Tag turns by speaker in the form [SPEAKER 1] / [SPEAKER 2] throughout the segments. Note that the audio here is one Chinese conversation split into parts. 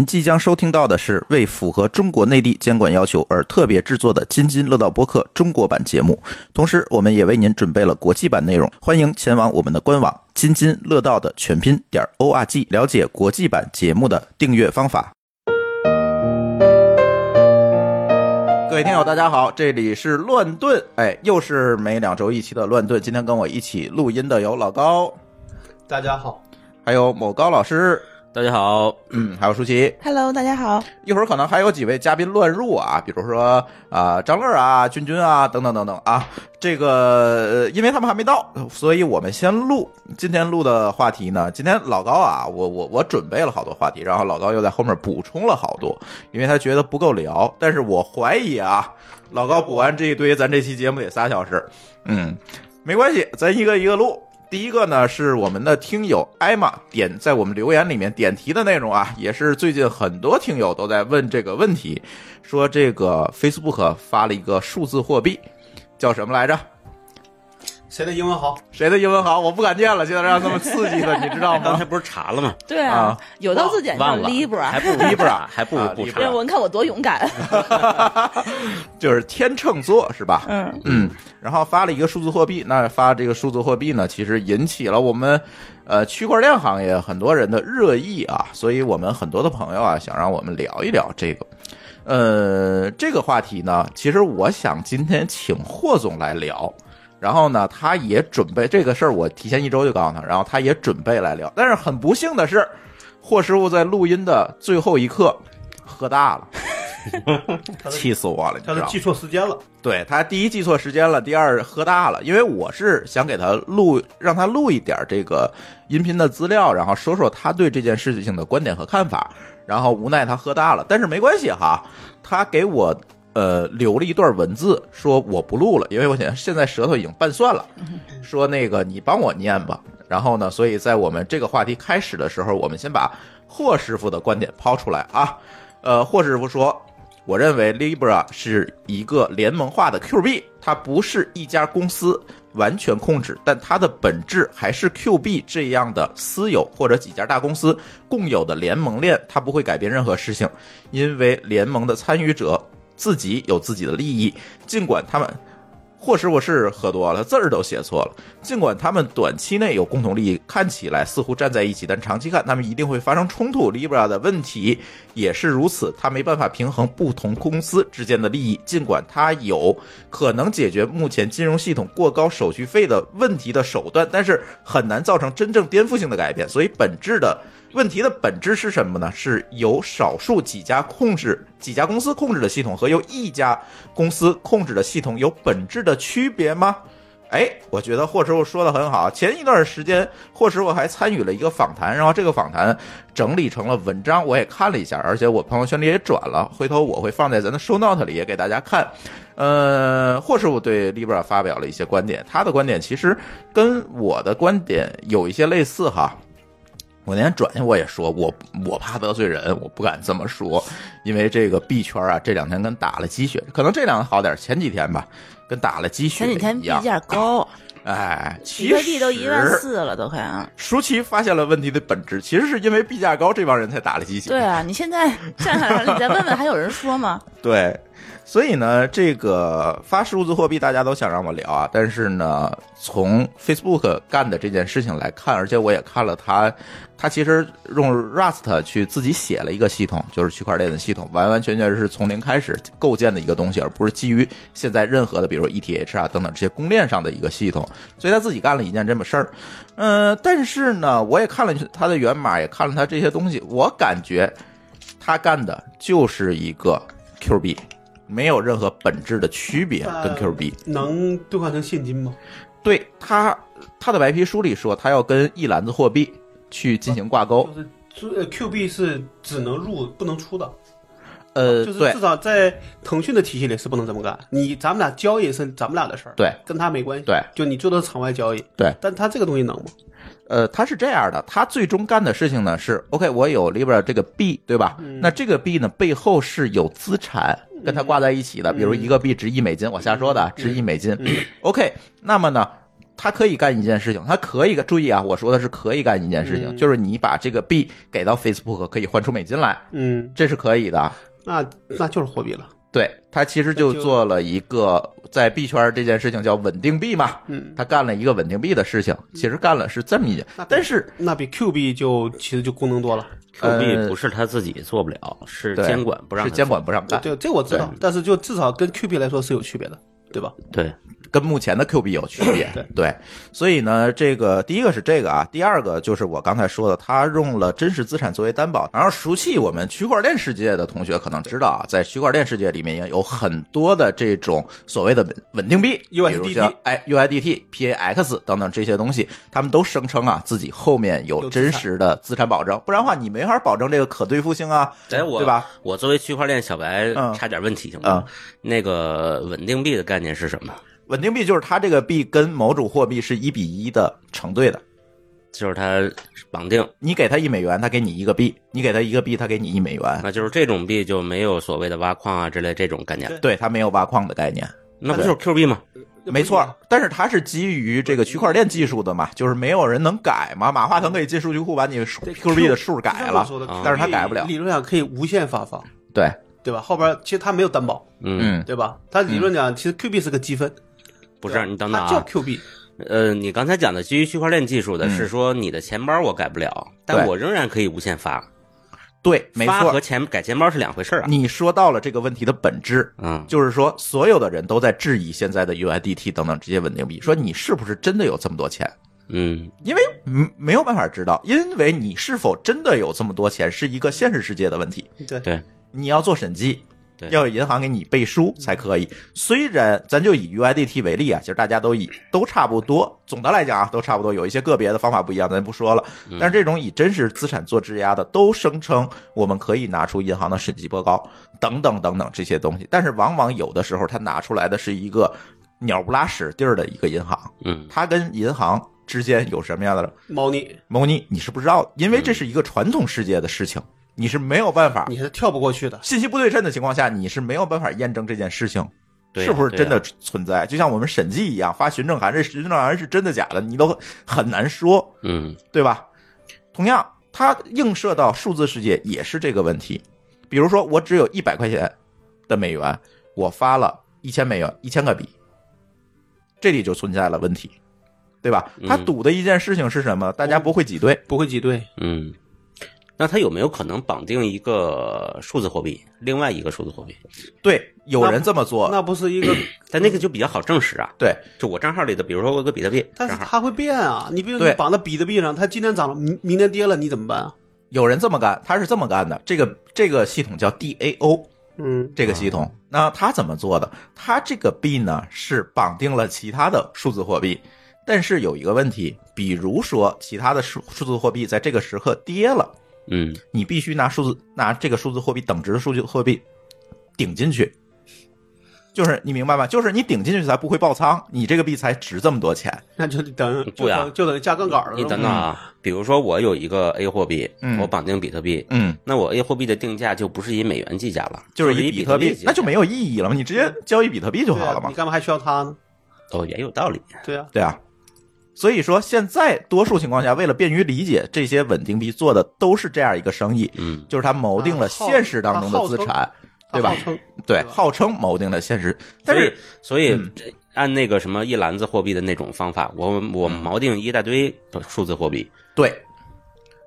[SPEAKER 1] 您即将收听到的是为符合中国内地监管要求而特别制作的《津津乐道》播客中国版节目，同时我们也为您准备了国际版内容，欢迎前往我们的官网“津津乐道”的全拼点 o r g 了解国际版节目的订阅方法。各位听友，大家好，这里是乱炖，哎，又是每两周一期的乱炖。今天跟我一起录音的有老高，
[SPEAKER 2] 大家好，
[SPEAKER 1] 还有某高老师，
[SPEAKER 3] 大家好，
[SPEAKER 1] 嗯，还有舒淇。
[SPEAKER 4] Hello，大家好。
[SPEAKER 1] 一会儿可能还有几位嘉宾乱入啊，比如说啊、张乐啊、君君啊等等等等啊。这个呃因为他们还没到，所以我们先录。今天录的话题呢，今天老高啊，我 我我准备了好多话题，然后老高又在后面补充了好多，因为他觉得不够聊。但是我怀疑啊，老高补完这一堆，咱这期节目得仨小时。嗯，没关系，咱一个一个录。第一个呢是我们的听友艾玛点在我们留言里面点题的内容啊，也是最近很多听友都在问这个问题，说这个 Facebook 发了一个数字货币，叫什么来着？
[SPEAKER 2] 谁的英文好？
[SPEAKER 1] 谁的英文好？我不敢念了，现在让这么刺激的，你知 道
[SPEAKER 3] 哎刚
[SPEAKER 1] 吗
[SPEAKER 3] 才？不是查了吗？
[SPEAKER 4] 对
[SPEAKER 1] 啊
[SPEAKER 4] 啊，有道字典叫
[SPEAKER 3] 忘了
[SPEAKER 2] 啊
[SPEAKER 4] Libra，
[SPEAKER 3] 还不如
[SPEAKER 1] Libra
[SPEAKER 3] 还不如不查
[SPEAKER 1] 啊
[SPEAKER 4] 哎，我看我多勇敢。
[SPEAKER 1] 就是天秤座是吧？
[SPEAKER 4] 嗯，
[SPEAKER 1] 嗯，然后发了一个数字货币，那发这个数字货币呢，其实引起了我们呃区块链行业很多人的热议啊，所以我们很多的朋友啊，想让我们聊一聊这个。呃，这个话题呢，其实我想今天请霍总来聊，然后呢，他也准备这个事儿，我提前一周就告诉他，然后他也准备来聊，但是很不幸的是，霍师傅在录音的最后一刻喝大 了，
[SPEAKER 2] 他的
[SPEAKER 1] 气死我了，你知
[SPEAKER 2] 他
[SPEAKER 1] 道
[SPEAKER 2] 是
[SPEAKER 1] 吗？
[SPEAKER 2] 记错时间了，
[SPEAKER 1] 对他第一记错时间了，第二喝大了，因为我是想给他录，让他录一点这个音频的资料，然后说说他对这件事情的观点和看法。然后无奈他喝大了，但是没关系哈，他给我呃留了一段文字，说我不录了，因为我想现在舌头已经拌蒜了，说那个你帮我念吧。然后呢，所以在我们这个话题开始的时候，我们先把霍师傅的观点抛出来啊。呃，霍师傅说，我认为 Libra 是一个联盟化的 Q 币，它不是一家公司完全控制，但它的本质还是 Q 币这样的私有或者几家大公司共有的联盟链，它不会改变任何事情，因为联盟的参与者自己有自己的利益，尽管他们。或是我是喝多了，字儿都写错了。尽管他们短期内有共同利益，看起来似乎站在一起，但长期看他们一定会发生冲突。Libra 的问题也是如此，它没办法平衡不同公司之间的利益。尽管它有可能解决目前金融系统过高手续费的问题的手段，但是很难造成真正颠覆性的改变。所以，本质的问题的本质是什么呢？是由少数几家控制、几家公司控制的系统和由一家公司控制的系统有本质的区别吗？哎，我觉得霍师傅说的很好。前一段时间，霍师傅还参与了一个访谈，然后这个访谈整理成了文章，我也看了一下，而且我朋友圈里也转了，回头我会放在咱的 show note 里也给大家看。呃，霍师傅对 Libra 发表了一些观点，他的观点其实跟我的观点有一些类似哈。我那天转去我也说，我我怕得罪人，我不敢这么说，因为这个币圈啊，这两天跟打了鸡血，可能这两天好点，前几天吧，跟打了鸡血
[SPEAKER 4] 前几天
[SPEAKER 1] 一
[SPEAKER 4] 币
[SPEAKER 1] 样。
[SPEAKER 4] 价 高，
[SPEAKER 1] 哎，其
[SPEAKER 4] 比
[SPEAKER 1] 实
[SPEAKER 4] 特币都一万四了，都快啊。
[SPEAKER 1] 舒淇发现了问题的本质，其实是因为币价高，这帮人才打了鸡血。
[SPEAKER 4] 对啊，你现在站上来了，你再问问还有人说吗？
[SPEAKER 1] 对，所以呢，这个发数字货币，大家都想让我聊啊，但是呢，从 Facebook 干的这件事情来看，而且我也看了他，他其实用 Rust 去自己写了一个系统，就是区块链的系统，完完全全是从零开始构建的一个东西，而不是基于现在任何的，比如说 ETH 啊等等这些公链上的一个系统，所以他自己干了一件这么事儿。嗯，但是呢，我也看了他的源码，也看了他这些东西，我感觉他干的就是一个 Q 币，没有任何本质的区别
[SPEAKER 2] 嗯
[SPEAKER 1] 跟 Q 币。
[SPEAKER 2] 能兑换成现金吗？
[SPEAKER 1] 对他，他的白皮书里说，他要跟一篮子货币去进行挂钩
[SPEAKER 2] 就。是最呃 Q 币是只能入不能出的，
[SPEAKER 1] 呃，
[SPEAKER 2] 就是
[SPEAKER 1] 对
[SPEAKER 2] 至少在腾讯的体系里是不能这么干。你咱们俩交易是咱们俩的事儿，
[SPEAKER 1] 对，
[SPEAKER 2] 跟他没关系。
[SPEAKER 1] 对，
[SPEAKER 2] 就你做的是场外交易，
[SPEAKER 1] 对。
[SPEAKER 2] 但他这个东西能吗？
[SPEAKER 1] 呃，他是这样的，他最终干的事情呢是，OK，我有 Libra 这个币，对吧？
[SPEAKER 2] 嗯
[SPEAKER 1] 那这个币呢背后是有资产跟它挂在一起的，比如一个币值一美金，我瞎说的啊，值一美金。OK，那么呢，他可以干一件事情，他可以注意啊，我说的是可以干一件事情，
[SPEAKER 2] 嗯
[SPEAKER 1] 就是你把这个币给到 Facebook 可以换出美金来，
[SPEAKER 2] 嗯，
[SPEAKER 1] 这是可以的。
[SPEAKER 2] 那那就是货币了，
[SPEAKER 1] 对他其实就
[SPEAKER 2] 那就
[SPEAKER 1] 做了一个在币圈这件事情叫稳定币嘛，
[SPEAKER 2] 嗯，
[SPEAKER 1] 他干了一个稳定币的事情，其实干了是这么一件
[SPEAKER 2] 那，比
[SPEAKER 1] 但是
[SPEAKER 2] 那比 Q 币就其实就功能多了。
[SPEAKER 1] 呃
[SPEAKER 3] Q 币不是他自己做不了，是
[SPEAKER 1] 对
[SPEAKER 3] 监管不让
[SPEAKER 1] 是
[SPEAKER 3] 他
[SPEAKER 1] 监管不让干，
[SPEAKER 2] 对，这我知道，但是就至少跟 Q 币来说是有区别的，对吧？。
[SPEAKER 3] 做。对，
[SPEAKER 1] 跟目前的 Q 币有区别
[SPEAKER 2] 对
[SPEAKER 1] 所以呢，这个第一个是这个啊，第二个就是我刚才说的，它用了真实资产作为担保。然后熟悉我们区块链世界的同学可能知道啊，在区块链世界里面也有很多的这种所谓的稳稳定币，比
[SPEAKER 2] USDT
[SPEAKER 1] 如像哎 UIDT、PAX 等等这些东西，他们都声称啊自己后面有
[SPEAKER 2] 有资
[SPEAKER 1] 真
[SPEAKER 2] 产
[SPEAKER 1] 实的资产保证，不然的话你没法保证这个可兑付性啊，
[SPEAKER 3] 哎，我
[SPEAKER 1] 对吧？
[SPEAKER 3] 我作为区块链小白
[SPEAKER 1] 嗯，
[SPEAKER 3] 差点问题行吗？那个稳定币的概念是什么？
[SPEAKER 1] 稳定币就是它这个币跟某种货币是一比一的成对的。
[SPEAKER 3] 就是它绑定，
[SPEAKER 1] 你给他一美元，他给你一个币；你给他一个币，他给你一美元。
[SPEAKER 3] 那就是这种币就没有所谓的挖矿啊之类这种概念了，
[SPEAKER 1] 对，它没有挖矿的概念，
[SPEAKER 3] 那不就是 Q 币吗？
[SPEAKER 1] 没错。但是它是基于这个区块链技术的嘛，就是没有人能改嘛。马化腾可以进数据库把你数
[SPEAKER 2] 对
[SPEAKER 1] Q 币的数
[SPEAKER 2] 就
[SPEAKER 1] 改
[SPEAKER 2] 像我
[SPEAKER 1] 了
[SPEAKER 2] 说，的
[SPEAKER 3] 啊
[SPEAKER 1] 但是他改不了
[SPEAKER 2] 理论上可以无限发放，
[SPEAKER 1] 对，
[SPEAKER 2] 对吧？后边其实它没有担保，
[SPEAKER 3] 嗯，
[SPEAKER 1] 嗯，
[SPEAKER 2] 对吧？它理论讲，其实 Q 币是个积分，
[SPEAKER 3] 不
[SPEAKER 2] 对
[SPEAKER 3] 是，
[SPEAKER 2] 吧
[SPEAKER 3] 你等等
[SPEAKER 2] 它叫
[SPEAKER 3] 啊，
[SPEAKER 2] Q 币，
[SPEAKER 3] 呃，你刚才讲的基于区块链技术的
[SPEAKER 1] 嗯
[SPEAKER 3] 是说你的钱包我改不了，但
[SPEAKER 1] 对
[SPEAKER 3] 我仍然可以无限发，
[SPEAKER 1] 对，没
[SPEAKER 3] 发和
[SPEAKER 1] 错。
[SPEAKER 3] 钱改钱包是两回事儿啊。
[SPEAKER 1] 你说到了这个问题的本质，
[SPEAKER 3] 嗯，
[SPEAKER 1] 就是说所有的人都在质疑现在的 UIDT 等等这些稳定币，说你是不是真的有这么多钱？
[SPEAKER 3] 嗯，
[SPEAKER 1] 因为嗯没有办法知道，因为你是否真的有这么多钱是一个现实世界的问题。
[SPEAKER 2] 对
[SPEAKER 3] 对，
[SPEAKER 1] 你要做审计
[SPEAKER 3] 对，嗯
[SPEAKER 1] 要有银行给你背书才可以。虽然咱就以 UIDT 为例啊，其实大家都以都差不多，总的来讲啊都差不多，有一些个别的方法不一样，咱不说了。
[SPEAKER 3] 嗯
[SPEAKER 1] 但是这种以真实资产做质押的，都声称我们可以拿出银行的审计报告等等等等这些东西，但是往往有的时候他拿出来的是一个鸟不拉屎地儿的一个银行，
[SPEAKER 3] 嗯，
[SPEAKER 1] 它跟银行之间有什么样的
[SPEAKER 2] 猫腻，
[SPEAKER 1] 猫腻，你是不知道的，因为
[SPEAKER 3] 嗯
[SPEAKER 1] 这是一个传统世界的事情，你是没有办法
[SPEAKER 2] 你是跳不过去的。
[SPEAKER 1] 信息不对称的情况下，你是没有办法验证这件事情
[SPEAKER 3] 对啊
[SPEAKER 1] 是不是真的
[SPEAKER 3] 对
[SPEAKER 1] 存在。就像我们审计一样，发询证函，这询证函是真的假的，你都很难说，
[SPEAKER 3] 嗯，
[SPEAKER 1] 对吧？同样，它映射到数字世界也是这个问题。比如说，我只有一百块钱的美元，我发了一千美元，一千个币，这里就存在了问题，对吧？他
[SPEAKER 3] 嗯哦
[SPEAKER 1] 赌的一件事情是什么？大家不会挤兑，
[SPEAKER 2] 不会挤兑，
[SPEAKER 3] 嗯，那它有没有可能绑定一个数字货币，另外一个数字货币？
[SPEAKER 1] 对，有人这么做，
[SPEAKER 2] 那不是
[SPEAKER 1] 嗯
[SPEAKER 2] 一个，
[SPEAKER 3] 但那个就比较好证实啊。
[SPEAKER 1] 对。
[SPEAKER 3] 就我账号里的，比如说我有个比特币
[SPEAKER 2] 但
[SPEAKER 3] 账
[SPEAKER 2] 是
[SPEAKER 3] 号，
[SPEAKER 2] 它会变啊！你比如说
[SPEAKER 1] 对
[SPEAKER 2] 你绑到比特币上，它今天涨了，明明天跌了，你怎么办啊？
[SPEAKER 1] 有人这么干，他是这么干的。这个这个系统叫 DAO，
[SPEAKER 2] 嗯，
[SPEAKER 1] 这个系统，那他怎么做的？他这个币呢是绑定了其他的数字货币，但是有一个问题，比如说其他的数数字货币在这个时刻跌了，
[SPEAKER 3] 嗯，
[SPEAKER 1] 你必须拿数字拿这个数字货币等值的数字货币顶进去，就是你明白吗？就是你顶进去才不会爆仓，你这个币才值这么多钱。
[SPEAKER 2] 那就等 就
[SPEAKER 3] 对啊
[SPEAKER 2] 等就等加杠杆了。
[SPEAKER 3] 你等等啊，比如说我有一个 A 货币，
[SPEAKER 1] 嗯
[SPEAKER 3] 我绑定比特币，
[SPEAKER 1] 嗯，
[SPEAKER 3] 那我 A 货币的定价就不是以美元计价了，
[SPEAKER 1] 就是
[SPEAKER 3] 以
[SPEAKER 1] 以
[SPEAKER 3] 比
[SPEAKER 1] 特
[SPEAKER 3] 币
[SPEAKER 1] 币嗯
[SPEAKER 3] 计，价，
[SPEAKER 1] 那就没有意义了嘛，你直接交易比特币就
[SPEAKER 2] 对啊
[SPEAKER 1] 好了嘛
[SPEAKER 2] 你。干嘛还需要它呢？
[SPEAKER 3] 哦，也有道理。
[SPEAKER 2] 对啊，
[SPEAKER 1] 对啊，所以说现在多数情况下，为了便于理解，这些稳定币做的都是这样一个生意，
[SPEAKER 3] 嗯，
[SPEAKER 1] 就是它谋定了现实当中的资产，对吧
[SPEAKER 2] 它号？称
[SPEAKER 1] 对，号称谋定了现实，但
[SPEAKER 3] 所以
[SPEAKER 1] 是嗯
[SPEAKER 3] 所以这按那个什么一篮子货币的那种方法，我我
[SPEAKER 1] 嗯
[SPEAKER 3] 锚定一大堆数字货币，
[SPEAKER 1] 对。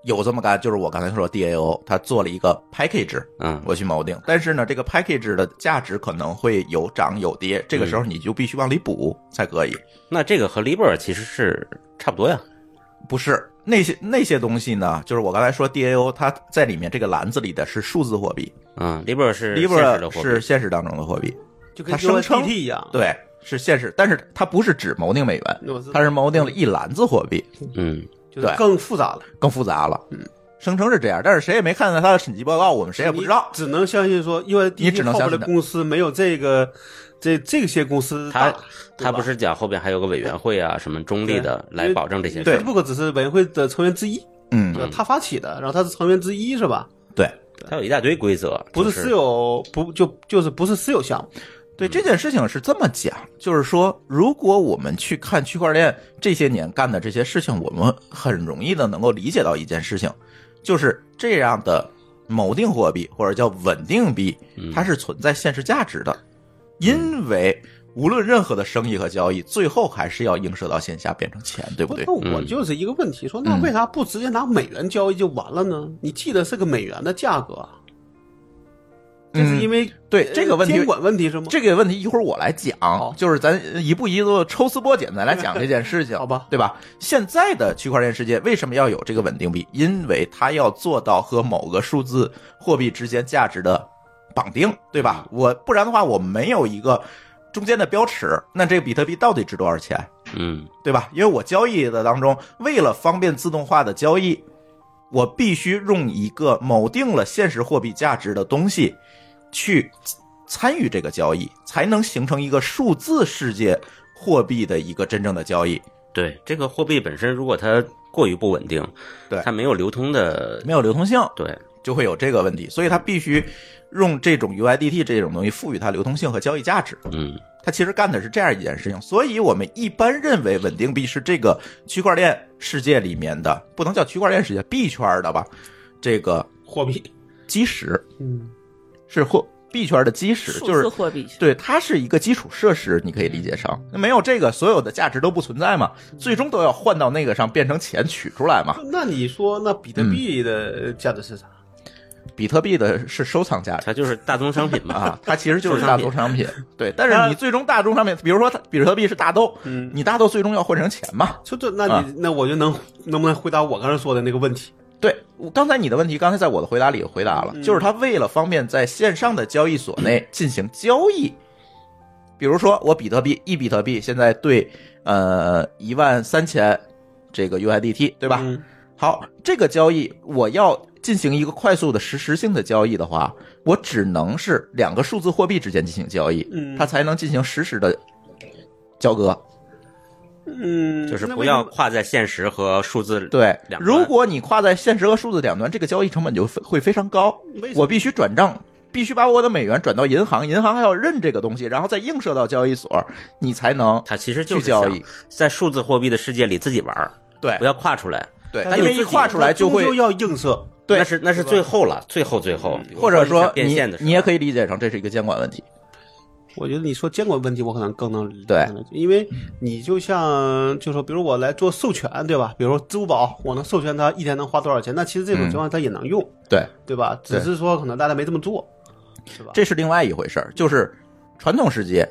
[SPEAKER 1] 有这么干，就是我刚才说的 DAO，它做了一个 package，
[SPEAKER 3] 嗯，
[SPEAKER 1] 我去锚定。但是呢，这个 package 的价值可能会有涨有跌，这个时候你就必须往里补才可以。
[SPEAKER 3] 那这个和 Libra 其实是差不多呀。
[SPEAKER 1] 不是那些那些东西呢，就是我刚才说 DAO，它在里面这个篮子里的是数字货币，
[SPEAKER 3] 嗯，Libra 是现实的
[SPEAKER 1] 啊 Libra
[SPEAKER 3] 货
[SPEAKER 1] 是
[SPEAKER 3] 币，
[SPEAKER 1] 现实当中的货币，
[SPEAKER 2] 就跟
[SPEAKER 1] 它声称
[SPEAKER 2] USDT 一样，
[SPEAKER 1] 对，是现实，但是它不是只锚定美元
[SPEAKER 2] 我知，道
[SPEAKER 1] 它是锚定了一篮子货币，
[SPEAKER 3] 嗯，
[SPEAKER 2] 就是
[SPEAKER 1] 对
[SPEAKER 2] 更复杂了。
[SPEAKER 1] 更复杂了。嗯，声称是这样，但是谁也没看到它的审计报告，我们谁也不知道
[SPEAKER 2] 你。只能相信说，因为
[SPEAKER 1] 你只能
[SPEAKER 2] 后
[SPEAKER 1] 相
[SPEAKER 2] 边
[SPEAKER 1] 信它
[SPEAKER 2] 的公司没有这个这这些公司
[SPEAKER 3] 他
[SPEAKER 2] 大。
[SPEAKER 3] 他不是讲后边还有个委员会啊，什么中立的
[SPEAKER 2] 对
[SPEAKER 3] 来保证这些事
[SPEAKER 1] 对
[SPEAKER 3] 儿。
[SPEAKER 2] Facebook 只是委员会的成员之一，
[SPEAKER 1] 嗯，
[SPEAKER 2] 对吧他发起的，然后他是成员之一是吧？
[SPEAKER 1] 对，
[SPEAKER 3] 他有一大堆规则，
[SPEAKER 2] 不
[SPEAKER 3] 就是
[SPEAKER 2] 私有，不就就是不是私有项目，
[SPEAKER 1] 对这件事情是这么讲，就是说，如果我们去看区块链这些年干的这些事情，我们很容易的能够理解到一件事情，就是这样的锚定货币或者叫稳定币，
[SPEAKER 2] 嗯
[SPEAKER 1] 它是存在现实价值的，因为无论任何的生意和交易，最后还是要映射到线下变成钱，对不
[SPEAKER 2] 不
[SPEAKER 1] 对
[SPEAKER 2] 是，？我
[SPEAKER 3] 嗯
[SPEAKER 2] 就是一个问题，说那
[SPEAKER 1] 嗯
[SPEAKER 2] 为啥不直接拿美元交易就完了呢？你记得是个美元的价格啊，这是因为呃
[SPEAKER 1] 对嗯这个问题
[SPEAKER 2] 监管问题是吗？
[SPEAKER 1] 这个问题一会儿我来讲
[SPEAKER 2] 好，
[SPEAKER 1] 就是咱一步一步抽丝剥茧，咱来讲这件事情，
[SPEAKER 2] 好吧
[SPEAKER 1] 对吧？现在的区块链世界为什么要有这个稳定币？因为它要做到和某个数字货币之间价值的绑定，对
[SPEAKER 2] 嗯
[SPEAKER 1] 吧？我不然的话，我没有一个中间的标尺，那这个比特币到底值多少钱？
[SPEAKER 3] 嗯
[SPEAKER 1] 对吧？因为我交易的当中，为了方便自动化的交易，我必须用一个某定了现实货币价值的东西去参与这个交易，才能形成一个数字世界货币的一个真正的交易。
[SPEAKER 3] 对，这个货币本身如果它过于不稳定，
[SPEAKER 1] 对
[SPEAKER 3] 它没有流通的，
[SPEAKER 1] 没有流通性，
[SPEAKER 3] 对，
[SPEAKER 1] 就会有这个问题，所以它必须用这种 UIDT 这种东西赋予它流通性和交易价值。
[SPEAKER 3] 嗯
[SPEAKER 1] 它其实干的是这样一件事情，所以我们一般认为稳定币是这个区块链世界里面的，不能叫区块链世界币圈的吧，这个
[SPEAKER 2] 货币，
[SPEAKER 1] 基石
[SPEAKER 2] 嗯，
[SPEAKER 1] 是货币圈的基石，
[SPEAKER 4] 数
[SPEAKER 1] 就
[SPEAKER 4] 字
[SPEAKER 1] 是
[SPEAKER 4] 货币圈，
[SPEAKER 1] 对，它是一个基础设施，你可以理解成那没有这个，所有的价值都不存在嘛，最终都要换到那个上变成钱取出来嘛。
[SPEAKER 2] 那你说那比特币的价值是啥？
[SPEAKER 1] 比特币的是收藏价值。
[SPEAKER 3] 它就是大宗商品嘛。
[SPEAKER 1] 啊，它其实就是
[SPEAKER 3] 收
[SPEAKER 1] 大
[SPEAKER 3] 藏
[SPEAKER 1] 宗
[SPEAKER 3] 品
[SPEAKER 1] 商品，对。但是你最终大宗商品，比如说它比特币是大豆，
[SPEAKER 2] 嗯
[SPEAKER 1] 你大豆最终要换成钱嘛？
[SPEAKER 2] 就这，那
[SPEAKER 1] 啊
[SPEAKER 2] 你、那我就能能不能回答我刚才说的那个问题？
[SPEAKER 1] 对，我刚才你的问题，刚才在我的回答里回答了，就是他为了方便在线上的交易所内进行交易，比如说我比特币一比特币现在对呃一万三千这个 UIDT 对吧？
[SPEAKER 2] 嗯
[SPEAKER 1] 好，这个交易我要进行一个快速的实时性的交易的话，我只能是两个数字货币之间进行交易，
[SPEAKER 2] 嗯
[SPEAKER 1] 它才能进行实时的交割。
[SPEAKER 2] 嗯，
[SPEAKER 3] 就是
[SPEAKER 2] 那
[SPEAKER 3] 不
[SPEAKER 2] 为什
[SPEAKER 3] 要
[SPEAKER 2] 么
[SPEAKER 3] 跨在现实和数字。
[SPEAKER 1] 对，
[SPEAKER 3] 两端
[SPEAKER 1] 如果你跨在现实和数字两端，这个交易成本就非会非常高
[SPEAKER 2] 为。什么
[SPEAKER 1] 我必须转账，必须把我的美元转到银行，银行还要认这个东西，然后再映射到交易所，你才能
[SPEAKER 3] 它其实就是
[SPEAKER 1] 去交易哎
[SPEAKER 3] 想在数字货币的世界里自己玩儿，
[SPEAKER 1] 对
[SPEAKER 3] 不要跨出来。
[SPEAKER 1] 对，
[SPEAKER 3] 但
[SPEAKER 1] 因
[SPEAKER 3] 你
[SPEAKER 1] 为一
[SPEAKER 3] 自己
[SPEAKER 1] 跨出来就
[SPEAKER 2] 那终
[SPEAKER 1] 会
[SPEAKER 2] 究。要映射。
[SPEAKER 1] 对
[SPEAKER 3] 那是那是最后了，最后最后，
[SPEAKER 2] 嗯
[SPEAKER 1] 或者说
[SPEAKER 3] 变
[SPEAKER 1] 你
[SPEAKER 3] 现的时候
[SPEAKER 1] 你也可以理解成这是一个监管问题，
[SPEAKER 2] 我觉得你说监管问题，我可能更能理
[SPEAKER 1] 对
[SPEAKER 2] 能理解因为你就像就说，比如我来做授权，对吧？比如说支付宝，我能授权它一天能花多少钱？那其实这种情
[SPEAKER 3] 嗯
[SPEAKER 2] 况它也能用，
[SPEAKER 1] 对，
[SPEAKER 3] 啊
[SPEAKER 2] 对吧？只是说可能大家没这么做，是吧？
[SPEAKER 1] 这是另外一回事儿。就是传统世界、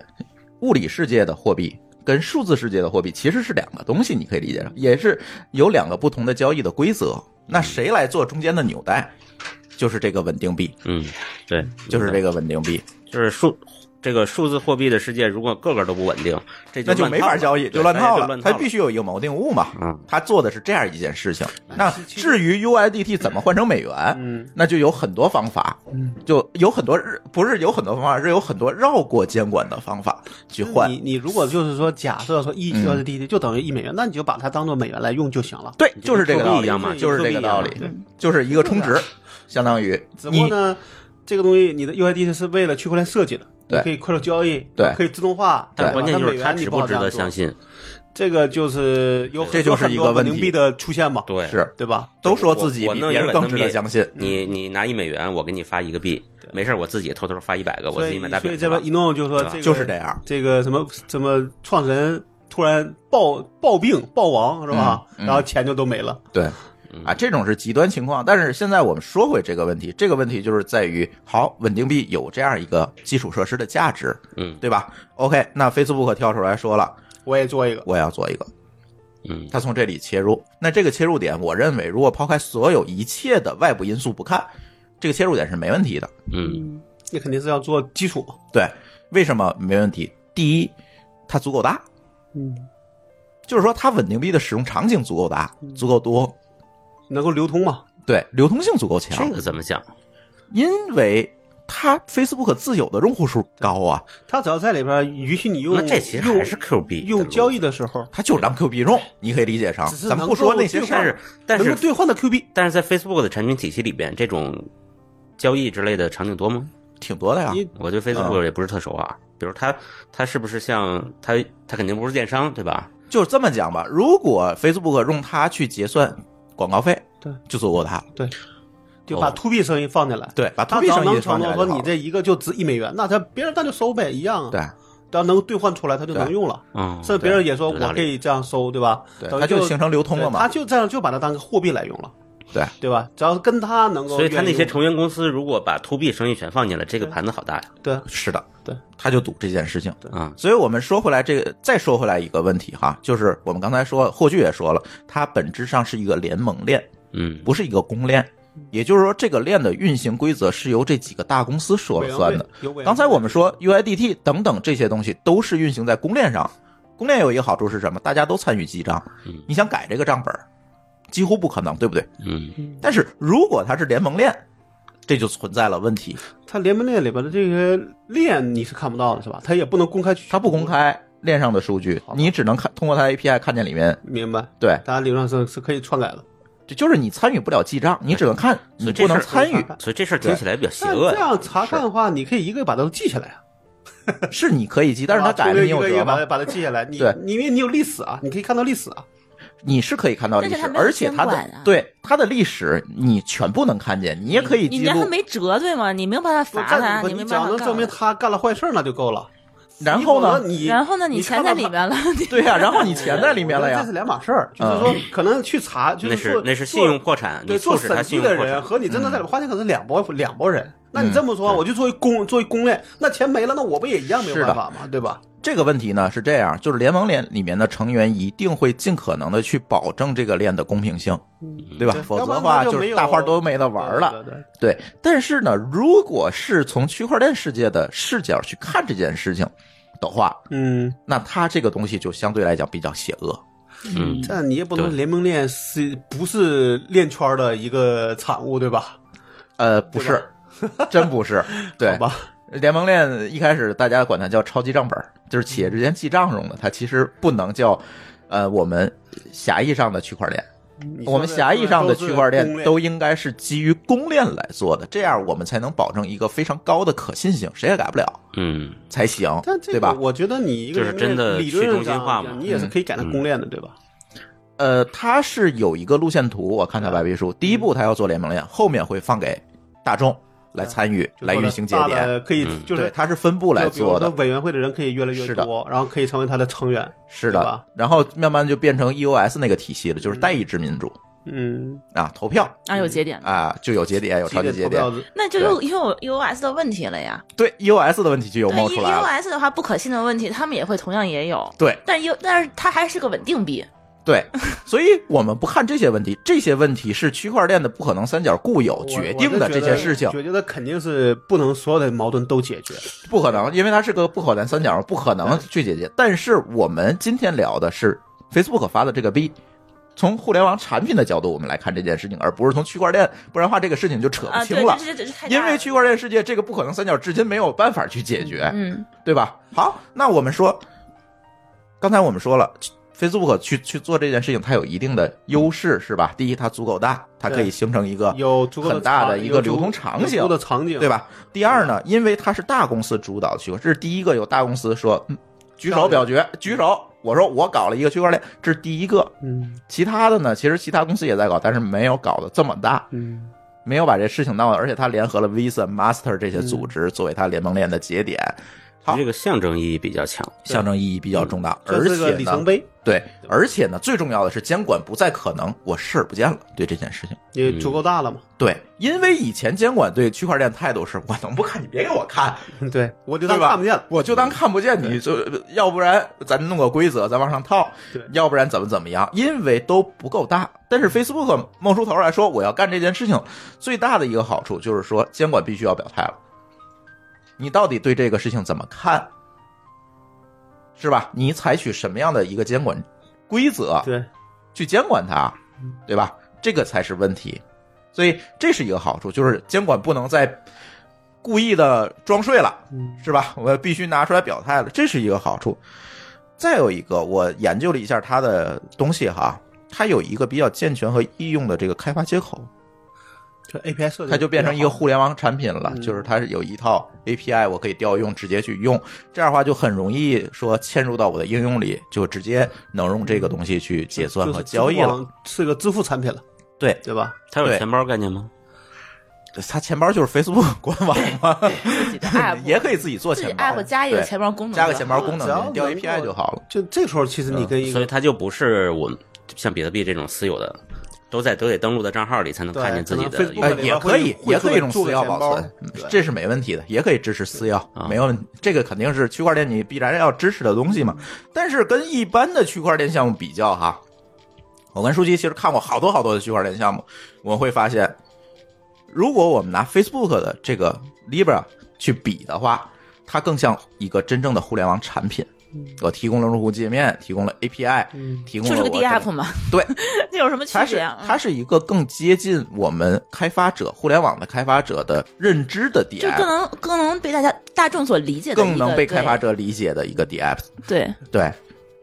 [SPEAKER 1] 物理世界的货币跟数字世界的货币其实是两个东西，你可以理解成也是有两个不同的交易的规则。那
[SPEAKER 3] 嗯
[SPEAKER 1] 谁来做中间的纽带？就是这个稳定币，
[SPEAKER 3] 嗯，对，
[SPEAKER 1] 就是这个稳定币，
[SPEAKER 3] 就是数这个数字货币的世界，如果个个都不稳定，这
[SPEAKER 1] 那
[SPEAKER 3] 就
[SPEAKER 1] 就没法交易，就乱套
[SPEAKER 3] 套
[SPEAKER 1] 了。它必
[SPEAKER 3] 须
[SPEAKER 1] 须有一个锚定物嘛
[SPEAKER 3] 嗯，
[SPEAKER 1] 它做的是这样一件事情。那至于 UIDT 怎么换成美元
[SPEAKER 3] 啊
[SPEAKER 2] 嗯，
[SPEAKER 1] 那就有很多方法，就有很多日不是有很多方法，是有很多绕过监管的方法去换
[SPEAKER 2] 你。你如果就是说假设说
[SPEAKER 3] 嗯
[SPEAKER 2] 一 USDT 就等于一美元，那你就把它当做美元来用就行了。
[SPEAKER 1] 对，就是这个道
[SPEAKER 3] 就跟货币
[SPEAKER 1] 理
[SPEAKER 3] 一样嘛，
[SPEAKER 1] 就是这个道
[SPEAKER 2] 就跟货
[SPEAKER 1] 理
[SPEAKER 2] 币一，
[SPEAKER 1] 就是一个充值，相当于
[SPEAKER 2] 只不
[SPEAKER 1] 你
[SPEAKER 2] 过呢，这个东西你的 UIDT 是为了区块链设计的，
[SPEAKER 1] 对
[SPEAKER 2] 你可以快速交易，
[SPEAKER 1] 对
[SPEAKER 2] 可以自动化。
[SPEAKER 3] 但
[SPEAKER 2] 对吧
[SPEAKER 3] 关键就
[SPEAKER 2] 那美
[SPEAKER 3] 是
[SPEAKER 2] 元
[SPEAKER 3] 它
[SPEAKER 2] 你
[SPEAKER 3] 值
[SPEAKER 2] 不好
[SPEAKER 3] 值
[SPEAKER 2] 这样
[SPEAKER 3] 得
[SPEAKER 2] 做
[SPEAKER 3] 相信？
[SPEAKER 2] 这个就是有
[SPEAKER 1] 这就是一个
[SPEAKER 2] 很多
[SPEAKER 1] 问
[SPEAKER 2] 稳
[SPEAKER 1] 题
[SPEAKER 2] 定币的出现嘛，
[SPEAKER 3] 对，
[SPEAKER 1] 是
[SPEAKER 2] 对吧？
[SPEAKER 1] 都说自己
[SPEAKER 3] 我
[SPEAKER 1] 比
[SPEAKER 3] 弄
[SPEAKER 1] 别
[SPEAKER 3] 一
[SPEAKER 1] 人
[SPEAKER 3] 个
[SPEAKER 1] 更
[SPEAKER 3] 稳
[SPEAKER 1] 值
[SPEAKER 3] 定
[SPEAKER 1] 得
[SPEAKER 3] 币
[SPEAKER 1] 相信。
[SPEAKER 3] 你你拿一美元，我给你发一个币，没事儿，我自己偷偷发一百个，我
[SPEAKER 2] 所
[SPEAKER 3] 自己
[SPEAKER 2] 以
[SPEAKER 3] 买大
[SPEAKER 2] 所
[SPEAKER 3] 饼
[SPEAKER 2] 以
[SPEAKER 3] 去
[SPEAKER 2] 这边
[SPEAKER 3] 吧。
[SPEAKER 2] 一弄就说
[SPEAKER 3] 对吧
[SPEAKER 2] 这个
[SPEAKER 1] 就是这样，
[SPEAKER 2] 这个什么什么创始人突然暴暴病暴亡是吧？
[SPEAKER 1] 嗯嗯
[SPEAKER 2] 然后钱就都没了。
[SPEAKER 1] 对，
[SPEAKER 3] 嗯
[SPEAKER 1] 啊，这种是极端情况。但是现在我们说回这个问题，这个问题就是在于，好，稳定币有这样一个基础设施的价值，
[SPEAKER 3] 嗯
[SPEAKER 1] 对吧？OK，那 Facebook 跳出来说了，
[SPEAKER 2] 我也做一个，
[SPEAKER 1] 我要做一个，
[SPEAKER 3] 嗯，
[SPEAKER 1] 它从这里切入。那这个切入点，我认为如果抛开所有一切的外部因素不看，这个切入点是没问题的。
[SPEAKER 3] 嗯
[SPEAKER 4] 嗯，
[SPEAKER 2] 那肯定是要做基础。
[SPEAKER 1] 对，为什么没问题？第一，它足够大，
[SPEAKER 2] 嗯，
[SPEAKER 1] 就是说它稳定币的使用场景足够大，
[SPEAKER 3] 嗯
[SPEAKER 1] 足够多，
[SPEAKER 2] 能够流通嘛？
[SPEAKER 1] 对，流通性足够强
[SPEAKER 3] 这，个怎么讲？
[SPEAKER 1] 因为它 Facebook 自有的用户数高啊，
[SPEAKER 2] 它只要在里边允许你用，
[SPEAKER 3] 那这其实还是 Q 币
[SPEAKER 2] 用用交易的时候，
[SPEAKER 1] 它就是当 Q 币用，你可以理解成
[SPEAKER 2] 只，是
[SPEAKER 1] 咱
[SPEAKER 2] 能
[SPEAKER 1] 不说
[SPEAKER 2] 够
[SPEAKER 1] 那些
[SPEAKER 2] 兑
[SPEAKER 1] 事
[SPEAKER 2] 换
[SPEAKER 1] 儿
[SPEAKER 3] 但，是但
[SPEAKER 2] 能
[SPEAKER 3] 是
[SPEAKER 2] 够兑换的 Q 币，
[SPEAKER 3] 但是在 Facebook 的产品体系里边，这种交易之类的场景多吗？
[SPEAKER 1] 挺挺多的呀。
[SPEAKER 2] 你
[SPEAKER 3] 我对 Facebook 也不是特熟啊。比如它，它是不是像它，它肯定不是电商，对吧？
[SPEAKER 1] 就是这么讲吧，如果 Facebook 用它去结算广告费，
[SPEAKER 2] 对，
[SPEAKER 1] 就错过它了。
[SPEAKER 2] 就把 to B 生意放进来，
[SPEAKER 1] 对，哦把 to
[SPEAKER 2] 他
[SPEAKER 1] B
[SPEAKER 2] 只要
[SPEAKER 1] 生意
[SPEAKER 2] 能
[SPEAKER 1] 放进
[SPEAKER 2] 承诺
[SPEAKER 1] 来
[SPEAKER 2] 说
[SPEAKER 1] 就好
[SPEAKER 2] 你
[SPEAKER 1] 了
[SPEAKER 2] 这一个就值一美元，那他别人那就收呗，一样啊。，
[SPEAKER 1] 对
[SPEAKER 2] 只要能兑换出来，他就能用了。
[SPEAKER 3] 嗯，
[SPEAKER 2] 甚至别人也说
[SPEAKER 3] 对有道
[SPEAKER 2] 我
[SPEAKER 3] 理
[SPEAKER 2] 可以这样收，对吧？
[SPEAKER 1] 对，
[SPEAKER 2] 等于
[SPEAKER 1] 它就形成流通了
[SPEAKER 2] 对
[SPEAKER 1] 嘛
[SPEAKER 2] 他。就这样就把它当个货币来用了，
[SPEAKER 1] 对
[SPEAKER 2] 对吧？只要跟他能够
[SPEAKER 3] 所以
[SPEAKER 2] 愿意用，
[SPEAKER 3] 他那些成员公司如果把 to B 生意全放进来，这个盘子好大呀。
[SPEAKER 2] 对
[SPEAKER 1] 是的，
[SPEAKER 2] 对，
[SPEAKER 1] 他就赌这件事情。
[SPEAKER 3] 嗯，
[SPEAKER 1] 所以我们说回来，这个再说回来一个问题哈，就是我们刚才说，霍炬也说了，它本质上是一个联盟链，
[SPEAKER 3] 嗯，
[SPEAKER 1] 不是一个公链。
[SPEAKER 2] 嗯
[SPEAKER 1] 也就是说，这个链的运行规则是由这几个大公司说了
[SPEAKER 2] 委员
[SPEAKER 1] 算
[SPEAKER 2] 会
[SPEAKER 1] 的。
[SPEAKER 2] 有委员会
[SPEAKER 1] 刚才我们说 UIDT 等等这些东西都是运行在公链上，公链有一个好处是什么？大家都参与记账
[SPEAKER 3] 嗯，
[SPEAKER 1] 你想改这个账本儿，几乎不可能，对不对？
[SPEAKER 3] 嗯，
[SPEAKER 1] 但是如果它是联盟链，这就存在了问题，
[SPEAKER 2] 它联盟链里边的这些链你是看不到的，是吧？它也不能公开去，
[SPEAKER 1] 它不公，开链上的数据，你只能看通过它的 API 看见里面。
[SPEAKER 2] 明白？
[SPEAKER 1] 对，
[SPEAKER 2] 大家理论上是是可以篡改的，
[SPEAKER 1] 这就是你参与不了记账，你只能看，
[SPEAKER 3] 所
[SPEAKER 1] 你
[SPEAKER 3] 以这
[SPEAKER 1] 不
[SPEAKER 3] 事
[SPEAKER 1] 能
[SPEAKER 3] 儿
[SPEAKER 1] 参与，
[SPEAKER 3] 所以这事儿听起来比较邪
[SPEAKER 2] 但
[SPEAKER 3] 恶
[SPEAKER 2] 这
[SPEAKER 3] 呀。
[SPEAKER 2] 样查看的话，你可以一个把它都记下来啊。
[SPEAKER 1] 是你可以记，但是它
[SPEAKER 2] 它
[SPEAKER 1] 改了你有
[SPEAKER 2] 一个一
[SPEAKER 1] 辙
[SPEAKER 2] 个把
[SPEAKER 1] 吗
[SPEAKER 2] 它？把它记下来，你
[SPEAKER 1] 对
[SPEAKER 2] 你因为你有历史啊，你可以看到历史啊。
[SPEAKER 1] 你是可以看到历
[SPEAKER 4] 但是
[SPEAKER 1] 史
[SPEAKER 4] 它，没有
[SPEAKER 1] 而且它
[SPEAKER 4] 监
[SPEAKER 1] 的
[SPEAKER 4] 管啊
[SPEAKER 1] 对它的历史你全部能看见，你
[SPEAKER 3] 嗯
[SPEAKER 1] 也可以
[SPEAKER 4] 你
[SPEAKER 1] 记
[SPEAKER 4] 让他
[SPEAKER 1] 录。
[SPEAKER 4] 没辙对吗？你没有办法罚他，
[SPEAKER 2] 不
[SPEAKER 4] 你
[SPEAKER 2] 你
[SPEAKER 4] 没
[SPEAKER 2] 只要
[SPEAKER 4] 办
[SPEAKER 2] 能
[SPEAKER 4] 法
[SPEAKER 2] 证明
[SPEAKER 4] 告。
[SPEAKER 2] 他干了坏事儿，那就够了。
[SPEAKER 1] 然后
[SPEAKER 2] 你否
[SPEAKER 1] 呢
[SPEAKER 2] 则？你
[SPEAKER 4] 然后呢，
[SPEAKER 2] 你
[SPEAKER 4] 钱在里
[SPEAKER 2] 看到
[SPEAKER 4] 面了， 你
[SPEAKER 1] 他 对呀、然后你钱在里面了
[SPEAKER 2] 我觉
[SPEAKER 1] 呀嗯
[SPEAKER 2] 得这是。两码事儿，就是说可能去查，就
[SPEAKER 3] 那是
[SPEAKER 2] 做
[SPEAKER 3] 那是信用破产，
[SPEAKER 2] 对
[SPEAKER 3] 你
[SPEAKER 2] 做
[SPEAKER 3] 促使他
[SPEAKER 2] 审计
[SPEAKER 3] 信
[SPEAKER 2] 的
[SPEAKER 3] 用破
[SPEAKER 2] 人
[SPEAKER 3] 产。
[SPEAKER 2] 和你真的在里面花钱可能是两拨两拨人。那你
[SPEAKER 1] 嗯
[SPEAKER 2] 这么说，
[SPEAKER 3] 对
[SPEAKER 2] 我就作为公作为公链，那钱没了，那我不也一样没
[SPEAKER 1] 是
[SPEAKER 2] 有
[SPEAKER 1] 的
[SPEAKER 2] 办法吗？对吧？
[SPEAKER 1] 这个问题呢是这样，就是联盟链里面的成员一定会尽可能的去保证这个链的公平性，对吧？
[SPEAKER 2] 嗯对
[SPEAKER 1] 否则
[SPEAKER 2] 要不
[SPEAKER 1] 的
[SPEAKER 2] 然
[SPEAKER 1] 话
[SPEAKER 2] 它就没
[SPEAKER 1] 是
[SPEAKER 2] 有
[SPEAKER 1] 大伙儿都没得玩儿了。
[SPEAKER 2] 对，对对
[SPEAKER 1] 对，但是呢，如果是从区块链世界的视角去看这件事情的话，
[SPEAKER 2] 嗯，
[SPEAKER 1] 那它这个东西就相对来讲比较邪恶。
[SPEAKER 3] 嗯，
[SPEAKER 2] 但你也不能
[SPEAKER 3] 对
[SPEAKER 2] 联盟链是不是链圈的一个产物，对吧？
[SPEAKER 1] 呃，不是，真不是。对
[SPEAKER 2] 好，吧，
[SPEAKER 1] 联盟链一开始大家管它叫超级账本儿，就是企业之间记账用的，它其实不能叫呃我们狭义上的区块链。
[SPEAKER 2] 你
[SPEAKER 1] 嗯
[SPEAKER 2] 说
[SPEAKER 1] 我们
[SPEAKER 2] 的
[SPEAKER 1] 狭义上的
[SPEAKER 2] 都是
[SPEAKER 1] 区块
[SPEAKER 2] 公
[SPEAKER 1] 链都应该是基于公链来做的，这样我们才能保证一个非常高的可信性，谁也改不了
[SPEAKER 3] 嗯，
[SPEAKER 1] 才行，
[SPEAKER 2] 但这
[SPEAKER 1] 对
[SPEAKER 2] 个
[SPEAKER 1] 吧？
[SPEAKER 2] 我觉得你一个
[SPEAKER 3] 就是真的
[SPEAKER 2] 理论
[SPEAKER 3] 去中心
[SPEAKER 2] 上
[SPEAKER 3] 化嘛嗯
[SPEAKER 2] 讲你也是可以改成
[SPEAKER 1] 嗯
[SPEAKER 2] 公链的，对吧？
[SPEAKER 1] 呃，它是有一个路线图，我看它白皮书，第一步它要做联盟链，后面会放给大众来参与、
[SPEAKER 2] 就
[SPEAKER 1] 来
[SPEAKER 2] 做得
[SPEAKER 1] 运行节
[SPEAKER 2] 大
[SPEAKER 1] 点。
[SPEAKER 2] 的可以
[SPEAKER 3] 嗯
[SPEAKER 2] 就是
[SPEAKER 1] 对，它是分步来
[SPEAKER 2] 就比如
[SPEAKER 1] 做
[SPEAKER 2] 说
[SPEAKER 1] 的，
[SPEAKER 2] 委员会的人可以越来越
[SPEAKER 1] 是的
[SPEAKER 2] 多，然后可以成为他的成员。
[SPEAKER 1] 是
[SPEAKER 2] 对
[SPEAKER 1] 的
[SPEAKER 2] 吧。
[SPEAKER 1] 然后慢慢就变成 EOS 那个体系了，就是
[SPEAKER 2] 嗯
[SPEAKER 1] 代议制民主
[SPEAKER 2] 嗯，
[SPEAKER 1] 啊，投票
[SPEAKER 4] 啊，有节点了，
[SPEAKER 1] 啊，就有节点，有超级节点
[SPEAKER 2] 投。票制
[SPEAKER 4] 那就又又有 U S 的问题了呀。
[SPEAKER 1] 对 EOS 的问题就又
[SPEAKER 4] 对
[SPEAKER 1] 冒
[SPEAKER 4] ，U
[SPEAKER 1] 出来
[SPEAKER 4] U
[SPEAKER 1] 了。
[SPEAKER 4] S 的话，不可信的问题，他们也会同样也有。
[SPEAKER 1] 对
[SPEAKER 4] 但 U，但是它还是个稳定币，
[SPEAKER 1] 对，所以我们不看这些问题，这些问题是区块链的不可能三角固有
[SPEAKER 2] 我
[SPEAKER 1] 决
[SPEAKER 2] 我
[SPEAKER 1] 定
[SPEAKER 2] 是
[SPEAKER 1] 的
[SPEAKER 2] 觉
[SPEAKER 1] 这
[SPEAKER 2] 得
[SPEAKER 1] 件事情，
[SPEAKER 2] 我觉得肯定是不能所有的矛盾都解决。
[SPEAKER 1] 不可能，因为它是个不可能三角，不可能去解决。但是我们今天聊的是 Facebook 发的这个币，从互联网产品的角度我们来看这件事情，而不是从区块链，不然的话这个事情就扯不
[SPEAKER 4] 啊，对
[SPEAKER 1] 清了。，
[SPEAKER 4] 这这这这太大
[SPEAKER 1] 因
[SPEAKER 4] 了
[SPEAKER 1] 为区块链世界这个不可能三角至今没有办法去解决，
[SPEAKER 4] 嗯，
[SPEAKER 1] 对吧？好，那我们说，刚才我们说了，Facebook 去去做这件事情，它有一定的优势，是吧？第一，它足够大，它可以
[SPEAKER 2] 对
[SPEAKER 1] 形成一个
[SPEAKER 2] 有足够
[SPEAKER 1] 很大
[SPEAKER 2] 的
[SPEAKER 1] 的
[SPEAKER 2] 场
[SPEAKER 1] 一
[SPEAKER 2] 有
[SPEAKER 1] 个
[SPEAKER 2] 足
[SPEAKER 1] 流通场景
[SPEAKER 2] 有足够的场景，
[SPEAKER 1] 对？吧？第二呢，因为它是大公司主导的区块，这是第一个有大公司说，嗯，举手表决，举手，我说我搞了一个区块链，这是第一个。
[SPEAKER 2] 嗯
[SPEAKER 1] 其他的呢，其实其他公司也在搞，但是没有搞得这么大，
[SPEAKER 2] 嗯，
[SPEAKER 1] 没有把这事情闹的，而且它联合了 Visa、Master 这些组织作为它联盟链的节点，好
[SPEAKER 3] 这个象征意义比较强。
[SPEAKER 1] 象征意义比较重大，
[SPEAKER 2] 嗯这
[SPEAKER 1] 而
[SPEAKER 2] 是个
[SPEAKER 1] 且
[SPEAKER 2] 里程
[SPEAKER 1] 呢，
[SPEAKER 2] 碑，
[SPEAKER 1] 对，而且呢，最重要的是监管不再可能，我视而不见了，对这件事情。
[SPEAKER 2] 也足够大了嘛。
[SPEAKER 1] 对，因为以前监管对区块链态度是我能不看你别给我看，
[SPEAKER 2] 对，我就
[SPEAKER 1] 对
[SPEAKER 2] 当
[SPEAKER 1] 吧
[SPEAKER 2] 看不见了。
[SPEAKER 1] 我就当看不见你，就要不然咱弄个规则，咱往上套
[SPEAKER 2] 对，嗯
[SPEAKER 1] 要不然怎么怎么样？因为都不够大。但是 Facebook 冒出头来说我要干这件事情，最大的一个好处就是说监管必须要表态了。你到底对这个事情怎么看？是吧？你采取什么样的一个监管规则？
[SPEAKER 2] 对，嗯
[SPEAKER 1] 去监管它，对吧？这个才是问题。所以这是一个好处，就是监管不能再故意的装睡了，
[SPEAKER 2] 嗯
[SPEAKER 1] 是吧？ 我必须拿出来表态了，这是一个好处。再有一个，我研究了一下它的东西哈，它有一个比较健全和易用的这个开发接口，
[SPEAKER 2] 就 API 设计，
[SPEAKER 1] 它就变成一个互联网产品了，
[SPEAKER 2] 嗯
[SPEAKER 1] 就是它是有一套 API，我可以调用，直接去用。这样的话就很容易说嵌入到我的应用里，就直接能用这个东西去
[SPEAKER 2] 嗯
[SPEAKER 1] 结算和交易了。，
[SPEAKER 2] 是个支付产品了，
[SPEAKER 1] 对，
[SPEAKER 2] 对吧？
[SPEAKER 3] 它有
[SPEAKER 1] 对
[SPEAKER 3] 钱包概念吗？
[SPEAKER 1] 它钱包就是 Facebook 官网嘛，
[SPEAKER 4] 自己的 app，
[SPEAKER 1] 也可以自己做
[SPEAKER 4] 自
[SPEAKER 1] 钱
[SPEAKER 4] 己
[SPEAKER 1] 包，
[SPEAKER 4] app 加一个
[SPEAKER 1] 对
[SPEAKER 4] 钱包功能，
[SPEAKER 1] 加个钱包功
[SPEAKER 2] 只要
[SPEAKER 1] 能，
[SPEAKER 2] 能
[SPEAKER 1] 你调
[SPEAKER 2] 够
[SPEAKER 1] API 就好了。
[SPEAKER 2] 就这时候其实
[SPEAKER 1] 嗯
[SPEAKER 2] 你跟一
[SPEAKER 3] 所以
[SPEAKER 2] 个
[SPEAKER 3] 它就不是我像比特币这种私有的，都在都得登录到账号里才能
[SPEAKER 2] 对
[SPEAKER 3] 看见自己
[SPEAKER 2] 可
[SPEAKER 3] 的
[SPEAKER 2] 能。
[SPEAKER 1] 呃
[SPEAKER 2] Facebook 里，
[SPEAKER 1] 也
[SPEAKER 2] 边
[SPEAKER 1] 可以，
[SPEAKER 2] 会
[SPEAKER 1] 也可以用
[SPEAKER 2] 做
[SPEAKER 1] 私
[SPEAKER 2] 个
[SPEAKER 1] 钥
[SPEAKER 2] 钱
[SPEAKER 1] 保
[SPEAKER 2] 包
[SPEAKER 1] 存嗯
[SPEAKER 2] 对，
[SPEAKER 1] 这是没问题的，也可以支持私钥，
[SPEAKER 3] 啊
[SPEAKER 1] 没问，这个肯定是区块链你必然要支持的东西嘛。但是跟一般的区块链项目比较哈，我跟舒淇其实看过好多好多的区块链项目，我们会发现，如果我们拿 Facebook 的这个 Libra 去比的话，它更像一个真正的互联网产品。我提供了用户界面，提供了 API，
[SPEAKER 2] 嗯
[SPEAKER 1] 提供
[SPEAKER 4] 嗯就
[SPEAKER 1] 了
[SPEAKER 4] 是个
[SPEAKER 1] 我
[SPEAKER 4] D
[SPEAKER 1] 整
[SPEAKER 4] app 嘛，
[SPEAKER 1] 对，
[SPEAKER 4] 这有什么区
[SPEAKER 1] 它
[SPEAKER 4] 别
[SPEAKER 1] 是
[SPEAKER 4] 啊？
[SPEAKER 1] 它是一个更接近我们开发者、互联网的开发者的认知的 D
[SPEAKER 4] 就更
[SPEAKER 1] App，
[SPEAKER 4] 能更能被大家大众所理解的一个，
[SPEAKER 1] 更能被开发
[SPEAKER 4] 对
[SPEAKER 1] 者理解的一个 D App。
[SPEAKER 4] 对
[SPEAKER 1] 对，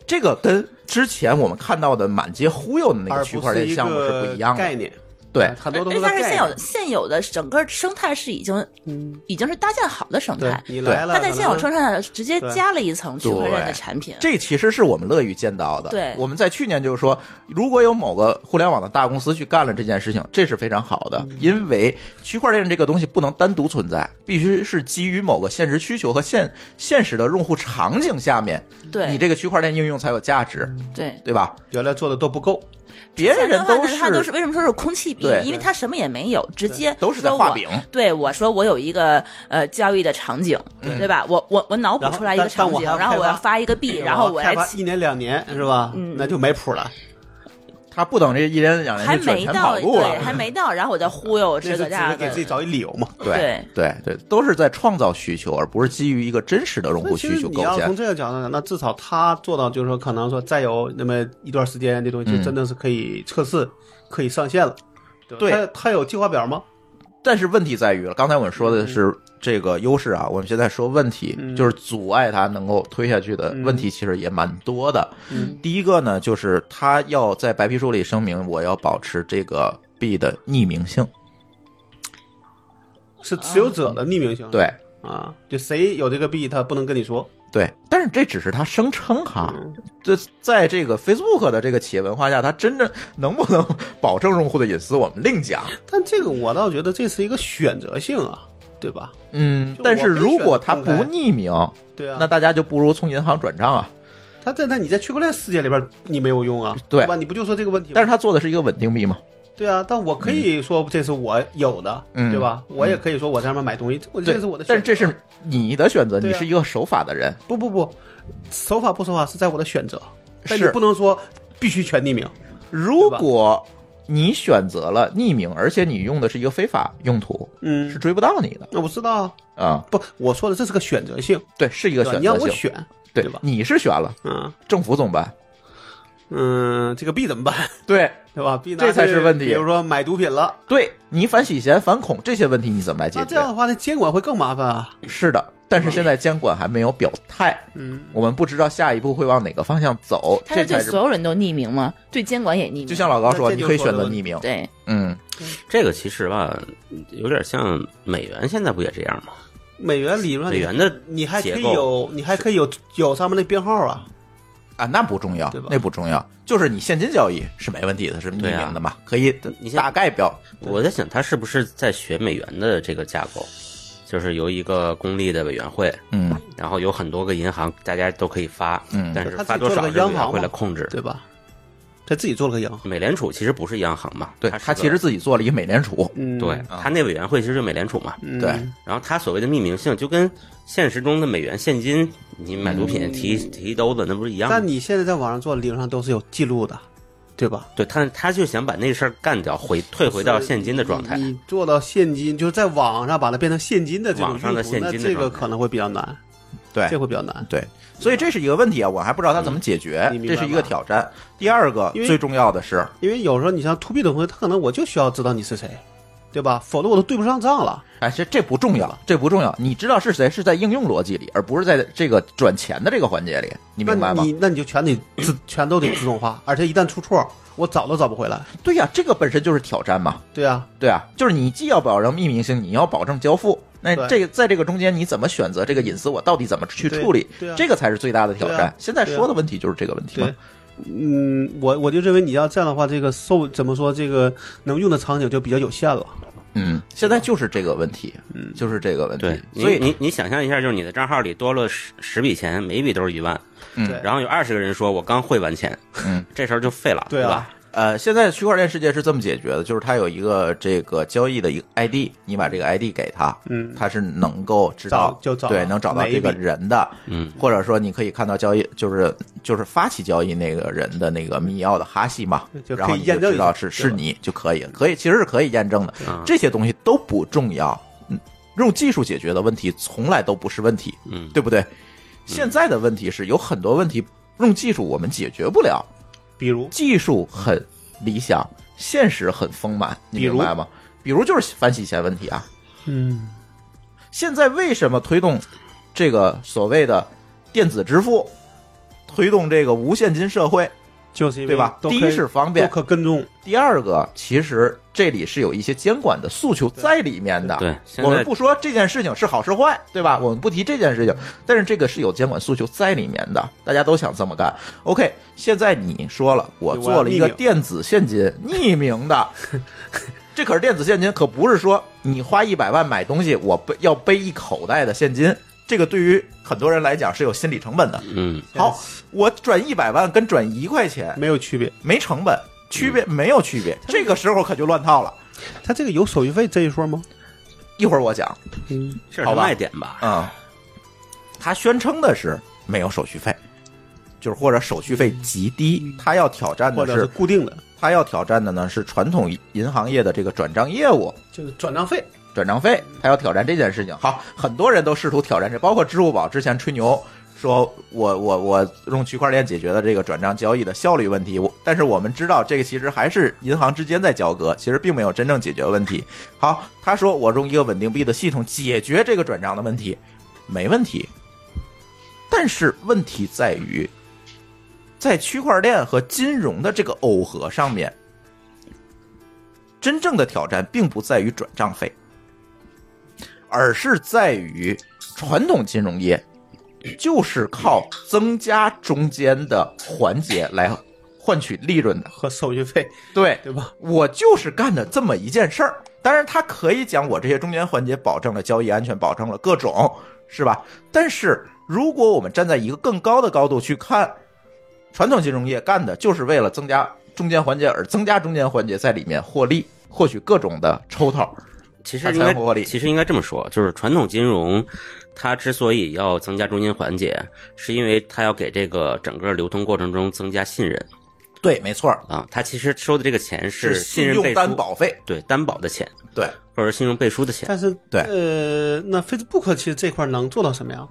[SPEAKER 1] 这个跟之前我们看到的满街忽悠的那
[SPEAKER 2] 而
[SPEAKER 1] 个
[SPEAKER 2] 不
[SPEAKER 1] 区块链项目是
[SPEAKER 2] 是
[SPEAKER 1] 不一样
[SPEAKER 2] 概
[SPEAKER 1] 的。
[SPEAKER 2] 念，
[SPEAKER 1] 对，
[SPEAKER 2] 很多
[SPEAKER 4] 而
[SPEAKER 2] 东
[SPEAKER 4] 且
[SPEAKER 2] 西都
[SPEAKER 4] 它哎是
[SPEAKER 2] 概
[SPEAKER 4] 现
[SPEAKER 2] 念
[SPEAKER 4] 有现有的整个生态是已经
[SPEAKER 2] 嗯，
[SPEAKER 4] 已经是搭建好的生
[SPEAKER 2] 对
[SPEAKER 4] 态，
[SPEAKER 2] 你来了，
[SPEAKER 4] 它嗯在现有
[SPEAKER 2] 可能
[SPEAKER 4] 生态上直接
[SPEAKER 2] 对
[SPEAKER 4] 加了一层区块链的
[SPEAKER 1] 对
[SPEAKER 4] 产品，
[SPEAKER 1] 这其实是我们乐于见到的。
[SPEAKER 4] 对
[SPEAKER 1] 我们在去年就是说，如果有某个互联网的大公司去干了这件事情，这是非常好的，
[SPEAKER 4] 嗯
[SPEAKER 1] 因为区块链这个东西不能单独存在，必须是基于某个现实需求和现现实的用户场景下面，
[SPEAKER 4] 对嗯
[SPEAKER 1] 你这个区块链应用才有价值，
[SPEAKER 4] 对。
[SPEAKER 1] 对吧？
[SPEAKER 2] 原来做的都不够，
[SPEAKER 1] 别人都
[SPEAKER 4] 是，他都
[SPEAKER 1] 是
[SPEAKER 4] 为什么说是空气币
[SPEAKER 1] 对？
[SPEAKER 4] 因为他什么也没有，直接
[SPEAKER 1] 都是在画饼
[SPEAKER 4] 说我。对，我说我有一个呃交易的场景，
[SPEAKER 1] 嗯
[SPEAKER 4] 对吧？我我我脑补
[SPEAKER 2] 然后
[SPEAKER 4] 出来一个
[SPEAKER 2] 但
[SPEAKER 4] 场景，
[SPEAKER 2] 但我还要
[SPEAKER 4] 然后我
[SPEAKER 2] 开
[SPEAKER 4] 要
[SPEAKER 2] 发
[SPEAKER 4] 发一个币，然后我来
[SPEAKER 2] 开发
[SPEAKER 4] 起
[SPEAKER 2] 一年两年是吧？
[SPEAKER 4] 嗯
[SPEAKER 2] 那就没谱了，
[SPEAKER 1] 他不等这一人两
[SPEAKER 4] 还
[SPEAKER 1] 人就卷
[SPEAKER 4] 没
[SPEAKER 1] 钱跑
[SPEAKER 4] 到，
[SPEAKER 1] 路
[SPEAKER 4] 对，
[SPEAKER 1] 了，
[SPEAKER 4] 还没到，然后我 再忽悠
[SPEAKER 2] 这
[SPEAKER 4] 这
[SPEAKER 2] 是
[SPEAKER 4] 个
[SPEAKER 2] 只
[SPEAKER 4] 那
[SPEAKER 2] 是
[SPEAKER 4] 个
[SPEAKER 2] 给自己找一理由嘛。
[SPEAKER 1] 对对对，都是在创造需求，而不是基于一个真实的用
[SPEAKER 2] 那
[SPEAKER 1] 户
[SPEAKER 2] 其
[SPEAKER 1] 需
[SPEAKER 2] 实
[SPEAKER 1] 求
[SPEAKER 2] 你
[SPEAKER 1] 构
[SPEAKER 2] 要
[SPEAKER 1] 建
[SPEAKER 2] 从。这个角度讲，那至少他做到就是说，可能说再有那么一段时间，这东西就
[SPEAKER 1] 嗯
[SPEAKER 2] 真的是可以测试、可以上线了。
[SPEAKER 1] 对
[SPEAKER 2] 他他有计划表吗？
[SPEAKER 1] 但是问题在于了，刚才我们说的是这个优势啊，我们现在说问题，
[SPEAKER 2] 嗯
[SPEAKER 1] 就是阻碍它能够推下去的问题，其实也蛮多的。
[SPEAKER 2] 嗯
[SPEAKER 1] 第一个呢，就是他要在白皮书里声明，我要保持这个币的匿名性。
[SPEAKER 2] 是持有者的匿名性。
[SPEAKER 1] 对
[SPEAKER 2] 啊，就谁有这个币，他不能跟你说。
[SPEAKER 1] 对，但是这只是他声称哈
[SPEAKER 2] 嗯，
[SPEAKER 1] 这在这个 Facebook 的这个企业文化下，它真正能不能保证用户的隐私，我们另 讲。
[SPEAKER 2] 但这个我倒觉得这是一个选择性啊，对吧？
[SPEAKER 1] 嗯
[SPEAKER 2] 就，
[SPEAKER 1] 但是
[SPEAKER 2] 我可以
[SPEAKER 1] 如果
[SPEAKER 2] 选择
[SPEAKER 1] 它
[SPEAKER 2] 公
[SPEAKER 1] 不
[SPEAKER 2] 开
[SPEAKER 1] 匿名，
[SPEAKER 2] 对啊，
[SPEAKER 1] 那大家就不如从银行转账啊。
[SPEAKER 2] 他在那你在区块链世界里边你没有用啊，
[SPEAKER 1] 对
[SPEAKER 2] 吧？你不就说这个问题吗？
[SPEAKER 1] 但是它做的是一个稳定币嘛，
[SPEAKER 2] 对啊，但我可以说这是我有的，
[SPEAKER 1] 嗯
[SPEAKER 2] 对吧？我也可以说我在上面买东西，我
[SPEAKER 1] 对
[SPEAKER 2] 这是我的选择。嗯
[SPEAKER 1] 但是这是你的选择，
[SPEAKER 2] 对
[SPEAKER 1] 你
[SPEAKER 2] 啊
[SPEAKER 1] 是一个守法的人，
[SPEAKER 2] 不不不，守法不守法是在我的选择，但你
[SPEAKER 1] 是
[SPEAKER 2] 不能说必须全匿名。
[SPEAKER 1] 如果你选择了匿名，而且你用的是一个非法用途，
[SPEAKER 2] 嗯
[SPEAKER 1] 是，追不到你的
[SPEAKER 2] 那我知道啊，
[SPEAKER 1] 啊、
[SPEAKER 2] 不，我说的这是个选择性，
[SPEAKER 1] 对，是一
[SPEAKER 2] 对
[SPEAKER 1] 个
[SPEAKER 2] 吧
[SPEAKER 1] 选
[SPEAKER 2] 你让
[SPEAKER 1] 择
[SPEAKER 2] 我
[SPEAKER 1] 性。
[SPEAKER 2] 选，
[SPEAKER 1] 对
[SPEAKER 2] 对吧
[SPEAKER 1] 你是选了，
[SPEAKER 2] 嗯
[SPEAKER 1] 政府怎么办？
[SPEAKER 2] 嗯，这个币怎么办，
[SPEAKER 1] 对，
[SPEAKER 2] 对吧？币拿
[SPEAKER 1] 这才是
[SPEAKER 2] 去
[SPEAKER 1] 问题
[SPEAKER 2] 比如说买毒品了，
[SPEAKER 1] 对你反洗钱、反恐这些问题，你怎么来解
[SPEAKER 2] 那这
[SPEAKER 1] 决
[SPEAKER 2] 样？的话，那监管会更麻烦啊。
[SPEAKER 1] 是的，但是现在监管还没有表态，
[SPEAKER 2] 嗯，
[SPEAKER 1] 我们不知道下一步会往哪个方向走。
[SPEAKER 4] 他
[SPEAKER 1] 这
[SPEAKER 4] 是
[SPEAKER 1] 才
[SPEAKER 4] 对
[SPEAKER 1] 是
[SPEAKER 4] 所有人都匿名吗？对监管也匿名？
[SPEAKER 1] 就像老高说，
[SPEAKER 2] 那这
[SPEAKER 1] 你
[SPEAKER 2] 就
[SPEAKER 1] 可以
[SPEAKER 2] 说
[SPEAKER 1] 选
[SPEAKER 2] 的
[SPEAKER 1] 择
[SPEAKER 2] 问
[SPEAKER 1] 匿名。
[SPEAKER 4] 对，
[SPEAKER 1] 嗯，
[SPEAKER 3] 这个其实吧，有点像美元现在不也这样吗？
[SPEAKER 2] 美元理论上
[SPEAKER 3] 美元的
[SPEAKER 2] 你还可
[SPEAKER 3] 结
[SPEAKER 2] 以
[SPEAKER 3] 构
[SPEAKER 2] 有，你还可以有有上面的编号啊。
[SPEAKER 1] 啊，那不重要
[SPEAKER 2] 对吧，
[SPEAKER 1] 那不重要，就是你现金交易是没问题的，是匿
[SPEAKER 3] 对啊
[SPEAKER 1] 名的嘛，可以
[SPEAKER 3] 你先
[SPEAKER 1] 大概表
[SPEAKER 3] 我在想，他是不是在学美元的这个架构，就是由一个公立的委员会，
[SPEAKER 1] 嗯
[SPEAKER 3] 然后有很多个银行，大家都可以发，
[SPEAKER 1] 嗯
[SPEAKER 3] 但是
[SPEAKER 2] 他自己
[SPEAKER 3] 发多
[SPEAKER 2] 做
[SPEAKER 3] 少
[SPEAKER 2] 了
[SPEAKER 3] 是
[SPEAKER 2] 个央
[SPEAKER 3] 委员
[SPEAKER 2] 行
[SPEAKER 3] 会
[SPEAKER 2] 嘛
[SPEAKER 3] 来控制。
[SPEAKER 2] 对吧？他自己做了个银行，
[SPEAKER 3] 美联储其实不是央行嘛，
[SPEAKER 1] 对
[SPEAKER 3] 它是
[SPEAKER 1] 他其
[SPEAKER 3] 个
[SPEAKER 1] 实自己做了一个美联储，
[SPEAKER 2] 嗯，
[SPEAKER 3] 对，
[SPEAKER 1] 啊
[SPEAKER 3] 它那委员会其实就是美联储嘛。
[SPEAKER 2] 嗯
[SPEAKER 1] 对
[SPEAKER 3] 然后它所谓的匿名性，就跟现实中的美元现金，你买毒品提提兜子，那不是一
[SPEAKER 2] 嗯
[SPEAKER 3] 样
[SPEAKER 2] 但
[SPEAKER 3] 吗？
[SPEAKER 2] 你现在在网上做，理论上都是有记录的，对吧？
[SPEAKER 3] 对他，他就想把那事儿干掉，回退回到现金的状态
[SPEAKER 2] 你。你做到现金，就是在网上把它变成现金的这种
[SPEAKER 3] 网上的现金的
[SPEAKER 2] 用途那这个
[SPEAKER 3] 状态哎
[SPEAKER 2] 可能会比较难，
[SPEAKER 1] 对
[SPEAKER 2] 这会比较难。
[SPEAKER 1] 对，所以这是一个问题啊，我还不知道他怎么解决
[SPEAKER 2] 嗯你，明白
[SPEAKER 1] 这
[SPEAKER 2] 吗
[SPEAKER 1] 是一个挑战。第二个
[SPEAKER 2] 因为
[SPEAKER 1] 最重要的是，
[SPEAKER 2] 因为有时候你像 to B 的同学，他可能我就需要知道你是谁，对吧？否则我都对不上账了。
[SPEAKER 1] 哎，这这不重要，这不重要。你知道是谁是在应用逻辑里，而不是在这个转钱的这个环节里，你明白
[SPEAKER 2] 那
[SPEAKER 1] 吗？
[SPEAKER 2] 你那你就全得 自全都得自动化，而且一旦出错，我找都找不回来。
[SPEAKER 1] 对呀、这个本身就是挑战嘛。
[SPEAKER 2] 对啊，
[SPEAKER 1] 对啊，就是你既要保证匿名性，你要保证交付。那
[SPEAKER 2] 对
[SPEAKER 1] 这个在这个中间，你怎么选择这个隐私？我到底怎么去处理？
[SPEAKER 2] 对对啊
[SPEAKER 1] 这个才是最大的挑
[SPEAKER 2] 对
[SPEAKER 1] 战
[SPEAKER 2] 啊。
[SPEAKER 1] 现在说的问题就是这个问题嘛
[SPEAKER 2] 对。嗯，我我就认为你要这样的话，这个受怎么说，这个能用的场景就比较有限了。
[SPEAKER 1] 嗯，现在就是这个问题，嗯，就是这个问
[SPEAKER 3] 对
[SPEAKER 1] 题。，
[SPEAKER 3] 你
[SPEAKER 1] 所以，
[SPEAKER 3] 你你想象一下，就是你的账号里多了十十笔钱，每一笔都是一万，
[SPEAKER 1] 嗯
[SPEAKER 2] 对
[SPEAKER 3] 然后有二十个人说我刚汇完钱，
[SPEAKER 1] 嗯，
[SPEAKER 3] 这时候就废了，
[SPEAKER 2] 对
[SPEAKER 3] 吧
[SPEAKER 2] 啊？，
[SPEAKER 1] 呃，现在区块链世界是这么解决的，就是它有一个这个交易的一个 ID，你把这个 ID 给他，
[SPEAKER 2] 嗯
[SPEAKER 1] 他是能够知道
[SPEAKER 2] 找就找
[SPEAKER 1] 对，能找到这个
[SPEAKER 2] 哪一笔
[SPEAKER 1] 人的，
[SPEAKER 3] 嗯，
[SPEAKER 1] 或者说你可以看到交易就是就是发起交易那个人的那个密钥的哈希嘛
[SPEAKER 2] 对，就可以
[SPEAKER 1] 然后你
[SPEAKER 2] 验证
[SPEAKER 1] 知道
[SPEAKER 2] 一下
[SPEAKER 1] 是
[SPEAKER 2] 对吧
[SPEAKER 1] 是你就可以，可以其实是可以验证的
[SPEAKER 3] 嗯，
[SPEAKER 1] 这些东西都不重要，嗯，用技术解决的问题从来都不是问题，
[SPEAKER 3] 嗯，
[SPEAKER 1] 对不对？现在的问题是有很多问题用技术我们解决不了，
[SPEAKER 2] 比如
[SPEAKER 1] 技术很理想，现实很丰满，你
[SPEAKER 2] 比
[SPEAKER 1] 明
[SPEAKER 2] 如
[SPEAKER 1] 白吗？比如就是反洗钱问题啊，
[SPEAKER 2] 嗯，
[SPEAKER 1] 现在为什么推动这个所谓的电子支付，推动这个无现金社会，
[SPEAKER 2] 就是因为
[SPEAKER 1] 对吧？
[SPEAKER 2] 都
[SPEAKER 1] 第
[SPEAKER 2] 可
[SPEAKER 1] 一
[SPEAKER 2] 以
[SPEAKER 1] 是方
[SPEAKER 2] 都
[SPEAKER 1] 便，
[SPEAKER 2] 可跟踪，
[SPEAKER 1] 第二个其实这里是有一些监管的诉求在里面的。
[SPEAKER 3] 对，
[SPEAKER 1] 啊
[SPEAKER 3] 现
[SPEAKER 1] 我们
[SPEAKER 3] 在
[SPEAKER 1] 不说这件事情是好是坏，对吧？我们不提这件事情，但是这个是有监管诉求在里面的，大家都想这么干。OK，现在你说了，我
[SPEAKER 2] 对我要
[SPEAKER 1] 做了一个
[SPEAKER 2] 匿名
[SPEAKER 1] 电子现金，匿名的，这可是电子现金，可不是说你花一百万买东西，我背要背一口袋的现金。这个对于很多人来讲是有心理成本的。
[SPEAKER 3] 嗯，
[SPEAKER 1] 好，我转一百万跟转一块钱
[SPEAKER 2] 没有区别。
[SPEAKER 1] 没成本，区别没有区别。这个时候可就乱套了。
[SPEAKER 2] 它这个有手续费这一说吗？
[SPEAKER 1] 一会儿我讲，
[SPEAKER 2] 嗯，
[SPEAKER 3] 这
[SPEAKER 1] 好
[SPEAKER 3] 是
[SPEAKER 1] 吧
[SPEAKER 3] 卖点吧？
[SPEAKER 1] 啊、他宣称的是没有手续费，就是或者手续费极低。他要挑战
[SPEAKER 2] 嗯或
[SPEAKER 1] 的
[SPEAKER 2] 者是
[SPEAKER 1] 是，
[SPEAKER 2] 固定的，
[SPEAKER 1] 他要挑战的呢是传统银行业的这个转账业务。
[SPEAKER 2] 就是转账费。
[SPEAKER 1] 转账费，他要挑战这件事情。好，很多人都试图挑战这，包括支付宝之前吹牛说我我我用区块链解决了这个转账交易的效率问题。我但是我们知道，这个其实还是银行之间在交割，其实并没有真正解决问题。好，他说我用一个稳定币的系统解决这个转账的问题，没问题。但是问题在于，在区块链和金融的这个耦合上面，真正的挑战并不在于转账费，而是在于传统金融业就是靠增加中间的环节来换取利润的。
[SPEAKER 2] 和手续费，
[SPEAKER 1] 对，
[SPEAKER 2] 对吧？
[SPEAKER 1] 我就是干的这么一件事儿。当然，他可以讲我这些中间环节保证了交易安全，保证了各种，是吧？但是如果我们站在一个更高的高度去看，传统金融业干的就是为了增加中间环节而增加中间环节在里面获利，获取各种的抽头。
[SPEAKER 3] 其实
[SPEAKER 1] 它
[SPEAKER 3] 应
[SPEAKER 1] 才获
[SPEAKER 3] 该，
[SPEAKER 1] 利
[SPEAKER 3] 其实应该这么说，就是传统金融，它之所以要增加中间环节，是因为它要给这个整个流通过程中增加信任
[SPEAKER 1] 对，没错儿，
[SPEAKER 3] 啊。它其实收的这个钱
[SPEAKER 1] 是
[SPEAKER 3] 信
[SPEAKER 1] 信
[SPEAKER 3] 任
[SPEAKER 1] 用
[SPEAKER 3] 背
[SPEAKER 1] 担
[SPEAKER 3] 书，
[SPEAKER 1] 保费。
[SPEAKER 3] 对担保的钱，
[SPEAKER 1] 对，
[SPEAKER 3] 或者信用背书的钱。
[SPEAKER 2] 但是
[SPEAKER 1] 对
[SPEAKER 2] 呃，那 Facebook 其实这块能做到什么样？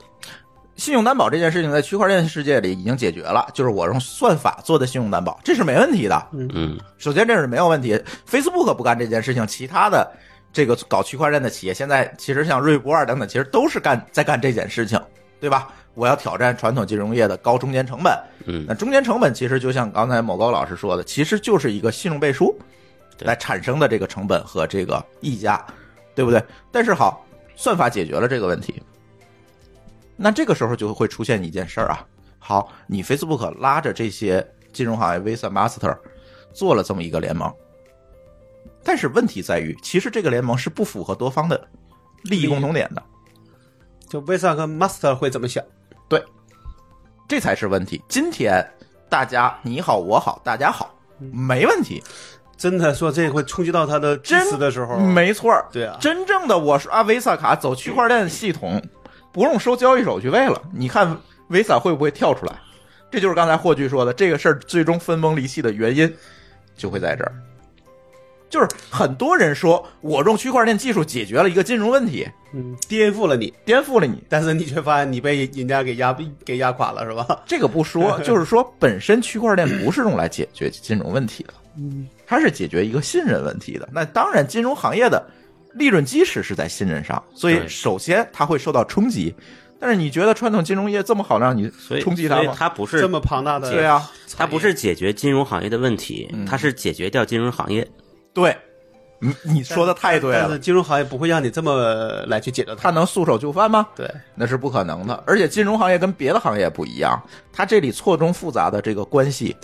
[SPEAKER 1] 信用担保这件事情在区块链世界里已经解决了，就是我用算法做的信用担保，这是没问题的。
[SPEAKER 3] 嗯，
[SPEAKER 1] 首先这是没有问题，Facebook 不干这件事情，其他的这个搞区块链的企业，现在其实像瑞波尔啊等等，其实都是干在干这件事情，对吧？我要挑战传统金融业的高中间成本，
[SPEAKER 3] 嗯
[SPEAKER 1] 那中间成本其实就像刚才某高老师说的，其实就是一个信用背书
[SPEAKER 3] 对
[SPEAKER 1] 来产生的这个成本和这个溢价，对不对？但是好，算法解决了这个问题，那这个时候就会出现一件事儿啊，好，你 Facebook 拉着这些金融行业 Visa、Master 做了这么一个联盟，但是问题在于，其实这个联盟是不符合多方的利益共同点的，
[SPEAKER 2] 就 Visa 和 Master 会怎么想？
[SPEAKER 1] 这才是问题。今天大家你好我好大家好，
[SPEAKER 3] 嗯
[SPEAKER 1] 没问题，
[SPEAKER 2] 真的说这会冲击到他的真
[SPEAKER 1] 真
[SPEAKER 2] 私的时候，
[SPEAKER 1] 没错儿，
[SPEAKER 2] 对啊
[SPEAKER 1] 真正的我刷 Visa 卡走区块链系统，不用收交易手续费了，你看 Visa 会不会跳出来？这就是刚才霍炬说的，这个事儿最终分崩离析的原因就会在这儿。就是很多人说，我用区块链技术解决了一个金融问题，
[SPEAKER 2] 嗯，颠覆了你，
[SPEAKER 1] 颠覆了你。
[SPEAKER 2] 但是你却发现你被人家给压给压垮了，是吧？
[SPEAKER 3] 嗯
[SPEAKER 1] 这个不说，就是说本身区块链不是用来解决金融问题的，它是解决一个信任问题的。那当然，金融行业的利润基石是在信任上，所以
[SPEAKER 3] 对
[SPEAKER 1] 首先它会受到冲击。但是你觉得传统金融业这么好让你
[SPEAKER 3] 所以
[SPEAKER 1] 冲击它
[SPEAKER 3] 所以
[SPEAKER 1] 吗？
[SPEAKER 3] 它不是
[SPEAKER 2] 这么庞大的
[SPEAKER 1] 对啊，
[SPEAKER 3] 它不是解决金融行业的问题，它是解决掉金融行业。
[SPEAKER 1] 对，你你说的太对啊
[SPEAKER 2] 但
[SPEAKER 1] 了
[SPEAKER 2] 是。金融行业不会让你这么来去解决它
[SPEAKER 1] 它。能束手就范吗？
[SPEAKER 2] 对，
[SPEAKER 1] 那是不可能的。而且金融行业跟别的行业不一样，它这里错综复杂的这个关系，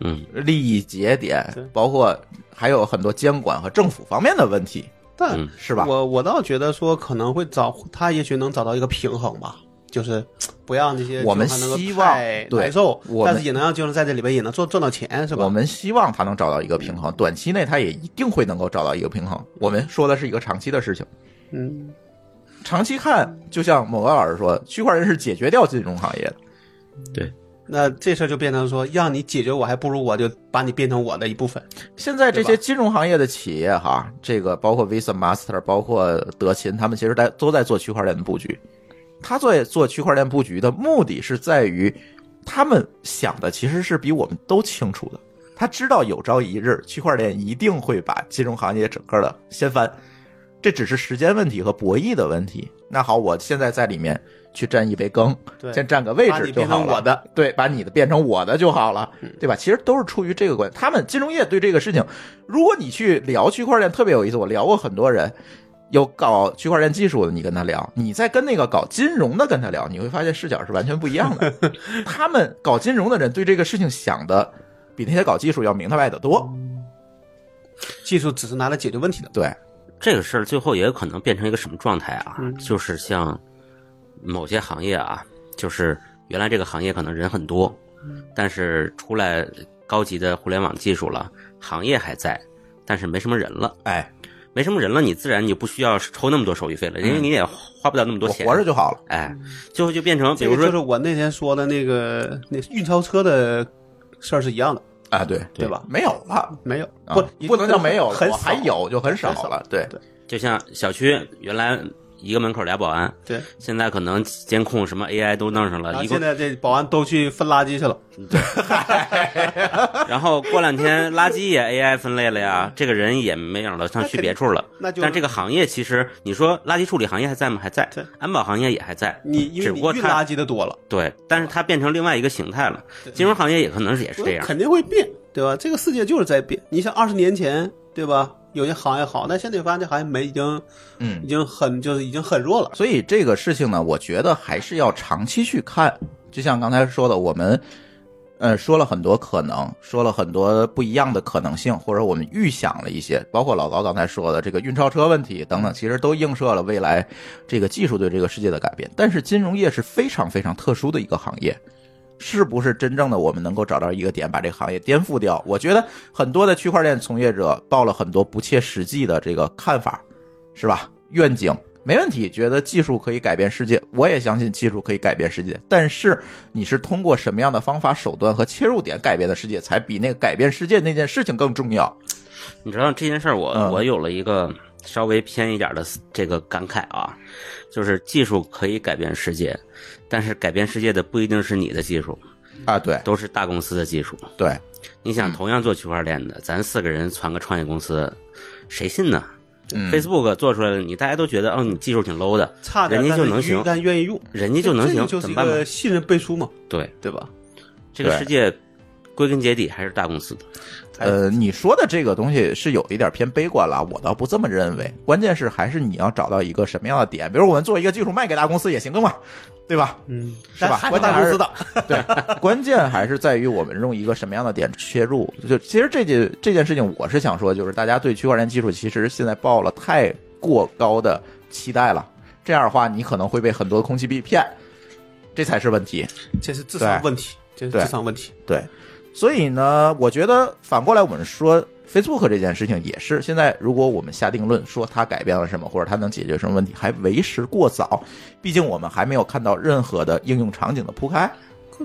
[SPEAKER 3] 嗯，
[SPEAKER 1] 利益节点
[SPEAKER 2] 对，
[SPEAKER 1] 包括还有很多监管和政府方面的问题，
[SPEAKER 2] 但
[SPEAKER 3] 嗯
[SPEAKER 1] 是吧？
[SPEAKER 2] 我我倒觉得说可能会找他，也许能找到一个平衡吧，就是不让这些
[SPEAKER 1] 我们
[SPEAKER 2] 金融行
[SPEAKER 1] 希
[SPEAKER 2] 能够
[SPEAKER 1] 望
[SPEAKER 2] 太
[SPEAKER 1] 对
[SPEAKER 2] 难受
[SPEAKER 1] 我，们
[SPEAKER 2] 但是也能让金融在这里边也能赚赚到钱，是吧？嗯
[SPEAKER 1] 我们希望它能找到一个平衡，短期内它也一定会能够找到一个平衡。我们说的是一个长期的事情，
[SPEAKER 2] 嗯，
[SPEAKER 1] 长期看，就像某个老师说，区块链是解决掉金融行业的。
[SPEAKER 2] 那这事儿就变成说，让你解决我，还不如我就把你变成我的一部分。
[SPEAKER 1] 现在这些
[SPEAKER 2] 对
[SPEAKER 1] 金融行业的企业哈，这个包括 Visa、Master，包括德勤，他们其实在都在做区块链的布局。他在做区块链布局的目的是在于，他们想的其实是比我们都清楚的。他知道有朝一日区块链一定会把金融行业整个的掀翻，这只是时间问题和博弈的问题。那好，我现在在里面去占一杯羹，
[SPEAKER 2] 对，
[SPEAKER 1] 先占个位
[SPEAKER 2] 把
[SPEAKER 1] 置
[SPEAKER 2] 你
[SPEAKER 1] 就
[SPEAKER 2] 变
[SPEAKER 1] 好
[SPEAKER 2] 成
[SPEAKER 1] 了。
[SPEAKER 2] 我的，
[SPEAKER 1] 对，把你的变成我的就好了，
[SPEAKER 2] 嗯
[SPEAKER 1] 对吧？其实都是出于这个观点。他们金融业对这个事情，如果你去聊区块链，特别有意思。我聊过很多人，有搞区块链技术的，你跟他聊；你再跟那个搞金融的跟他聊，你会发现视角是完全不一样 的。他们搞金融的人对这个事情想的比那些搞技术要明白的多。
[SPEAKER 2] 嗯技术只是拿来解决问题的。
[SPEAKER 1] 对，
[SPEAKER 3] 这个事儿最后也有可能变成一个什么状态啊？
[SPEAKER 2] 嗯
[SPEAKER 3] 就是像某些行业啊，就是原来这个行业可能人很多，但是出来高级的互联网技术了，行业还在，但是没什么人了。
[SPEAKER 1] 哎，
[SPEAKER 3] 没什么人了，你自然你就不需要抽那么多手续费了，因为你也花不了那么
[SPEAKER 1] 我
[SPEAKER 3] 多钱。
[SPEAKER 1] 活着就好了。
[SPEAKER 3] 哎，最后就变成，比
[SPEAKER 2] 这个
[SPEAKER 3] 如
[SPEAKER 2] 就
[SPEAKER 3] 说
[SPEAKER 2] 是我那天说的那个那运钞车的事儿是一样的，
[SPEAKER 1] 啊，对，
[SPEAKER 2] 对吧？
[SPEAKER 1] 没有了，
[SPEAKER 2] 没有，
[SPEAKER 1] 啊
[SPEAKER 2] 不
[SPEAKER 1] 不能叫没有了，
[SPEAKER 2] 很
[SPEAKER 1] 我还
[SPEAKER 2] 少
[SPEAKER 1] 有就很少
[SPEAKER 2] 很少
[SPEAKER 1] 了。对，
[SPEAKER 3] 就像小区原来一个门口俩保安，
[SPEAKER 2] 对。
[SPEAKER 3] 现在可能监控什么 AI 都弄
[SPEAKER 2] 然
[SPEAKER 3] 上了，
[SPEAKER 2] 后
[SPEAKER 3] 啊一共
[SPEAKER 2] 啊现，在这保安都去分垃圾去了，
[SPEAKER 3] 然后过两天垃圾也 AI 分类了呀，这个人也没影了，上去别处了。
[SPEAKER 2] 嗯那就
[SPEAKER 3] 但这个行业其实，你说垃圾处理行业还在吗？还在
[SPEAKER 2] 对，
[SPEAKER 3] 安保行业也还在，
[SPEAKER 2] 你因
[SPEAKER 3] 只
[SPEAKER 2] 为
[SPEAKER 3] 不
[SPEAKER 2] 你
[SPEAKER 3] 过
[SPEAKER 2] 运
[SPEAKER 3] 它
[SPEAKER 2] 垃圾的多了，
[SPEAKER 3] 对，但是它变成另外一个形态了。金融行业也可能也是这样，
[SPEAKER 2] 肯定会变，对吧？这个世界就是在变。你像二十年前，对吧？有些行业好，但现在发现这行业没已经
[SPEAKER 1] 嗯
[SPEAKER 2] 已。经很就是已经很弱了。
[SPEAKER 1] 所以这个事情呢，我觉得还是要长期去看。就像刚才说的，我们呃说了很多可能，说了很多不一样的可能性，或者我们预想了一些，包括老高刚才说的这个运钞车问题等等，其实都映射了未来这个技术对这个世界的改变。但是金融业是非常非常特殊的一个行业。是不是真正的我们能够找到一个点，把这个行业颠覆掉？我觉得很多的区块链从业者抱了很多不切实际的这个看法，是吧？愿景没问题，觉得技术可以改变世界，我也相信技术可以改变世界。但是你是通过什么样的方法、手段和切入点改变的世界，才比那个改变世界那件事情更重要。
[SPEAKER 3] 你知道这件事儿，我、
[SPEAKER 1] 嗯
[SPEAKER 3] 我有了一个稍微偏一点的这个感慨啊，就是技术可以改变世界，但是改变世界的不一定是你的技术，
[SPEAKER 1] 啊，对
[SPEAKER 3] 都是大公司的技术。
[SPEAKER 1] 对，
[SPEAKER 3] 你
[SPEAKER 2] 嗯
[SPEAKER 3] 想，同样做区块链的，咱四个人传个创业公司，谁信呢、
[SPEAKER 1] 嗯
[SPEAKER 3] f a c e b o o k 做出来了，你大家都觉得，哦，你技术挺 low 的，
[SPEAKER 2] 差点，
[SPEAKER 3] 人家
[SPEAKER 2] 但是
[SPEAKER 3] 就能行
[SPEAKER 2] 但愿意用，
[SPEAKER 3] 人家就能
[SPEAKER 2] 这
[SPEAKER 3] 行，
[SPEAKER 2] 个就是
[SPEAKER 3] 怎
[SPEAKER 2] 一
[SPEAKER 3] 么办嗯
[SPEAKER 2] 个
[SPEAKER 3] 吧？
[SPEAKER 2] 信任背书嘛，
[SPEAKER 3] 对，
[SPEAKER 2] 对吧？
[SPEAKER 3] 这个
[SPEAKER 1] 对
[SPEAKER 3] 世界归根结底还是大公司的。
[SPEAKER 1] 呃，你说的这个东西是有一点偏悲观了，我倒不这么认为。关键是还是你要找到一个什么样的点，比如我们做一个技术卖给大公司也行的嘛，对吧？
[SPEAKER 2] 嗯，
[SPEAKER 1] 是吧
[SPEAKER 2] 还
[SPEAKER 1] 关键
[SPEAKER 2] 大
[SPEAKER 1] 还
[SPEAKER 2] 公
[SPEAKER 1] 是
[SPEAKER 2] 司的，
[SPEAKER 1] 对，关键还是在于我们用一个什么样的点切入。就其实这件这件事情，我是想说，就是大家对区块链技术其实现在抱了太过高的期待了。这样的话，你可能会被很多空气币骗，这才是问题。
[SPEAKER 2] 这是智商
[SPEAKER 1] 对
[SPEAKER 2] 问题，这是
[SPEAKER 1] 对
[SPEAKER 2] 智商问题。
[SPEAKER 1] 对，所以呢，我觉得反过来我们说 Facebook 这件事情也是，现在如果我们下定论说它改变了什么，或者它能解决什么问题，还为时过早。毕竟我们还没有看到任何的应用场景的铺开，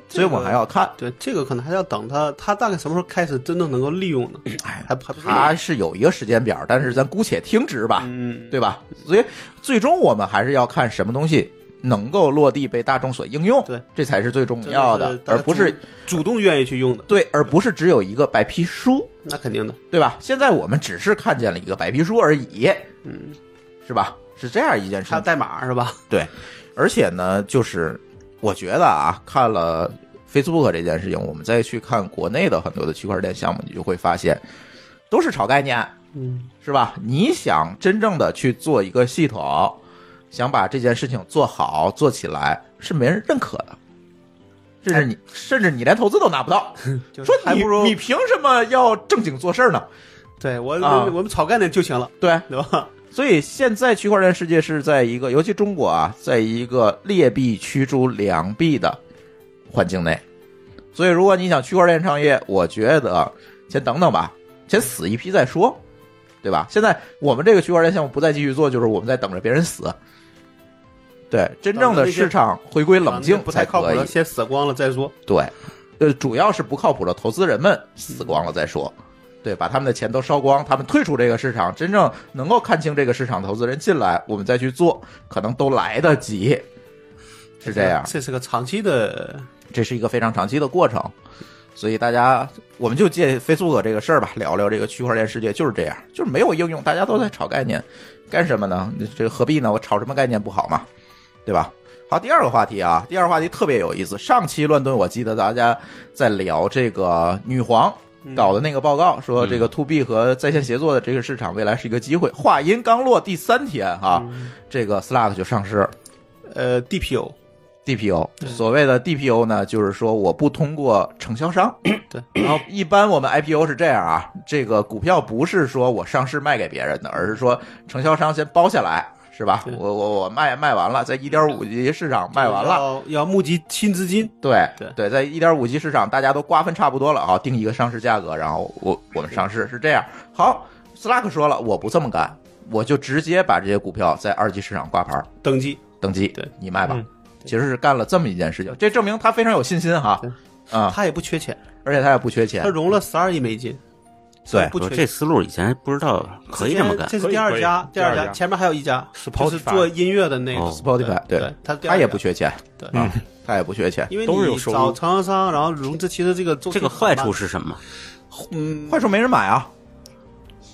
[SPEAKER 1] 所以我们还要看。
[SPEAKER 2] 对这个可能还要等它，它大概什么时候开始真正能够利用呢？
[SPEAKER 1] 哎
[SPEAKER 2] 还还不知道
[SPEAKER 1] 它是有一个时间表，但是咱姑且听之吧，
[SPEAKER 2] 嗯，
[SPEAKER 1] 对吧？所以最终我们还是要看什么东西能够落地被大众所应用，
[SPEAKER 2] 对，
[SPEAKER 1] 这才是最重要的，
[SPEAKER 2] 大
[SPEAKER 1] 而
[SPEAKER 2] 家
[SPEAKER 1] 不是
[SPEAKER 2] 主主动愿意去用的，
[SPEAKER 1] 对，而不是只有一个白皮书，
[SPEAKER 2] 那肯定的。
[SPEAKER 1] 对吧？现在我们只是看见了一个白皮书而已，嗯，是吧？是这样一件事情
[SPEAKER 2] 还
[SPEAKER 3] 嗯
[SPEAKER 2] 有。代码是吧？
[SPEAKER 1] 对，而且呢，就是我觉得啊，看了 Facebook 这件事情，我们再去看国内的很多的区块链项目，你就会发现都是炒概念，
[SPEAKER 2] 嗯，
[SPEAKER 1] 是吧？你想真正的去做一个系统，想把这件事情做好做起来，是没人认可的。甚至你，甚至你连投资都拿不 到，
[SPEAKER 2] 就是
[SPEAKER 1] 说
[SPEAKER 2] 哎还
[SPEAKER 1] 你
[SPEAKER 2] 不如
[SPEAKER 1] 你凭什么要正经做事儿呢？
[SPEAKER 2] 对我
[SPEAKER 1] 啊
[SPEAKER 2] 我们草概念就行了，
[SPEAKER 1] 对，
[SPEAKER 2] 对吧？
[SPEAKER 1] 所以现在区块链世界是在一个，尤其中国啊，在一个劣币驱逐良币的环境内。所以，如果你想区块链创业，我觉得啊先等等吧，先死一批再说，对吧？现在我们这个区块链项目不再继续做，就是我们在等着别人死。对，真正的市场回归冷静
[SPEAKER 2] 不
[SPEAKER 1] 才
[SPEAKER 2] 太靠谱
[SPEAKER 1] 可以
[SPEAKER 2] 了，。先死光了再说。
[SPEAKER 1] 对，呃，主要是不靠谱的投资人们死光了再说，对，把他们的钱都烧光，他们退出这个市场，真正能够看清这个市场投资人进来，我们再去做，可能都来得及，是这样，
[SPEAKER 2] 这是个长期的，
[SPEAKER 1] 这是一个非常长期的过程，所以大家我们就借 Facebook 这个事儿吧，聊聊这个区块链世界就是这样，就是没有应用，大家都在炒概念，干什么呢？这何必呢？我炒什么概念不好嘛，对吧？好，第二个话题啊，第二个话题特别有意思。上期乱炖，我记得大家在聊这个女皇搞的那个报告，说这个 to B 和在线协作的这个市场未来是一个机会。话音刚落第三天啊，这个 Slack 就上市了
[SPEAKER 2] 呃，DPO，
[SPEAKER 1] DPO，所谓的 DPO 呢，就是说我不通过承销商。
[SPEAKER 2] 对，
[SPEAKER 1] 然后一般我们 IPO 是这样啊，这个股票不是说我上市卖给别人的，而是说承销商先包下来，是吧？
[SPEAKER 2] 对
[SPEAKER 1] 我我我卖卖完了，在一点五级市场卖完了，
[SPEAKER 2] 要要募集新资金，
[SPEAKER 1] 对
[SPEAKER 2] 对
[SPEAKER 1] 对，在一点五级市场大家都瓜分差不多了啊，定一个上市价格，然后我我们上市是这样。好，Slack 说了，我不这么干，我就直接把这些股票在二级市场挂牌儿
[SPEAKER 2] 登记
[SPEAKER 1] 登记，
[SPEAKER 2] 对
[SPEAKER 1] 你卖吧。
[SPEAKER 2] 嗯
[SPEAKER 1] 其实是干了这么一件事情，这证明他非常有信心哈
[SPEAKER 2] 对，
[SPEAKER 1] 啊、
[SPEAKER 2] 他也不缺钱，
[SPEAKER 1] 而且他也不缺钱
[SPEAKER 2] 他，融了十二亿美金，
[SPEAKER 1] 对
[SPEAKER 2] 不
[SPEAKER 3] 我
[SPEAKER 2] 缺
[SPEAKER 3] 这思路以前不知道可以这么干
[SPEAKER 2] 这，是第二家，
[SPEAKER 5] 可以可以
[SPEAKER 2] 第二
[SPEAKER 5] 第二
[SPEAKER 2] 家
[SPEAKER 5] 家
[SPEAKER 2] 前面还有一家，
[SPEAKER 5] Spotify
[SPEAKER 2] 就是做音乐的那个
[SPEAKER 3] 哦
[SPEAKER 1] Spotify，
[SPEAKER 2] 对
[SPEAKER 1] 对，
[SPEAKER 2] 他
[SPEAKER 1] 他也不
[SPEAKER 2] 缺，
[SPEAKER 1] 缺钱，
[SPEAKER 2] 对，
[SPEAKER 5] 嗯
[SPEAKER 1] 他也不缺钱。
[SPEAKER 2] 因为
[SPEAKER 5] 都是
[SPEAKER 2] 你
[SPEAKER 5] 有收入
[SPEAKER 2] 找承销商，然后融资，其实这个周期
[SPEAKER 3] 这个坏处
[SPEAKER 2] 是，
[SPEAKER 3] 是什么？
[SPEAKER 2] 嗯，
[SPEAKER 1] 坏处没人买啊，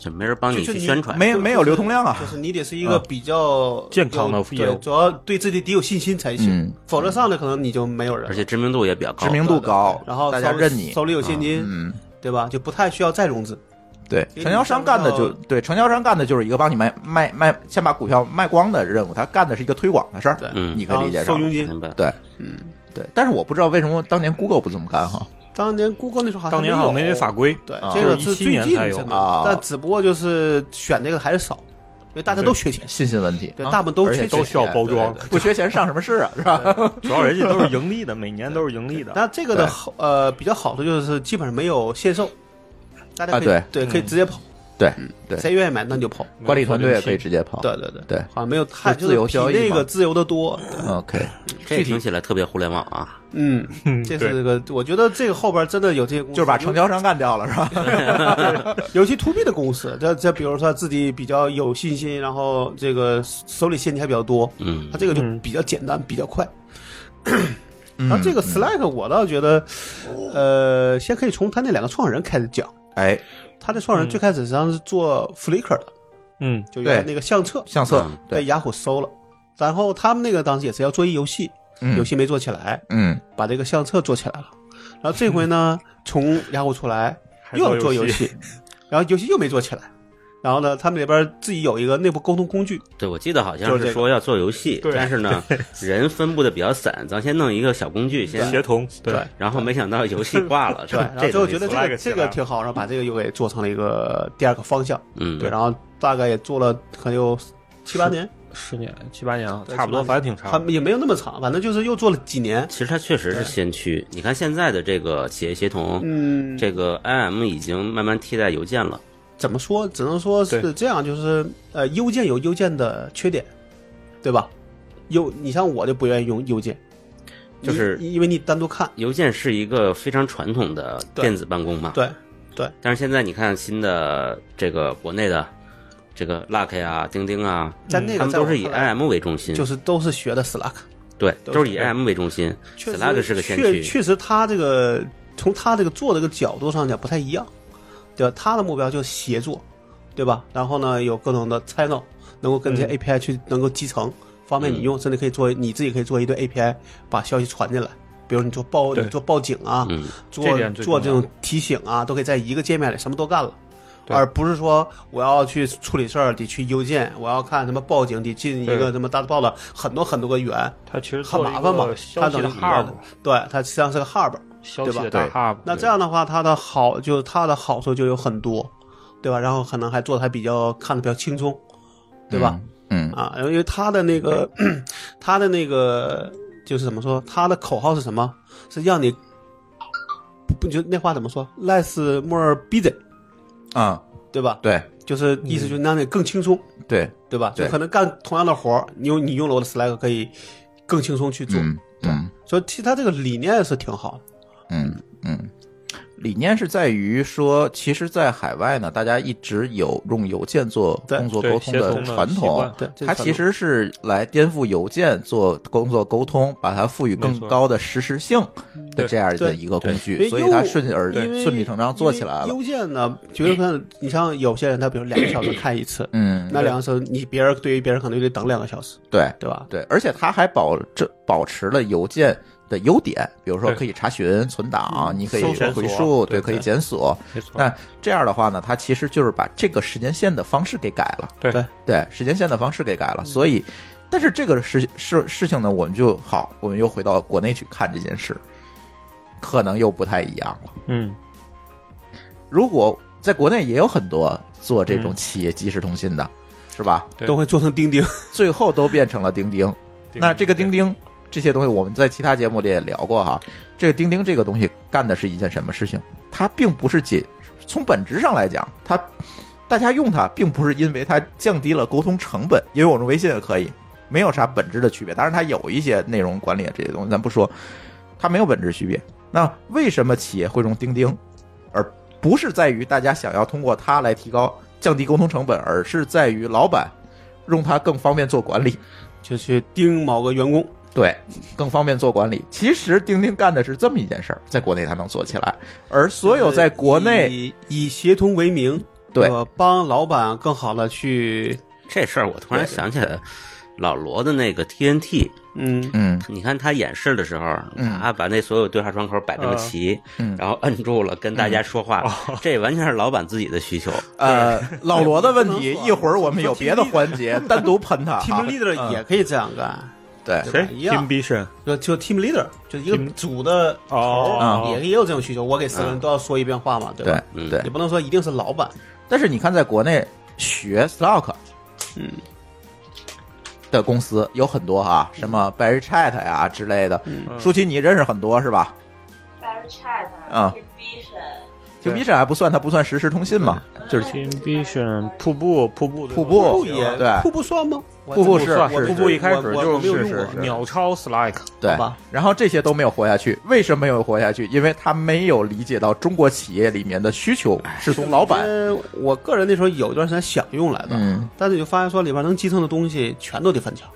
[SPEAKER 3] 就没人帮你
[SPEAKER 2] 就
[SPEAKER 3] 去
[SPEAKER 2] 你
[SPEAKER 3] 宣传，
[SPEAKER 1] 没没有流通量啊
[SPEAKER 2] 就。是你得是一个
[SPEAKER 1] 嗯
[SPEAKER 2] 比较
[SPEAKER 5] 健康的
[SPEAKER 2] 有
[SPEAKER 5] 业务
[SPEAKER 2] 对，主要对自己得有信心才
[SPEAKER 1] 嗯
[SPEAKER 2] 行，否则上来可能你就没有人
[SPEAKER 3] 而
[SPEAKER 2] 了，
[SPEAKER 3] 且知名度也比较高
[SPEAKER 1] 知。名度高，
[SPEAKER 2] 然后
[SPEAKER 1] 大家
[SPEAKER 2] 手
[SPEAKER 1] 认你，
[SPEAKER 2] 手里有现金，
[SPEAKER 1] 嗯，
[SPEAKER 2] 对吧？就不太需要再融资，
[SPEAKER 1] 对，
[SPEAKER 2] 因为
[SPEAKER 1] 承销商干的就
[SPEAKER 2] 你
[SPEAKER 1] 对，承销商干的就是一个帮你卖卖卖，先把股票卖光的任务，他干的是一个推广的事儿
[SPEAKER 2] 对，
[SPEAKER 3] 嗯
[SPEAKER 1] 你可以理解
[SPEAKER 2] 然后收
[SPEAKER 1] 上。
[SPEAKER 2] 佣金。
[SPEAKER 3] 明白。
[SPEAKER 1] 对
[SPEAKER 2] 嗯，
[SPEAKER 1] 对，但是我不知道为什么当年 Google 不这么干哈，
[SPEAKER 2] 当年 Google 那时候好像
[SPEAKER 5] 当年好啊像没
[SPEAKER 2] 有
[SPEAKER 5] 这法规，
[SPEAKER 2] 对
[SPEAKER 1] 啊，
[SPEAKER 2] 这个是
[SPEAKER 5] 就是
[SPEAKER 2] 最近
[SPEAKER 5] 17年才有
[SPEAKER 2] 才弄
[SPEAKER 1] 啊
[SPEAKER 2] 但只不过就是选这个还是少，因为大家都缺钱。
[SPEAKER 1] 信心问题，
[SPEAKER 2] 对
[SPEAKER 1] 啊
[SPEAKER 2] 大部分都
[SPEAKER 1] 而且
[SPEAKER 2] 缺钱
[SPEAKER 5] 都需要包装
[SPEAKER 1] 对对对不缺钱上什么市 啊，是吧？
[SPEAKER 5] 主要人家都是盈利的， 每年都是盈利的。
[SPEAKER 2] 但这个的
[SPEAKER 1] 对
[SPEAKER 2] 好呃比较好处就是基本上没有限售，大家可以、
[SPEAKER 1] 啊
[SPEAKER 2] 对可以直接跑，
[SPEAKER 1] 对对，啊
[SPEAKER 2] 谁愿意买那你就跑。
[SPEAKER 1] 管理团队也可以直接跑。
[SPEAKER 2] 嗯对对对
[SPEAKER 1] 对
[SPEAKER 2] 好像没有太
[SPEAKER 1] 就自由
[SPEAKER 2] 就是比
[SPEAKER 1] 交易
[SPEAKER 2] 那
[SPEAKER 1] 嘛
[SPEAKER 2] 个自由的多。
[SPEAKER 1] ，OK，
[SPEAKER 3] 这听起来特别互联网啊！
[SPEAKER 2] 嗯，
[SPEAKER 5] 嗯，
[SPEAKER 2] 这是
[SPEAKER 5] 对
[SPEAKER 2] 这个，我觉得这个后边真的有这些公司，
[SPEAKER 1] 就是把承销商干掉了，是吧？
[SPEAKER 2] 尤其 to B 的公司，这这比如说自己比较有信心，然后这个手里现金还比较多，
[SPEAKER 3] 嗯
[SPEAKER 2] 它，这个就
[SPEAKER 5] 嗯
[SPEAKER 2] 比较简单，比较快。
[SPEAKER 1] 嗯
[SPEAKER 2] 然后这个 Slack 我倒觉得，呃，先可以从他那两个创始人开始讲。
[SPEAKER 1] 哎，
[SPEAKER 2] 他的创始人最开始实际上是做 Flickr 的，
[SPEAKER 5] 嗯，
[SPEAKER 2] 就原来
[SPEAKER 1] 对
[SPEAKER 2] 那个相册
[SPEAKER 1] 相册
[SPEAKER 3] 嗯，
[SPEAKER 2] 被
[SPEAKER 1] 对，
[SPEAKER 2] 雅虎收了。然后他们那个当时也是要做一游戏，
[SPEAKER 1] 嗯
[SPEAKER 2] 游戏没做起来，
[SPEAKER 1] 嗯，
[SPEAKER 2] 把这个相册做起来了。然后这回 呢，从雅虎出来
[SPEAKER 5] 还
[SPEAKER 2] 又要做
[SPEAKER 5] 游
[SPEAKER 2] 游， 戏，然后游戏又没做起来。然后呢，他们里边自己有一个内部沟通工具，
[SPEAKER 3] 对，我记得好
[SPEAKER 2] 就
[SPEAKER 3] 像
[SPEAKER 2] 是这
[SPEAKER 3] 是
[SPEAKER 2] 个
[SPEAKER 3] 说要做游戏，
[SPEAKER 5] 对
[SPEAKER 3] 但 是呢，人分布的比较散，咱先弄一个小工具先，
[SPEAKER 5] 协同对
[SPEAKER 2] 对
[SPEAKER 3] 然后没想到游戏挂了，是
[SPEAKER 2] 对。
[SPEAKER 3] 吧？
[SPEAKER 2] 然后
[SPEAKER 3] 这
[SPEAKER 2] 最后
[SPEAKER 3] 东
[SPEAKER 2] 觉
[SPEAKER 3] 西
[SPEAKER 2] 得这
[SPEAKER 5] 拉
[SPEAKER 2] 个
[SPEAKER 5] 个起
[SPEAKER 2] 这个
[SPEAKER 5] 来
[SPEAKER 2] 挺好，然后把这个又给做成了一个第二个方向，
[SPEAKER 3] 嗯，
[SPEAKER 2] 对。然后大概也做了可能有七八年，
[SPEAKER 5] 十啊年七八年了，
[SPEAKER 2] 对
[SPEAKER 5] 差不多，
[SPEAKER 2] 七八年
[SPEAKER 5] 反正挺
[SPEAKER 2] 他
[SPEAKER 5] 长
[SPEAKER 2] 们。也没有那么长，反正就是又做了几年。
[SPEAKER 3] 其实它确实是先驱。你看现在的这个企业协同，
[SPEAKER 2] 嗯，
[SPEAKER 3] 这个 IM 已经慢慢替代邮件了。
[SPEAKER 2] 怎么说？只能说是
[SPEAKER 5] 对
[SPEAKER 2] 这样，就是呃，邮件有邮件的缺点，对吧？邮，你像我就不愿意用邮件，
[SPEAKER 3] 就是
[SPEAKER 2] 你因为你单独看，
[SPEAKER 3] 邮件是一个非常传统的
[SPEAKER 2] 对
[SPEAKER 3] 电子办公嘛，
[SPEAKER 2] 对
[SPEAKER 3] 但是现在你看新的这个国内的这个 Luck 呀、钉钉啊，
[SPEAKER 2] 但那个
[SPEAKER 3] 他们
[SPEAKER 2] 在
[SPEAKER 3] 都
[SPEAKER 2] 我
[SPEAKER 3] 是以
[SPEAKER 2] 看来
[SPEAKER 3] IM 为中心，
[SPEAKER 2] 就是都是学的 Slack，
[SPEAKER 3] 对，
[SPEAKER 2] 都
[SPEAKER 3] 都是以
[SPEAKER 2] 是
[SPEAKER 3] AM 为中心
[SPEAKER 2] 确
[SPEAKER 3] ，Slack
[SPEAKER 2] 实
[SPEAKER 3] 是个先
[SPEAKER 2] 确
[SPEAKER 3] 驱，
[SPEAKER 2] 确实他这个从他这个做这个角度上讲不太一样，对吧？他的目标就是协作，对吧？然后呢，有各种的 channel 能够跟
[SPEAKER 5] 嗯
[SPEAKER 2] 这些 API 去能够集成，方便你用，甚至可以做你自己可以做一堆 API 把消息传进来。比如你做报你
[SPEAKER 5] 对
[SPEAKER 2] 做报警啊，
[SPEAKER 3] 嗯，
[SPEAKER 5] 这
[SPEAKER 2] 做
[SPEAKER 5] 点最重
[SPEAKER 2] 做
[SPEAKER 5] 要
[SPEAKER 2] 这种提醒啊，都可以在一个界面里什么都干了，
[SPEAKER 5] 对
[SPEAKER 2] 而不是说我要去处理事儿得去邮件，我要看什么报警得进一个
[SPEAKER 5] 对
[SPEAKER 2] 什么大报的很多很多个源，
[SPEAKER 5] 它其实
[SPEAKER 2] 很
[SPEAKER 5] 做了一
[SPEAKER 2] 麻烦嘛
[SPEAKER 5] 个，
[SPEAKER 2] 它
[SPEAKER 5] 消
[SPEAKER 2] 等
[SPEAKER 5] 息
[SPEAKER 2] 于
[SPEAKER 5] 的 hub，
[SPEAKER 2] hub，对，它实际上是个 hub。
[SPEAKER 5] 消息
[SPEAKER 2] 对
[SPEAKER 5] 的
[SPEAKER 1] 吧
[SPEAKER 5] 大 hub。
[SPEAKER 2] 那这样的话，它的好就是它的好处就有很多，对吧？然后可能还做的还比较看的比较轻松，对吧？？
[SPEAKER 1] 嗯
[SPEAKER 2] 啊，因为它的那个 它的那个就是怎么说，它的口号是什么？是让你不就那话怎么说？less more busy，
[SPEAKER 1] 啊，
[SPEAKER 2] 对吧？
[SPEAKER 1] 对
[SPEAKER 2] 就是意思就是让你更轻松，
[SPEAKER 1] 对，
[SPEAKER 2] 对吧？就
[SPEAKER 1] 嗯对
[SPEAKER 2] 可能干同样的活儿，你用你用了我的 Slack 可以更轻松去做，
[SPEAKER 1] 嗯嗯
[SPEAKER 2] 所以其实它这个理念是挺好的。
[SPEAKER 1] 嗯嗯，理念是在于说，其实，在海外呢，大家一直有用邮件做
[SPEAKER 2] 对
[SPEAKER 1] 工作
[SPEAKER 5] 对
[SPEAKER 1] 沟通
[SPEAKER 5] 协同的
[SPEAKER 1] 传
[SPEAKER 5] 习
[SPEAKER 1] 统啊
[SPEAKER 5] 惯，
[SPEAKER 2] 对，这
[SPEAKER 1] 它
[SPEAKER 2] 传
[SPEAKER 1] 其
[SPEAKER 2] 统
[SPEAKER 1] 实是来颠覆邮件做工作沟通，把它赋予更
[SPEAKER 5] 没错
[SPEAKER 1] 高的实时性的
[SPEAKER 5] 对
[SPEAKER 1] 这样的
[SPEAKER 2] 对
[SPEAKER 1] 一个工
[SPEAKER 2] 因为
[SPEAKER 1] 具，
[SPEAKER 2] 邮
[SPEAKER 1] 所以它顺而
[SPEAKER 2] 因为
[SPEAKER 1] 顺理成章做起来
[SPEAKER 2] 因
[SPEAKER 1] 了。，
[SPEAKER 2] 为邮件呢，觉得看你像有些人，他比如两个小时看一次
[SPEAKER 1] 嗯，
[SPEAKER 2] 那两个小时你别人对于别人可能就得等两个小时，
[SPEAKER 1] 对
[SPEAKER 2] 对吧？
[SPEAKER 1] 对，而且它还保这保持了邮件的优点，比如说
[SPEAKER 5] 对
[SPEAKER 1] 可以查询、存档，你可以
[SPEAKER 5] 搜索
[SPEAKER 1] 回溯，对，
[SPEAKER 5] 对
[SPEAKER 1] 可以检索。
[SPEAKER 5] 没错，
[SPEAKER 1] 那这样的话呢，它其实就是把这个时间线的方式给改了。
[SPEAKER 5] 对嗯
[SPEAKER 2] 对
[SPEAKER 1] 对，时间线的方式给改了，所以。但是这个事事事情呢，我们就好，我们又回到国内去看这件事，可能又不太一样了。
[SPEAKER 5] 嗯，
[SPEAKER 1] 如果在国内也有很多做这种
[SPEAKER 5] 嗯
[SPEAKER 1] 企业即时通信的，是吧？
[SPEAKER 5] 对
[SPEAKER 2] 都会做成钉钉，
[SPEAKER 1] 最后都变成了钉钉。那这个钉钉这些东西，我们在其他节目里也聊过哈。这个钉钉这个东西干的是一件什么事情？它并不是解，从本质上来讲，它大家用它并不是因为它降低了沟通成本，因为我们微信也可以，没有啥本质的区别。当然，它有一些内容管理啊这些东西，咱不说，它没有本质区别。那为什么企业会用钉钉，而不是在于大家想要通过它来提高降低沟通成本，而是在于老板用它更方便做管理？
[SPEAKER 2] 就去盯某个员工。
[SPEAKER 1] 对，更方便做管理。其实钉钉干的是这么一件事儿，在国内它能做起来，而所有在国内，
[SPEAKER 2] 以以协同为名，
[SPEAKER 1] 对
[SPEAKER 2] 呃，帮老板更好的去，
[SPEAKER 3] 这事儿我突然想起来，老罗的那个 TNT，
[SPEAKER 2] 嗯，
[SPEAKER 1] 嗯
[SPEAKER 3] 你看他演示的时候，
[SPEAKER 1] 嗯
[SPEAKER 3] 他把那所有对话窗口摆这么齐，
[SPEAKER 1] 嗯，
[SPEAKER 3] 然后摁住了跟
[SPEAKER 2] 嗯
[SPEAKER 3] 大家说话，
[SPEAKER 2] 哦
[SPEAKER 3] 这完全是老板自己的需求。
[SPEAKER 1] 呃，老罗的问题
[SPEAKER 2] 不能说
[SPEAKER 1] 一会儿我们有别的环节单独喷他
[SPEAKER 2] team
[SPEAKER 1] 啊，
[SPEAKER 2] leader
[SPEAKER 1] 嗯
[SPEAKER 2] 也可以这样干，
[SPEAKER 1] 对，
[SPEAKER 5] 谁
[SPEAKER 2] 一样
[SPEAKER 5] Team Vision
[SPEAKER 2] 就就 team leader 就一个
[SPEAKER 5] Team-
[SPEAKER 2] 组的头儿
[SPEAKER 5] 哦
[SPEAKER 2] 也也有这种需求，我给四个人都要说一遍话嘛，对吧？
[SPEAKER 1] 对
[SPEAKER 3] 嗯
[SPEAKER 1] 嗯对
[SPEAKER 2] 也，不能说一定是老板，
[SPEAKER 1] 但是你看，在国内学 Slack，
[SPEAKER 2] 嗯，
[SPEAKER 1] 的公司有很多啊，什么
[SPEAKER 2] 嗯
[SPEAKER 1] Berry Chat 呀之类的。
[SPEAKER 5] 嗯
[SPEAKER 1] 舒淇，你认识很多是吧
[SPEAKER 6] Fair Chat
[SPEAKER 1] 啊
[SPEAKER 6] Team Vision，
[SPEAKER 1] ？Team Vision 还不算，它不算实时通
[SPEAKER 2] 嗯
[SPEAKER 1] 信嘛，就是
[SPEAKER 5] Team Vision 瀑布瀑布
[SPEAKER 1] 瀑布
[SPEAKER 2] 瀑布也
[SPEAKER 1] 对
[SPEAKER 2] 瀑布算吗？我
[SPEAKER 1] 瀑布
[SPEAKER 2] 真
[SPEAKER 1] 是
[SPEAKER 2] 不
[SPEAKER 1] 是
[SPEAKER 2] 我
[SPEAKER 1] 是
[SPEAKER 2] 瀑
[SPEAKER 5] 瀑
[SPEAKER 2] 布
[SPEAKER 5] 布
[SPEAKER 2] 一
[SPEAKER 5] 一
[SPEAKER 2] 开
[SPEAKER 5] 开
[SPEAKER 2] 始
[SPEAKER 5] 始
[SPEAKER 2] 就
[SPEAKER 5] 就是是
[SPEAKER 1] 是是
[SPEAKER 5] 秒超 Slack，
[SPEAKER 1] 对
[SPEAKER 2] 好吧
[SPEAKER 1] 然后这些都没有活下去，为什么没有活下去？因为他没有理解到中国企业里面的需求
[SPEAKER 2] 哎
[SPEAKER 1] 是从老板，
[SPEAKER 2] 呃，我个人那时候有一段时间想用来的，
[SPEAKER 1] 嗯
[SPEAKER 2] 但是你就发现说里边能集成的东西全都得翻墙。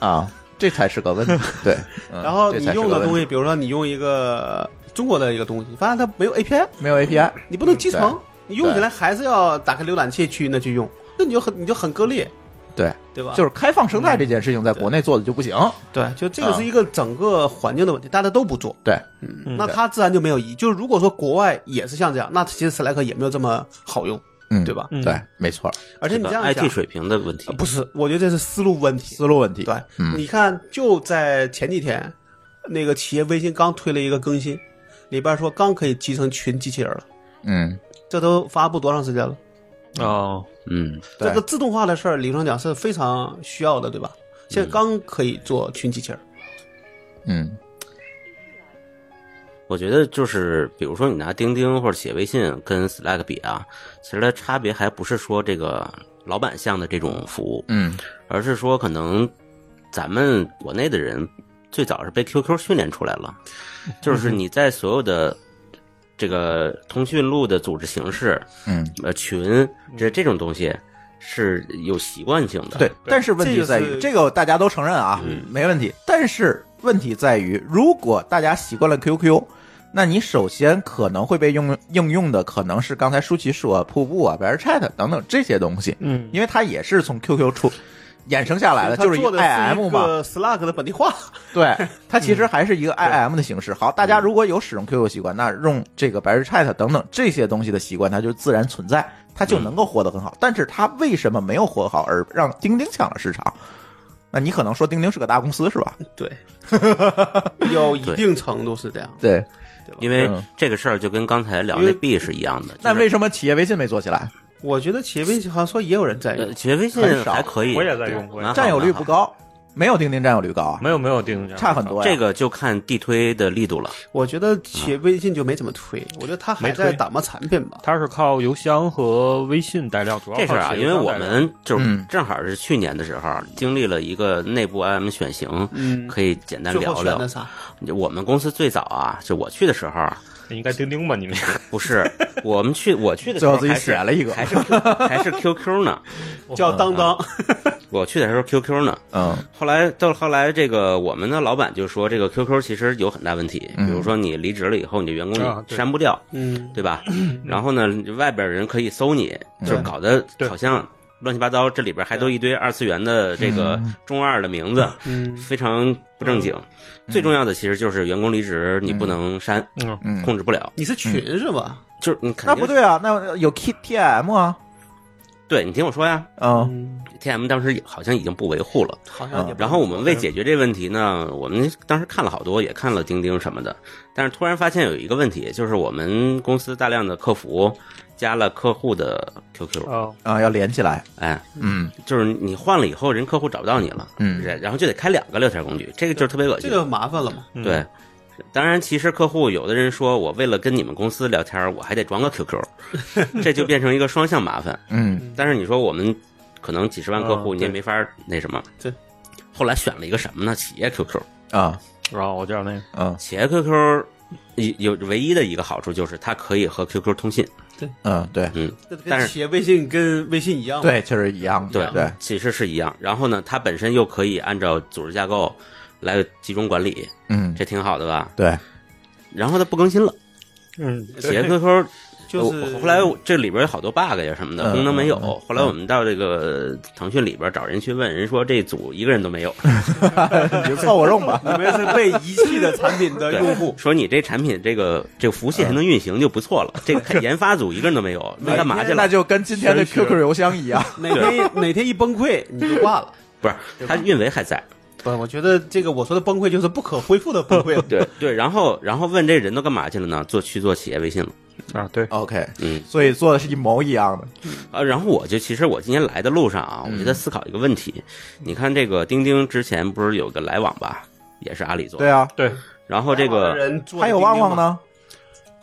[SPEAKER 1] 啊，这才是个 问题。对，嗯
[SPEAKER 2] 然后
[SPEAKER 1] 这
[SPEAKER 2] 你
[SPEAKER 1] 才是
[SPEAKER 2] 用
[SPEAKER 1] 个
[SPEAKER 2] 的
[SPEAKER 1] 问
[SPEAKER 2] 东
[SPEAKER 1] 题
[SPEAKER 2] 西，比如说你用一个中国的一个东西，发现它没有 API，
[SPEAKER 1] 没有 API，
[SPEAKER 2] 你不能集成
[SPEAKER 1] 嗯对，
[SPEAKER 2] 你用起来还是要打开浏览器去那去用，那你就很你就很割裂，
[SPEAKER 1] 对，
[SPEAKER 2] 对吧？嗯
[SPEAKER 1] 就是开放生态这件事情在国内做的就不行。
[SPEAKER 2] 对，就这个
[SPEAKER 1] 嗯
[SPEAKER 2] 是一个整个环境的问题，大家都不做，
[SPEAKER 1] 对，
[SPEAKER 5] 嗯
[SPEAKER 2] 那它自然就没有意义。就是如果说国外也是像这样，那其实 Slack 也没有这么好用，
[SPEAKER 1] 嗯，
[SPEAKER 2] 对？吧？
[SPEAKER 5] 嗯
[SPEAKER 1] 对，没错，
[SPEAKER 2] 而且你这样想
[SPEAKER 3] IT 水平的问题
[SPEAKER 2] 呃，不是，我觉得这是思路问题。
[SPEAKER 1] 思路问题。
[SPEAKER 2] 对，
[SPEAKER 1] 嗯
[SPEAKER 2] 你看，就在前几天，那个企业微信刚推了一个更新，里边说刚可以集成群机器人了，
[SPEAKER 1] 嗯，
[SPEAKER 2] 这都发布多长时间了？
[SPEAKER 5] 哦，
[SPEAKER 3] 嗯，
[SPEAKER 1] 对
[SPEAKER 2] 这个自动化的事儿，理论上讲是非常需要的，对吧？现在刚可以做群机器人，
[SPEAKER 1] 嗯
[SPEAKER 3] 我觉得就是，比如说你拿钉钉或者写微信跟 Slack 比啊，其实它差别还不是说这个老板向的这种服务，
[SPEAKER 1] 嗯，
[SPEAKER 3] 而是说可能咱们国内的人最早是被 QQ 训练出来了，
[SPEAKER 2] 嗯
[SPEAKER 3] 就是你在所有的这个通讯录的组织形式、
[SPEAKER 1] 嗯，
[SPEAKER 3] 呃群这这种东西，是有习惯性的。
[SPEAKER 1] 对，但是问题在
[SPEAKER 2] 这
[SPEAKER 1] 于
[SPEAKER 2] 个是
[SPEAKER 1] 这个大家都承认啊，没问题。但是问题在于，如果大家习惯了 QQ，那你首先可能会被用应用的可能是刚才舒淇说瀑布啊、Bear Chat 等等这些东西，
[SPEAKER 5] 嗯，
[SPEAKER 1] 因为它也是从 QQ 出衍生下来的，就是
[SPEAKER 2] 它
[SPEAKER 1] 一
[SPEAKER 2] 做
[SPEAKER 1] 个
[SPEAKER 2] 的是
[SPEAKER 1] IM
[SPEAKER 2] 一
[SPEAKER 1] 嘛。
[SPEAKER 2] 个 Slack 的本地化，
[SPEAKER 1] 对，它其实还是
[SPEAKER 3] 嗯
[SPEAKER 1] 一个 IM 的形式。好，大家如果有使用 QQ 习惯，那用这个白日 Chat 等等这些东西的习惯，它就自然存在，它
[SPEAKER 3] 嗯
[SPEAKER 1] 就能够活得很好。但是它为什么没有活好，而让钉钉抢了市场？那你可能说钉钉是个大公司是吧？
[SPEAKER 2] 对，有一定程度是这样。
[SPEAKER 1] 对，
[SPEAKER 3] 因为
[SPEAKER 1] 嗯
[SPEAKER 3] 这个事儿就跟刚才聊
[SPEAKER 2] 因
[SPEAKER 3] 那
[SPEAKER 2] 为
[SPEAKER 3] B 是一样的。
[SPEAKER 1] 那
[SPEAKER 3] 就是
[SPEAKER 1] 为什么企业微信没做起来？
[SPEAKER 2] 我觉得企业微信好像说也有人在用
[SPEAKER 3] 呃，，企业微信
[SPEAKER 1] 很少
[SPEAKER 3] 还可以，
[SPEAKER 5] 我也在用过
[SPEAKER 3] 蛮好
[SPEAKER 1] 占有率不。
[SPEAKER 3] 蛮好
[SPEAKER 1] 高，没有钉钉占有率高啊，
[SPEAKER 5] 没有没有定价，
[SPEAKER 1] 差很多呀。
[SPEAKER 3] 这个就看地推的力度了。
[SPEAKER 2] 我觉得企
[SPEAKER 1] 嗯
[SPEAKER 2] 业微信就没怎么推，我觉得他还
[SPEAKER 5] 没推
[SPEAKER 2] 在打磨产品吧。
[SPEAKER 5] 它是靠邮箱和微信带料，主要
[SPEAKER 3] 这事儿
[SPEAKER 5] 靠
[SPEAKER 3] 啊，
[SPEAKER 5] 邮
[SPEAKER 3] 因为
[SPEAKER 5] 箱
[SPEAKER 3] 我
[SPEAKER 5] 带料
[SPEAKER 3] 们就是
[SPEAKER 1] 嗯
[SPEAKER 3] 正好是去年的时候，经历了一个内部 IM 选型，
[SPEAKER 2] 嗯，
[SPEAKER 3] 可以简单
[SPEAKER 2] 最
[SPEAKER 3] 聊
[SPEAKER 2] 后选
[SPEAKER 3] 聊
[SPEAKER 2] 的。啥？
[SPEAKER 3] 我们公司最早啊，就我去的时候，
[SPEAKER 5] 应该钉钉吧？你们
[SPEAKER 3] 不是我们去我去的时
[SPEAKER 1] 最
[SPEAKER 3] 候
[SPEAKER 1] 后
[SPEAKER 3] 还是
[SPEAKER 1] 自己写了一个，
[SPEAKER 3] 还是 Q- 还是 QQ 呢，
[SPEAKER 2] 叫当当，
[SPEAKER 3] 我去的时候 QQ 呢。
[SPEAKER 1] 嗯
[SPEAKER 3] 后来到后来，这个我们的老板就说，这个 QQ 其实有很大问题，
[SPEAKER 1] 嗯
[SPEAKER 3] 比如说你离职了以后，你的员工
[SPEAKER 5] 啊
[SPEAKER 3] 你
[SPEAKER 5] 对
[SPEAKER 3] 删不掉，
[SPEAKER 2] 嗯，
[SPEAKER 3] 对吧？然后呢，外边人可以搜你，
[SPEAKER 1] 嗯
[SPEAKER 3] 就是搞得
[SPEAKER 5] 对
[SPEAKER 3] 好像乱七八糟，这里边还都一堆二次元的这个中二的名字，
[SPEAKER 2] 嗯
[SPEAKER 3] 非常不正经。最重要的其实就是员工离职，你不能删，
[SPEAKER 5] 嗯，
[SPEAKER 1] 嗯，
[SPEAKER 3] 控制不了，
[SPEAKER 2] 你是群
[SPEAKER 3] 嗯
[SPEAKER 2] 是吧？
[SPEAKER 3] 就是你肯
[SPEAKER 1] 那不，
[SPEAKER 3] 定
[SPEAKER 1] 对啊，那有 K T M 啊，
[SPEAKER 3] 对你听我说呀
[SPEAKER 1] 嗯
[SPEAKER 2] 嗯，
[SPEAKER 3] ，TM 当时也好像已经不维护了。
[SPEAKER 2] 好像也不。
[SPEAKER 3] 嗯然后我们为
[SPEAKER 5] 嗯
[SPEAKER 3] 解决这问题呢，我们当时看了好多，也看了钉钉什么的，但是突然发现有一个问题，就是我们公司大量的客服加了客户的 QQ，
[SPEAKER 5] 哦，
[SPEAKER 1] 啊，要连起来，
[SPEAKER 3] 哎，
[SPEAKER 1] 嗯
[SPEAKER 3] 就是你换了以后，人客户找不到你了，
[SPEAKER 1] 嗯
[SPEAKER 3] 然然后就得开两个聊天工具，这个就是特别恶
[SPEAKER 2] 这
[SPEAKER 3] 心。
[SPEAKER 2] 个麻烦了嘛？
[SPEAKER 5] 嗯
[SPEAKER 3] 对，当然其实客户有的人说我为了跟你们公司聊天，我还得装个 QQ，这就变成一个双向麻烦。
[SPEAKER 1] 嗯
[SPEAKER 3] 但是你说我们可能几十万客户，
[SPEAKER 5] 嗯
[SPEAKER 3] 你也
[SPEAKER 5] 对
[SPEAKER 3] 没法儿那什么。
[SPEAKER 2] 对。
[SPEAKER 3] 后来选了一个什么呢？企业 QQ，
[SPEAKER 1] 啊
[SPEAKER 5] 然后我知道那个
[SPEAKER 1] 嗯
[SPEAKER 3] 企业 QQ 有有唯一的一个好处就是它可以和 QQ 通信，
[SPEAKER 1] 嗯，对
[SPEAKER 3] 嗯，
[SPEAKER 2] 这
[SPEAKER 3] 但
[SPEAKER 2] 跟
[SPEAKER 3] 是
[SPEAKER 2] 企业微信跟微信一样嘛，
[SPEAKER 1] 对，确实一样
[SPEAKER 3] 对
[SPEAKER 1] 的，对。
[SPEAKER 3] 其实是一样。然后呢，它本身又可以按照组织架构来集中管理，
[SPEAKER 1] 嗯，
[SPEAKER 3] 这挺好的吧？
[SPEAKER 1] 对，
[SPEAKER 3] 然后它不更新了，
[SPEAKER 5] 嗯
[SPEAKER 3] 企业 QQ
[SPEAKER 2] 就是
[SPEAKER 3] 我后来我这里边有好多 bug 呀什么的，
[SPEAKER 1] 嗯
[SPEAKER 3] 功能没有。
[SPEAKER 1] 嗯嗯
[SPEAKER 3] 后来我们到这个腾讯里边找人去问，人说这组一个人都没有，，
[SPEAKER 1] 你就凑合用吧。
[SPEAKER 2] 你们是被遗弃的产品的用户
[SPEAKER 3] 说你这产品这个这个服务器还能运行就不错了，
[SPEAKER 2] 嗯
[SPEAKER 3] 这个研发组一个人都 没有，那干嘛去
[SPEAKER 1] 那
[SPEAKER 3] 了？
[SPEAKER 1] 就跟今天的 QQ 邮箱一样。
[SPEAKER 2] 哪天哪天一崩溃你就挂了。
[SPEAKER 3] 不是，它运维还在。
[SPEAKER 2] 不，我觉得这个我说的崩溃就是不可恢复的崩 溃了。
[SPEAKER 3] 对对，然后然后问这人都干嘛去了呢？做去做企业微信了。
[SPEAKER 5] 啊，对，
[SPEAKER 1] OK，
[SPEAKER 3] 嗯
[SPEAKER 1] 所以做的是一模一样的。
[SPEAKER 3] 啊，然后我就其实我今天来的路上啊，我就在思考一个问题。你看这个钉钉之前不是有个来往吧，也是阿里做的。
[SPEAKER 1] 对啊，
[SPEAKER 5] 对，
[SPEAKER 3] 然后这
[SPEAKER 2] 网的
[SPEAKER 3] 个
[SPEAKER 2] 人做
[SPEAKER 1] 还有旺旺，呢，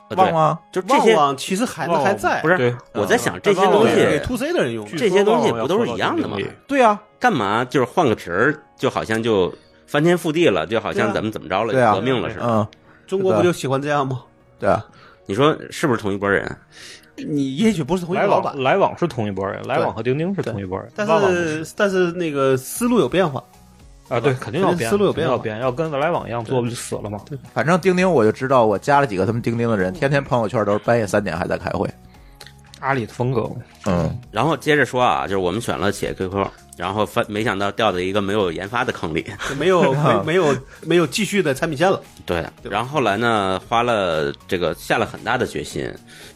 [SPEAKER 3] 呃对
[SPEAKER 1] 旺啊旺
[SPEAKER 3] 就这
[SPEAKER 2] 旺
[SPEAKER 3] 些
[SPEAKER 2] 旺其实孩子还在，
[SPEAKER 3] 不是
[SPEAKER 5] 对
[SPEAKER 3] 我在想这些
[SPEAKER 5] 但旺
[SPEAKER 3] 东
[SPEAKER 5] 旺
[SPEAKER 3] 西
[SPEAKER 5] 也
[SPEAKER 2] 给 to C 的人用
[SPEAKER 5] 哦据。说
[SPEAKER 3] 这些东西
[SPEAKER 5] 旺
[SPEAKER 3] 不
[SPEAKER 5] 旺
[SPEAKER 3] 都是
[SPEAKER 5] 要
[SPEAKER 3] 一样的
[SPEAKER 5] 做到
[SPEAKER 3] 吗
[SPEAKER 5] 这个地步
[SPEAKER 1] 对啊，
[SPEAKER 3] 干嘛就是换个皮儿，就好像就翻天覆地了，就好
[SPEAKER 2] 对
[SPEAKER 3] 像
[SPEAKER 2] 啊
[SPEAKER 3] 咱们怎么着了，
[SPEAKER 1] 对啊
[SPEAKER 3] 革命了似的。
[SPEAKER 1] 嗯，
[SPEAKER 2] 中国不就喜欢这样吗？
[SPEAKER 1] 对啊，
[SPEAKER 3] 你说是不是同一拨人？
[SPEAKER 2] 你也许不是同一个
[SPEAKER 5] 来
[SPEAKER 2] 老板
[SPEAKER 5] 往，来往是同一波人，来往和钉钉是同一波人，
[SPEAKER 2] 但
[SPEAKER 5] 旺旺不是
[SPEAKER 2] 是但是那个思路有变化。
[SPEAKER 5] 啊，对，肯定要
[SPEAKER 2] 肯定
[SPEAKER 5] 变，
[SPEAKER 2] 思路有
[SPEAKER 5] 肯定
[SPEAKER 2] 变
[SPEAKER 5] 要
[SPEAKER 2] 化
[SPEAKER 5] 变，要跟来往一样做不就死了吗？
[SPEAKER 1] 反正钉钉我就知道，我加了几个他们钉钉的人，天天朋友圈都是半夜三点还在开会。
[SPEAKER 5] 阿里的风格，
[SPEAKER 1] 嗯
[SPEAKER 3] 然后接着说啊，就是我们选了企业 QQ，然后翻没想到掉到一个没有研发的坑里。
[SPEAKER 2] 就没 有没没有没有继续的产品线了。
[SPEAKER 3] 对，
[SPEAKER 2] 对吧
[SPEAKER 3] 然后后来呢，花了这个下了很大的决心，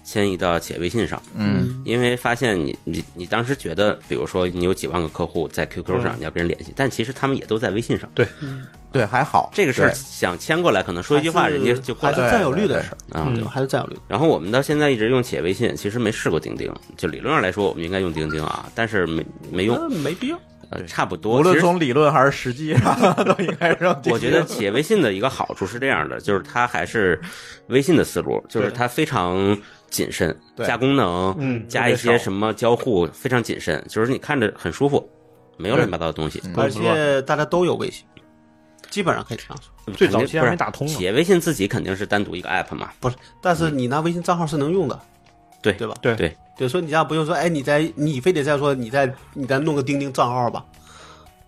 [SPEAKER 3] 迁移到企业微信上，
[SPEAKER 1] 嗯，
[SPEAKER 3] 因为发现你你你当时觉得，比如说你有几万个客户在 QQ 上，你要跟人联系，但其实他们也都在微信上。
[SPEAKER 1] 对，还好
[SPEAKER 3] 这个事儿
[SPEAKER 1] 对
[SPEAKER 3] 想迁过来，可能说一句话，
[SPEAKER 2] 还是嗯
[SPEAKER 3] 人家就过
[SPEAKER 2] 还
[SPEAKER 3] 来
[SPEAKER 2] 是
[SPEAKER 3] 了
[SPEAKER 1] 对
[SPEAKER 2] 占有率的事儿
[SPEAKER 3] 啊。
[SPEAKER 2] 对吧还是占有率。
[SPEAKER 3] 然后我们到现在一直用企业微信，其实没试过钉钉，就理论上来说，我们应该用钉钉啊，但是没没用，
[SPEAKER 2] 那没必要。
[SPEAKER 3] 呃差不多。
[SPEAKER 1] 无论
[SPEAKER 3] 其实
[SPEAKER 1] 从理论还是实际上都应该让钉钉。
[SPEAKER 3] 我觉得企业微信的一个好处是这样的，就是它还是微信的思路，就是它非常谨慎，
[SPEAKER 1] 对
[SPEAKER 3] 加功能，
[SPEAKER 5] 嗯
[SPEAKER 3] 加一些什么交互非常谨慎，就是你看着很舒服，没有乱七八糟的东西。
[SPEAKER 2] 而且大家都有微信，基本上可以这样说。
[SPEAKER 3] 肯定
[SPEAKER 5] 最早期还
[SPEAKER 3] 不是
[SPEAKER 5] 没打通呢
[SPEAKER 3] 企业微信自己肯定是单独一个 app 嘛，
[SPEAKER 2] 不是，但是你拿微信账号是能用的，
[SPEAKER 3] 对
[SPEAKER 2] 对吧？
[SPEAKER 5] 对
[SPEAKER 3] 嗯对，
[SPEAKER 2] 对，所以你这样不用说，哎，你在你非得再说你再你再弄个钉钉账号吧，嗯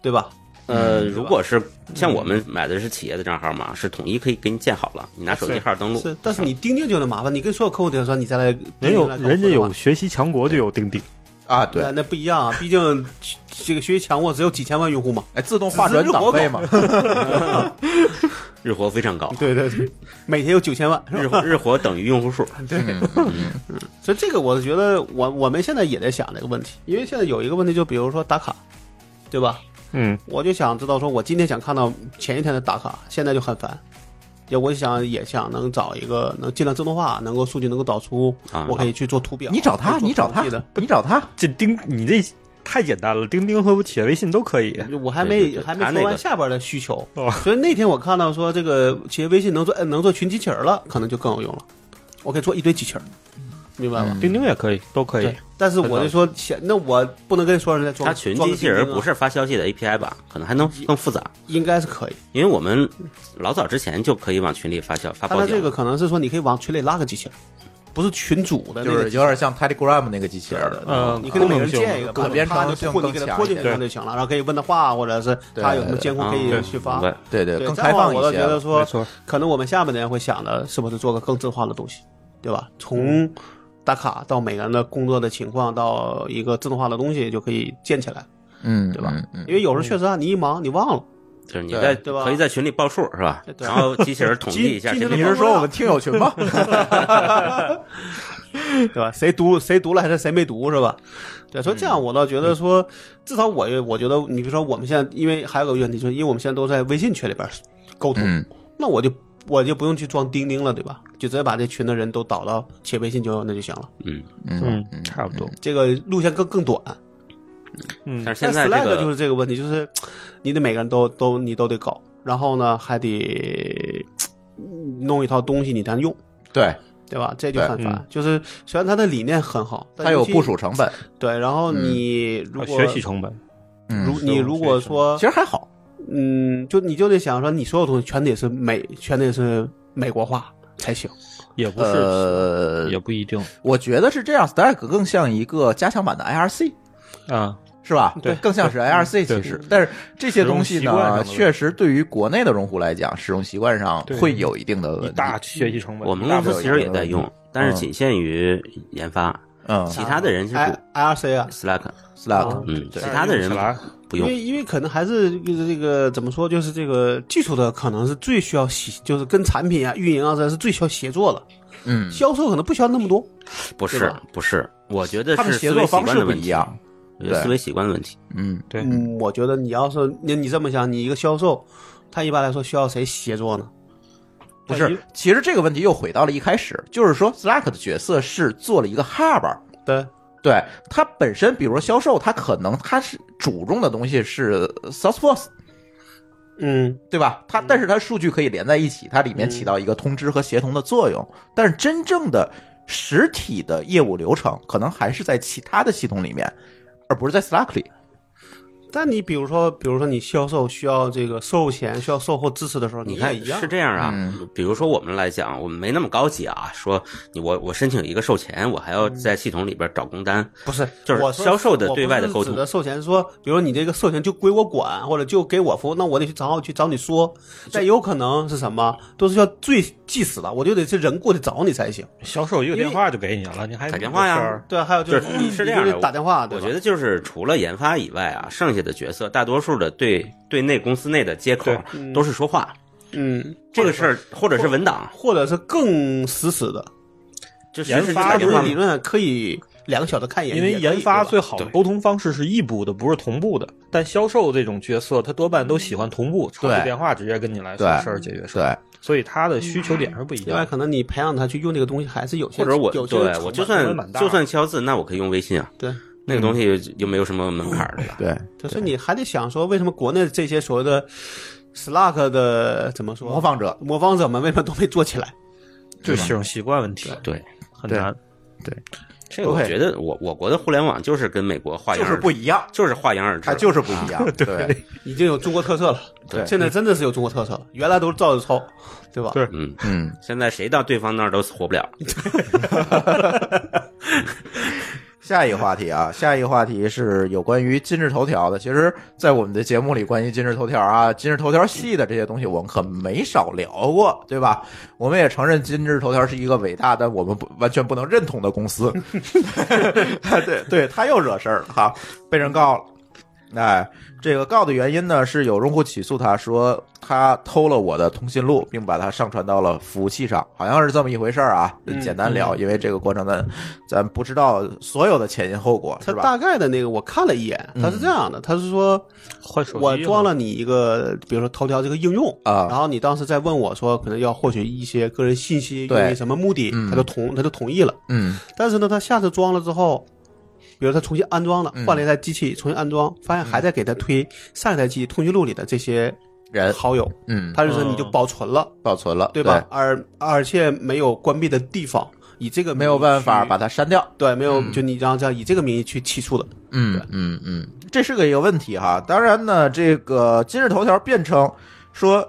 [SPEAKER 2] 对吧？
[SPEAKER 3] 呃，如果是像我们买的是企业的账号嘛，是统一可以给你建好了，你拿手机号登录。
[SPEAKER 2] 是，但是你钉钉就很麻烦，你跟所有客户得说你再来
[SPEAKER 5] 人有
[SPEAKER 2] 钉钉来
[SPEAKER 5] 人家
[SPEAKER 2] 搞活
[SPEAKER 5] 有
[SPEAKER 2] 动吧
[SPEAKER 5] 学习强国就有钉钉，
[SPEAKER 1] 啊，对
[SPEAKER 2] 那，那不一样啊，毕竟这个学习强国只有几千万用户嘛。
[SPEAKER 1] 哎，自动划转档位嘛，
[SPEAKER 3] 日活非常高，
[SPEAKER 2] 对对对，每天有九千万，是吧
[SPEAKER 3] 日活日活等于用户数。
[SPEAKER 2] 所以这个我是觉得我我们现在也在想这个问题，因为现在有一个问题，就比如说打卡，对吧？
[SPEAKER 5] 嗯，
[SPEAKER 2] 我就想知道说，我今天想看到前一天的打卡，现在就很烦。也我想也想能找一个能尽量自动化，能够数据能够导出，
[SPEAKER 3] 啊
[SPEAKER 2] 我可以去做图表。
[SPEAKER 1] 你找 他，
[SPEAKER 2] 做
[SPEAKER 1] 你找他
[SPEAKER 2] 统计的，
[SPEAKER 1] 你找他，
[SPEAKER 5] 这钉你这太简单了，钉钉和企业微信都可以。
[SPEAKER 2] 我还
[SPEAKER 3] 对对
[SPEAKER 2] 没
[SPEAKER 3] 对
[SPEAKER 2] 还没说
[SPEAKER 3] 他那
[SPEAKER 2] 完
[SPEAKER 3] 个
[SPEAKER 2] 下边的需求
[SPEAKER 5] 哦，
[SPEAKER 2] 所以那天我看到说这个企业微信能做呃能做群机器人了，可能就更有用了。我可以做一堆机器人，明白吗？
[SPEAKER 3] 嗯
[SPEAKER 5] 钉钉也可以，都可以
[SPEAKER 2] 对。，但是我就说，显那我不能跟所有人在装。
[SPEAKER 3] 它群
[SPEAKER 2] 装
[SPEAKER 3] 机
[SPEAKER 2] 个
[SPEAKER 3] 器人
[SPEAKER 2] 钉钉啊
[SPEAKER 3] 不是发消息的 API 吧？可能还能更复杂，
[SPEAKER 2] 应该是可以。
[SPEAKER 3] 因为我们老早之前就可以往群里发消发
[SPEAKER 2] 他
[SPEAKER 3] 报
[SPEAKER 2] 的
[SPEAKER 3] 警
[SPEAKER 2] 这个可能是说，你可以往群里拉个机器人，不是群主的那
[SPEAKER 1] 就是有
[SPEAKER 2] 个机器人。
[SPEAKER 1] 点像 Telegram 那个机器人儿的，
[SPEAKER 5] 嗯，
[SPEAKER 2] 你可以
[SPEAKER 5] 功
[SPEAKER 2] 每
[SPEAKER 5] 能
[SPEAKER 2] 人
[SPEAKER 5] 性
[SPEAKER 2] 建一个，
[SPEAKER 1] 可
[SPEAKER 2] 把
[SPEAKER 1] 编
[SPEAKER 2] 他
[SPEAKER 1] 程
[SPEAKER 2] 的
[SPEAKER 1] 性
[SPEAKER 2] 货你
[SPEAKER 1] 更
[SPEAKER 2] 给他
[SPEAKER 1] 强
[SPEAKER 2] 拖
[SPEAKER 1] 一
[SPEAKER 2] 进去
[SPEAKER 1] 点
[SPEAKER 2] 上就行了，然后可以问他话，或者是
[SPEAKER 1] 对
[SPEAKER 2] 他有什么
[SPEAKER 1] 对嗯
[SPEAKER 2] 监控
[SPEAKER 3] 啊
[SPEAKER 2] 可以
[SPEAKER 3] 对
[SPEAKER 2] 去发
[SPEAKER 3] 明。白？
[SPEAKER 1] 对对，更
[SPEAKER 2] 这
[SPEAKER 1] 开
[SPEAKER 2] 样的话
[SPEAKER 1] 放一
[SPEAKER 2] 我倒
[SPEAKER 1] 些
[SPEAKER 2] 觉得
[SPEAKER 1] 了。
[SPEAKER 5] 没
[SPEAKER 2] 说，
[SPEAKER 5] 错，
[SPEAKER 2] 可能我们下半年会想的是不是做个更自动化的东西，对吧？
[SPEAKER 1] 嗯
[SPEAKER 2] 从打卡到每个人的工作的情况，到一个自动化的东西就可以建起来，
[SPEAKER 1] 嗯，
[SPEAKER 2] 对吧
[SPEAKER 1] 嗯嗯
[SPEAKER 2] 因为有时候确实啊，你一忙你忘了，
[SPEAKER 3] 就是你
[SPEAKER 1] 对
[SPEAKER 3] 在
[SPEAKER 2] 对吧
[SPEAKER 3] 可以在群里报数是吧？
[SPEAKER 2] 对
[SPEAKER 3] 然后机器人统计一下
[SPEAKER 2] 机
[SPEAKER 3] 谁
[SPEAKER 2] 机器
[SPEAKER 1] 你
[SPEAKER 2] 人
[SPEAKER 1] 是说我们听友群吗？
[SPEAKER 2] 对吧？谁读谁读了还是谁没读是吧？对，所以
[SPEAKER 1] 嗯
[SPEAKER 2] 这样我倒觉得说，至少我也我觉得，你比如说我们现在，因为还有个问题，就是因为我们现在都在微信群里边沟通，
[SPEAKER 1] 嗯，
[SPEAKER 2] 那我就我就不用去装钉钉了，对吧？就直接把这群的人都导到且微信就那就行了，
[SPEAKER 3] 嗯，
[SPEAKER 1] 嗯
[SPEAKER 5] 嗯，差不多。
[SPEAKER 2] 这个路线更更短。
[SPEAKER 5] 嗯，
[SPEAKER 3] 但是现在
[SPEAKER 2] 在
[SPEAKER 3] 这
[SPEAKER 2] Slack 就
[SPEAKER 3] 个
[SPEAKER 2] 是这个问题，就是你得每个人都都你都得搞，然后呢还得嗯弄一套东西你才能用，
[SPEAKER 1] 对，
[SPEAKER 2] 对吧？这就
[SPEAKER 1] 对
[SPEAKER 2] 很烦。
[SPEAKER 5] 嗯
[SPEAKER 2] 就是虽然它的理念很好，但
[SPEAKER 1] 它有
[SPEAKER 2] 尤其
[SPEAKER 1] 部署嗯成本，
[SPEAKER 2] 对，然后你如
[SPEAKER 5] 啊
[SPEAKER 2] 果、
[SPEAKER 5] 学习成本，
[SPEAKER 1] 嗯
[SPEAKER 2] 如，你如果说
[SPEAKER 1] 其实还好，
[SPEAKER 2] 嗯，就你就得想说，你所有东西全得是美，全得是美国化才行。
[SPEAKER 5] 也不是，
[SPEAKER 1] 呃，
[SPEAKER 5] 也不一定
[SPEAKER 1] 我觉得是这样，Stack 更像一个加强版的 IRC，
[SPEAKER 5] 啊。
[SPEAKER 1] 是吧？
[SPEAKER 2] 对
[SPEAKER 1] 更像是 IRC 其
[SPEAKER 5] 对
[SPEAKER 1] 实，但是这些东西
[SPEAKER 5] 使用习惯上
[SPEAKER 1] 呢，
[SPEAKER 5] 的
[SPEAKER 1] 确实对于国内的用户来讲，使用习惯上
[SPEAKER 5] 对
[SPEAKER 1] 会有一定的
[SPEAKER 5] 一
[SPEAKER 1] 问题。
[SPEAKER 5] 大学习成本，
[SPEAKER 3] 我们
[SPEAKER 5] 大
[SPEAKER 3] 公
[SPEAKER 5] 不
[SPEAKER 3] 司
[SPEAKER 5] 了
[SPEAKER 3] 其实也
[SPEAKER 5] 一
[SPEAKER 3] 在
[SPEAKER 5] 个
[SPEAKER 3] 用，但是仅限于研发，
[SPEAKER 1] 嗯
[SPEAKER 3] 其他的人是
[SPEAKER 2] 哎
[SPEAKER 3] 不
[SPEAKER 2] I R C 啊，
[SPEAKER 3] Slack，
[SPEAKER 1] ，Slack，
[SPEAKER 3] 嗯，其
[SPEAKER 5] 啊对
[SPEAKER 3] 他的人
[SPEAKER 5] 用起来
[SPEAKER 3] 不
[SPEAKER 2] 因
[SPEAKER 3] 用
[SPEAKER 2] 为。因为可能还是这个怎么说，就是这个技术的可能是最需要协，就是跟产品啊、运营啊这是最需要协作的。
[SPEAKER 1] 嗯，
[SPEAKER 2] 销售可能不需要那么多，
[SPEAKER 3] 不
[SPEAKER 2] 对
[SPEAKER 3] 是
[SPEAKER 2] 吧
[SPEAKER 3] 不是，我觉得
[SPEAKER 1] 他们
[SPEAKER 3] 是
[SPEAKER 1] 协
[SPEAKER 3] 思
[SPEAKER 1] 作
[SPEAKER 3] 维习
[SPEAKER 1] 方
[SPEAKER 3] 惯
[SPEAKER 1] 式
[SPEAKER 3] 的
[SPEAKER 1] 不
[SPEAKER 3] 问
[SPEAKER 1] 一
[SPEAKER 3] 题，
[SPEAKER 1] 样。
[SPEAKER 3] 我觉得
[SPEAKER 1] 对
[SPEAKER 3] 思维习惯的问题。
[SPEAKER 1] 嗯，
[SPEAKER 5] 对，
[SPEAKER 2] 嗯，我觉得你要是你你这么想，你一个销售，他一般来说需要谁协作呢？
[SPEAKER 1] 不是，其实这个问题又回到了一开始，就是说 Slack 的角色是做了一个 hub，儿
[SPEAKER 2] 对，
[SPEAKER 1] 对它本身，比如说销售，它可能它是主重的东西是 Salesforce，
[SPEAKER 2] 嗯，
[SPEAKER 1] 对吧？它但是它数据可以连在一起，它里
[SPEAKER 5] 嗯
[SPEAKER 1] 面起到一个通知和协同的作用。但是真正的实体的业务流程，可能还是在其他的系统里面，而不是在 Slack 里。
[SPEAKER 2] 但你比如说，比如说你销售需要这个售后前需要售后支持的时候，
[SPEAKER 3] 你
[SPEAKER 2] 也
[SPEAKER 3] 看
[SPEAKER 2] 一样嗯
[SPEAKER 3] 是，这样啊，比如说我们来讲，我们没那么高级啊，说你我我申请一个售前，我还要
[SPEAKER 2] 嗯
[SPEAKER 3] 在系统里边找工单，
[SPEAKER 2] 不是
[SPEAKER 3] 就是
[SPEAKER 2] 我说
[SPEAKER 3] 销售的对外的
[SPEAKER 2] 我不
[SPEAKER 3] 沟
[SPEAKER 2] 是
[SPEAKER 3] 通
[SPEAKER 2] 指的售前说，比如说你这个售前就归我管，或者就给我服务，那我得去找去找你说。但有可能是什么，都是要最即死的，我就得是人过去找你才行。
[SPEAKER 5] 销售一个电话就给你了，你还
[SPEAKER 3] 打电话呀
[SPEAKER 5] 没事儿
[SPEAKER 2] 对，啊还有就
[SPEAKER 3] 就是是嗯
[SPEAKER 2] 你
[SPEAKER 3] 是这样
[SPEAKER 2] 你
[SPEAKER 3] 的
[SPEAKER 2] 就得打电话，
[SPEAKER 3] 我
[SPEAKER 2] 对吧
[SPEAKER 3] 觉得就是除了研发以外啊，剩下的角色大多数的对对内公司内的接口
[SPEAKER 5] 对
[SPEAKER 3] 都是说话，
[SPEAKER 2] 嗯，
[SPEAKER 3] 这个事儿或者是文档，
[SPEAKER 2] 或者是更死死的，
[SPEAKER 3] 就实
[SPEAKER 5] 研
[SPEAKER 3] 时
[SPEAKER 5] 发
[SPEAKER 3] 打
[SPEAKER 2] 他
[SPEAKER 3] 电
[SPEAKER 2] 不
[SPEAKER 3] 话
[SPEAKER 2] 是
[SPEAKER 5] 嘛
[SPEAKER 2] 理论上可以两个小时看一眼，
[SPEAKER 5] 因为
[SPEAKER 2] 也可以
[SPEAKER 5] 研
[SPEAKER 2] 对
[SPEAKER 5] 发
[SPEAKER 2] 吧
[SPEAKER 5] 最好的
[SPEAKER 3] 对
[SPEAKER 5] 沟通方式是异步的，不是同步的。但销售这种角色，他多半都喜欢同步，长
[SPEAKER 1] 对
[SPEAKER 5] 途电话直接跟你来说
[SPEAKER 1] 对
[SPEAKER 5] 事儿解决事儿，
[SPEAKER 1] 对，
[SPEAKER 5] 所以他的需求点是不一
[SPEAKER 2] 另外
[SPEAKER 5] 样的。
[SPEAKER 2] 可能你培养他去用这个东西还是有些
[SPEAKER 3] 或者我
[SPEAKER 2] 有些
[SPEAKER 3] 对
[SPEAKER 2] 成
[SPEAKER 3] 我
[SPEAKER 2] 本
[SPEAKER 3] 就算
[SPEAKER 5] 成本蛮大的
[SPEAKER 3] 就算敲字，那我可以用微信啊，
[SPEAKER 2] 对。
[SPEAKER 3] 那个东西又没有什么门槛儿对吧？
[SPEAKER 1] 对，
[SPEAKER 2] 就是你还得想说，为什么国内这些所谓的 Slack 的怎么说
[SPEAKER 1] 模仿者
[SPEAKER 2] 模仿者们为什么都没做起来？
[SPEAKER 5] 对使用习惯问题，
[SPEAKER 3] 对，
[SPEAKER 5] 很难。
[SPEAKER 3] 这个我
[SPEAKER 1] OK
[SPEAKER 3] 觉得我我国的互联网就是跟美国画
[SPEAKER 5] 哎
[SPEAKER 1] 就
[SPEAKER 3] 样
[SPEAKER 1] 是
[SPEAKER 3] 儿
[SPEAKER 1] 不一样，
[SPEAKER 3] 就是画样儿制
[SPEAKER 1] 它，就是不一 样。对，
[SPEAKER 2] 已经有中国特色了，
[SPEAKER 1] 对
[SPEAKER 2] 现在真的是有中国特色了，原来都是照着抄，对吧？
[SPEAKER 5] 对
[SPEAKER 3] 嗯，
[SPEAKER 1] 嗯，
[SPEAKER 3] 现在谁到对方那儿都活不了。
[SPEAKER 1] 下一个话题啊，下一个话题是有关于今日头条的。其实，在我们的节目里，关于今日头条啊、今日头条系的这些东西，我们可没少聊过，对吧？我们也承认今日头条是一个伟大但我们不完全不能认同的公司。 对对，他又惹事儿了哈，被人告了。哎，这个告的原因呢，是有用户起诉他说他偷了我的通讯录，并把它上传到了服务器上，好像是这么一回事儿啊。
[SPEAKER 2] 嗯
[SPEAKER 1] 简单聊，因为这个过程咱咱不知道所有的前因后果，
[SPEAKER 2] 他
[SPEAKER 1] 是吧？嗯
[SPEAKER 2] 大概的那个我看了一眼，他是这样的，他是说
[SPEAKER 5] 换手机
[SPEAKER 2] 我装
[SPEAKER 5] 了
[SPEAKER 2] 了你一个，比如说头条这个应用
[SPEAKER 1] 啊
[SPEAKER 2] 然后你当时在问我说，可能要获取一些个人信息，
[SPEAKER 1] 对
[SPEAKER 2] 用于什么目的，
[SPEAKER 1] 嗯
[SPEAKER 2] 他就同他就同意了。
[SPEAKER 1] 嗯
[SPEAKER 2] 但是呢，他下次装了之后，比如他重新安装了
[SPEAKER 1] 嗯，
[SPEAKER 2] 换了一台机器重新安装，发现还在给他推上一台机器通讯录里的这些
[SPEAKER 1] 人
[SPEAKER 2] 好友，
[SPEAKER 1] 嗯，哦
[SPEAKER 2] 他就说
[SPEAKER 5] 嗯
[SPEAKER 2] 你就保存了，
[SPEAKER 1] 保存了，
[SPEAKER 2] 对吧？？而而且没有关闭的地方，以这个
[SPEAKER 1] 没有办法把
[SPEAKER 2] 它
[SPEAKER 1] 它删掉。
[SPEAKER 2] 对没有
[SPEAKER 1] 嗯
[SPEAKER 2] 就你让这样以这个名义去起诉的，
[SPEAKER 1] 嗯嗯嗯，这是个一个问题哈。当然呢，这个今日头条辩称说，